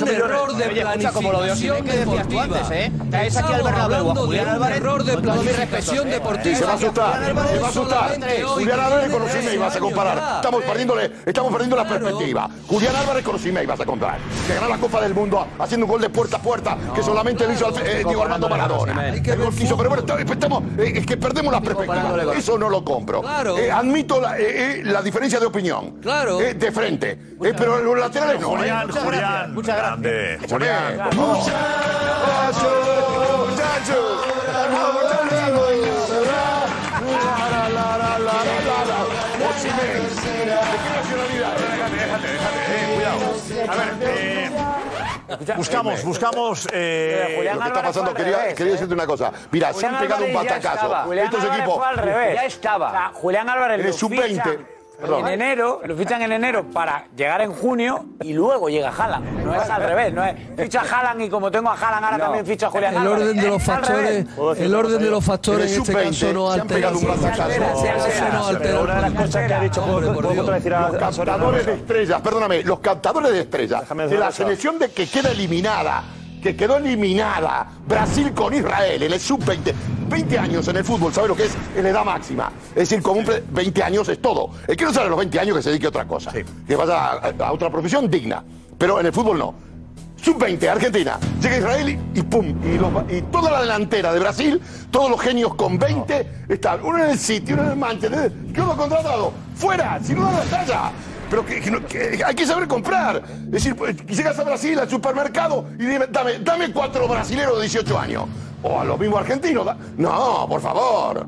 error de
Oye, escucha, como lo de Osimhen que decías
planificación
tú antes, ¿eh? Traes aquí al
Estamos
Bernabéu a
hablando de
Julián
un
Álvarez.
error de
con todo mi respeto,
planificación
¿eh?
deportiva.
Se va a asustar,
Julián Álvarez
se va a asustar.
solamente hoy
Julián Álvarez con Osimhen
tiene
vas a comparar. Estamos perdiéndole, estamos perdiendo la perspectiva. Julián Álvarez con Osimhen vas a comparar. Que ganó la Copa del Mundo haciendo un gol de puerta a puerta que solamente lo hizo Alfe- eh, Diego Armando Maradona. El gol que hizo, pero bueno, estamos- estamos, eh, es que perdemos la perspectiva. Eso no lo compro.
Claro.
Eh, admito la, eh, eh, la diferencia de opinión.
Claro.
Eh, de frente. Eh, pero los laterales no.
Julián,
eh.
Julián. Muchas gracias. Julián. Buscamos, buscamos. eh,
lo que está pasando, quería, quería decirte una cosa. Mira, se
¿eh? Julián
han pegado un
Álvarez ya estaba.
batacazo.
Julián
Estos
Álvarez
equipos.
fue al revés.
Ya
estaba. Julián Álvarez
Eres
lo
sub-20.
fichan
Perdón.
En enero, lo fichan en enero para llegar en junio y luego llega Haaland. No es al revés, no es ficha Haaland y como tengo a Haaland ahora también ficha a Julián
El
Álvarez.
orden de los
Es al
factores,
revés.
el orden de los factores
Eres
en este
sub-20,
caso no
se han
altera.
pegado un batacazo.
Eso no altera.
Una de las cosas que ha dicho Los captadores de estrellas, perdóname, los captadores de estrellas.
decir
De
una
la
cosa.
selección de que queda eliminada, que quedó eliminada Brasil con Israel en el sub-20. 20 años en el fútbol, ¿sabes lo que es? Es la edad máxima. Es decir, con un pre- 20 años es todo. El que no sale a los 20 años que se dedique a otra cosa. Que vaya a, a otra profesión digna. Pero en el fútbol no. Sub-20, Argentina. Llega Israel y, y pum. Y, los- y toda la delantera de Brasil, todos los genios con 20, están. Uno en el City, uno en el Manchester. ¿Qué uno ha contratado? ¡Fuera! Si no da la talla. Pero que, que no- que hay que saber comprar. Es decir, pues, llegas a Brasil al supermercado y dime, dame, dame cuatro brasileros de 18 años. O ¡Oh, a los mismos argentinos. da- No, Oh, por favor.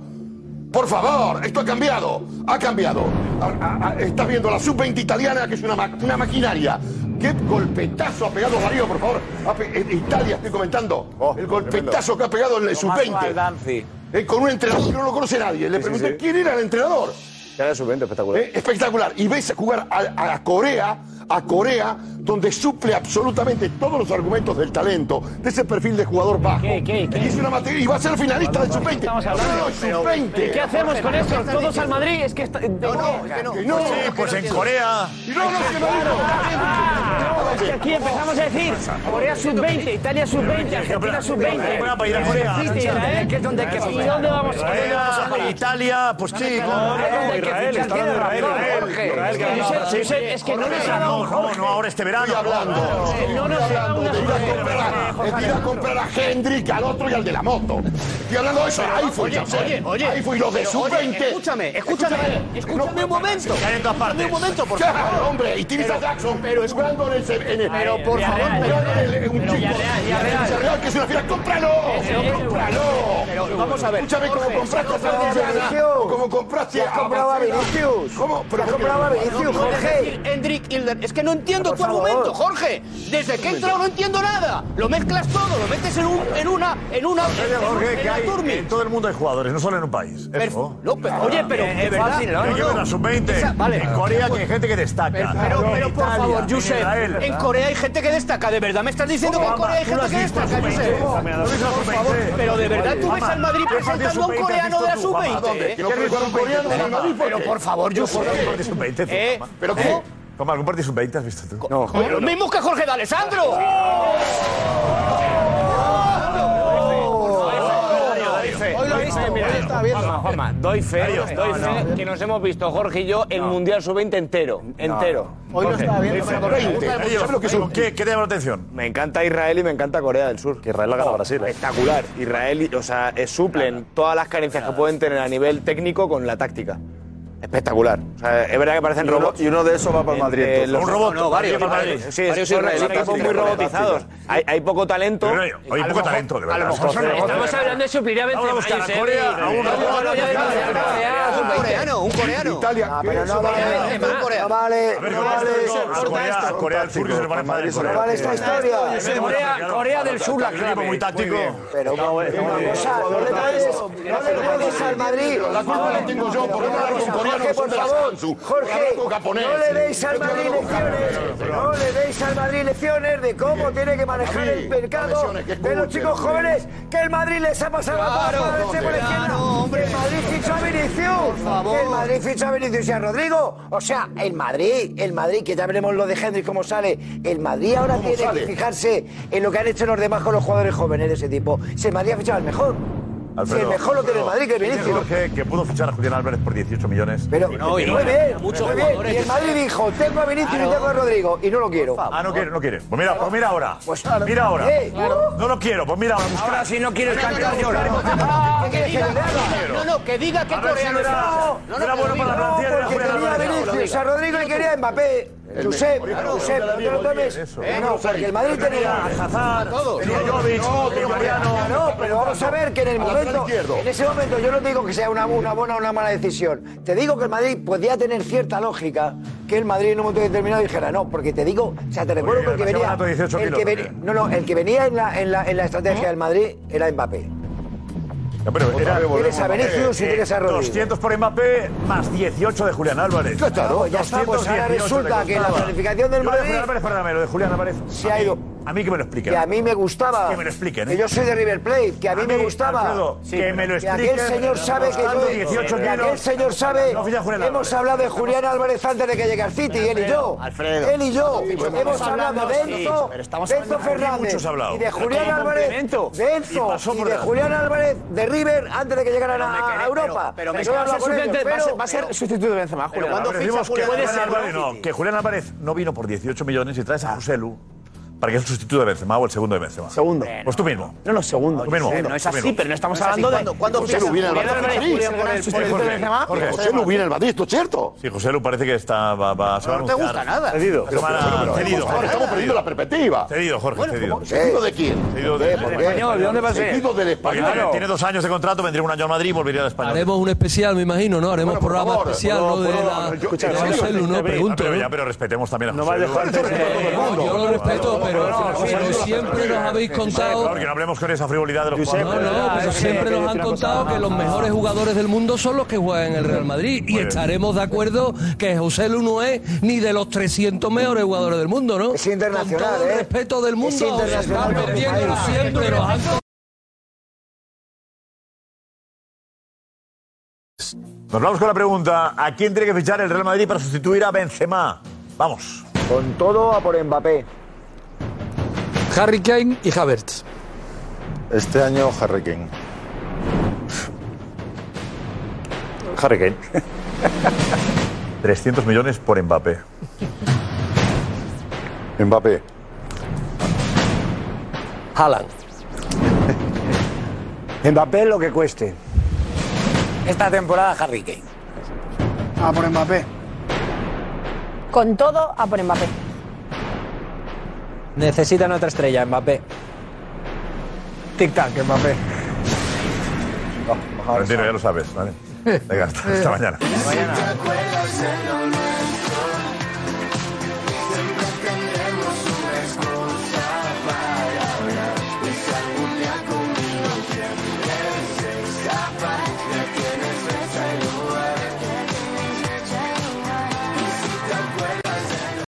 Por favor, esto ha cambiado, ha cambiado. A- a- a- estás viendo la sub-20 italiana, que es una, ma- una maquinaria. ¿Qué golpetazo ha pegado Darío, por favor? Ha pe- en Italia, estoy comentando.
Oh,
el golpetazo que ha pegado en el sub-20. Eh, con un entrenador que no lo conoce nadie. Le
Sí, sí,
pregunté
sí.
quién era el entrenador.
Era sub-20 espectacular.
Eh, espectacular. Y ves jugar a, a Corea, a Corea, donde suple absolutamente todos los argumentos del talento, de ese perfil de jugador bajo. Y es una materia- y va a ser finalista del sub-20.
Estamos hablando.
No, no, sub-20.
¿Qué hacemos con esto? ¿Todos al Madrid? Es que está... No, no,
Que no, que no
Pues
entiendo. Y No, no, que no, no.
Es que aquí empezamos a decir Corea sub-20, Italia sub-20, Argentina
Bueno, para ir a
sub-20.
Corea.
Sí, sí, era, ¿eh? ¿Qué es donde hay que fichar? ¿Y dónde vamos?
Israel,
¿Dónde vamos?
Italia, pues sí.
No, no, no,
Israel,
que
está hablando de Israel.
tiene razón,
Israel,
Jorge.
Israel, que
Es que
ganó.
no sé, Josep, es que no nos ha dado
No, no, no, ahora este verano.
hablando.
No nos ha dado una
Es ir a comprar a Hendrik, al otro y al de la moto. Estoy hablando de eso. Ahí fue.
Oye,
José.
oye, oye.
Ahí fui los de
Pero, oye,
sub-20.
Escúchame, escúchame, escúchame un momento.
Están en todas partes.
Un momento, por
Claro,
favor.
hombre, y tienes a Jackson jugando en el- en el-
Pero, por
Villarreal,
favor, pero-
Villarreal, en un
pero
chico.
Villarreal,
Villarreal, Villarreal, que es una fiera. ¡Cómpralo!
Ese,
¡Cómpralo!
Pero vamos a ver,
Escúchame, como
Jorge,
compraste a
vamos a ver,
Fabiana,
Vinicius.
como compraste
Te
a
has comprado a
Marcela.
Vinicius.
¿Cómo? Pero ¿por qué
comprado
no?
a Vinicius,
No, no,
Jorge. Hendrik Hilder. Es que no entiendo tu argumento, Jorge. Desde que he entrado no entiendo nada. Lo mezclas todo, lo metes en, un, en una. En una. en, un-
Jorge,
en
que
una
hay,
turmi.
en todo el mundo hay jugadores, no solo en un país. Eso.
No, pero- oye, pero.
Es
de verdad,
fácil, ¿no? Hay que ver a
Esa-
sub-20.
vale.
En Corea que hay gente que destaca.
Pero, pero, pero, por
Italia,
favor,
en
Josep,
Israel.
en Corea hay gente que destaca, ¿de verdad me estás diciendo que en
Obama,
Corea hay
tú lo
gente
has
que
visto a
destaca, Josep?
sub-20. También a los
Por
sub-20.
favor, pero de verdad tú
Obama,
ves al Madrid
¿qué partido
presentando a un
sub-20 has
coreano de la
visto tú, Obama?
sub-20.
¿Dónde? ¿Quieres ver un coreano de la Madrid? ¿Por
Pero
qué?
por favor,
Yo por
Josep.
algún partido sub-20, tú,
Eh,
Obama.
¿Pero
Eh,
cómo?
Toma, ¿algún partido sub-20 has visto tú?
Como Los mismos que Jorge de Alessandro.
Hoy lo hice, mira, está viendo. Juanma, Juanma, doy fe, doy fe que nos hemos visto Jorge y yo el Mundial Sub-20 entero, entero.
Hoy lo
Jorge,
estaba viendo,
doy fe.
pero-
¿Qué, ¿Qué te llama la atención?
Me encanta Israel y me encanta Corea del Sur. Que Israel la gana Brasil. Espectacular. Israel, o sea, eh, suplen todas las carencias que pueden tener a nivel técnico con la táctica. espectacular. O sea, es verdad que parecen
Y uno-
robots.
y uno de esos va para el Madrid,
Eh,
entonces.
los-
Un robot.
No, varios.
Varios
varios.
israelíes.
Sí,
Varios
son
israelíes.
equipos muy robotizados. Hay, hay poco talento.
Pero hay- hay
A lo
poco
mejor-
talento, de
a lo
verdad.
mejor-
Son robots.
Estamos hablando de suplir a Benzema.
Vamos a buscar a
Josep.
Corea, a un
No, no,
robot.
no, ya está, ya está, ya está.
un coreano.
Italia.
pero no vale, no vale, no vale.
A Corea del Sur que se le van a enfadar.
No vale esta historia.
Corea, Corea del Sur, la clave. muy táctico.
Pero una cosa, no le puedes, no le puedes al Madrid.
La culpa la tengo yo por hablar con coreanos
Jorge,
son
por
de la
favor,
Samsung, por
Jorge,
hablar con japonés.
no le deis al
Yo te hablo
Madrid
con
lecciones, no le deis al Madrid lecciones de cómo tiene que manejar el mercado de los chicos jóvenes que el Madrid les ha pasado
Claro,
la bola por la izquierda. Que el Madrid fichó a Vinicius, que el Madrid fichó a Vinicius y a Rodrigo. O sea, el Madrid, el Madrid, que ya veremos lo de Hendrix cómo sale, el Madrid ahora
¿Cómo
tiene
sale?
que fijarse en lo que han hecho los demás con los jugadores jóvenes de ese tipo. Si el Madrid ha fichado al mejor. si el mejor lo tiene el Madrid que el
Dice
Vinicius.
Jorge que pudo fichar a Julián Álvarez por 18 millones.
Pero, muy bien, muy bien. Y el Madrid dijo, tengo a Vinicius y tengo a Rodrigo, y no lo quiero.
Ah, no quiere, no quiere. Pues mira, pues mira ahora. mira ahora.
Eh, claro.
No lo quiero, pues mira ahora. Ahora si no quieres cambiar, llora.
Que diga- No, no, que diga que coreano es Barça. No, no,
Era bueno para la plantilla de la
Porque quería a Vinicius, a Rodrigo y quería a Mbappé. Josep, Josep, no te lo tomes. No, porque el Madrid tenía a Hazard, tenía a Jovic, tenía a Mariano. No, pero vamos a ver que en el momento, en ese momento yo no te digo que sea una, una buena o una mala decisión. Te digo que el Madrid podía tener cierta lógica que el Madrid en un momento determinado dijera no, porque te digo, o sea, te recuerdo que el que
demasiado
venía,
barato, 18
el que
kilos,
venía, no, no, el que venía en la, en la, en la estrategia del Madrid era Mbappé.
Pero
Otra
era,
vez volvemos. Tienes a Vinicius y tienes a Rodrigo.
200 Eh, por Mbappé más 18 de Julián Álvarez.
Ya está, ¿no? Ya está, pues ahora
218 le
resulta que la
costaba.
planificación del
Yo de
Madrid-
Julián Álvarez, perdóname, lo de Julián Álvarez.
Se
a
ha
mí-
ido.
A mí que me lo expliquen.
Que a mí me gustaba.
Que me lo expliquen, ¿eh?
Que yo soy de River Plate, que a mí
A
me
mí,
gustaba.
Alfredo, Sí, que me lo
Que aquel
expliquen.
señor sabe que
Gastando
yo.
18
que aquel
kilos.
señor sabe.
No ficha a Julián
hemos
Álvarez.
hablado de Julián Álvarez antes de que llegara al City, él y yo.
Alfredo.
Él y yo.
Sí, pero
hemos
estamos
hablado de
hablando- sí,
Enzo.
pero estamos
de
hablando
Enzo
de Julián,
Fernández.
muchos hablado.
Y de Julián
Como
Álvarez.
complemento.
De
Y
Enzo.
pasó
Y,
por
de
delante.
Julián Álvarez de River antes de que llegaran a, a Europa.
Pero
Yo he hablado con ellos, pero-
va a ser sustituto de Benzema. Julio.
Pero
¿Cuándo
decimos
ficha Julio
que,
Puede
Julián
ser, ¿no?
Álvarez, no, que Julián Álvarez no vino por 18 millones y traes a Joselu para que es el sustituto de Benzema o el segundo de Benzema. Segundo. Pues tú mismo.
No, no, segundo.
Tú mismo.
Sí, no es
Tú
así,
mismo.
pero no estamos
No es así.
hablando de-
¿Cuándo-
¿Cuándo
Joselu
fichas a
viene al
Julián
Barça?
Álvarez?
Sí,
Julián
sí,
Álvarez,
sí,
por el
Jorge.
de Benzema.
Jorge.
Joselu viene al Madrid, esto es cierto.
Sí, Joselu parece que está, va, va- se va a
no te
anunciar.
gusta nada.
Cedido.
Pero,
Semana-
pero, pero,
cedido,
estamos-
Jorge.
estamos perdiendo la perspectiva.
Cedido, Jorge, cedido.
¿Seguido de quién?
Cedido de-
¿Por qué? Cedido del español.
Porque Tiene dos años de contrato, vendría un año a Madrid y volvería al español.
Haremos un especial, me imagino, ¿no? Haremos
por
programa
favor.
especial,
Puedo-
¿no? De
puedo-
la.
yo-
de
yo-
José
yo-
Lu, ¿no?
Ah,
Pregunto. ¿eh?
pero
¿no?
ya, pero respetemos también a José Lu.
Yo lo respeto, pero pero siempre nos habéis
Por
contado.
favor, que no hablemos con esa frivolidad de los jugadores.
No, pero siempre nos han contado que los mejores jugadores del mundo son los que juegan en el Real Madrid. Y estaremos de acuerdo que José Lu no es ni de los 300 mejores jugadores del mundo, ¿no? Es internacional, ¿eh? Con todo el respeto del mundo, a José
internacional,
Lu,
pero-
Diego, siempre nos han contado.
Nos vamos con la pregunta. ¿A quién tiene que fichar el Real Madrid para sustituir a Benzema? Vamos.
Con todo a por Mbappé.
Harry Kane y Havertz.
Este año Harry Kane.
Harry Kane. 300 millones por Mbappé.
Mbappé.
Haaland.
Mbappé lo que cueste.
Esta temporada Harry Kane.
A por Mbappé. Con todo, a por Mbappé.
Necesitan otra estrella, Mbappé. Tic-tac, Mbappé.
Valentino, ya lo sabes, ¿vale? Venga, Eh. hasta, hasta mañana.
¿Te acuerdas de lo nuestro?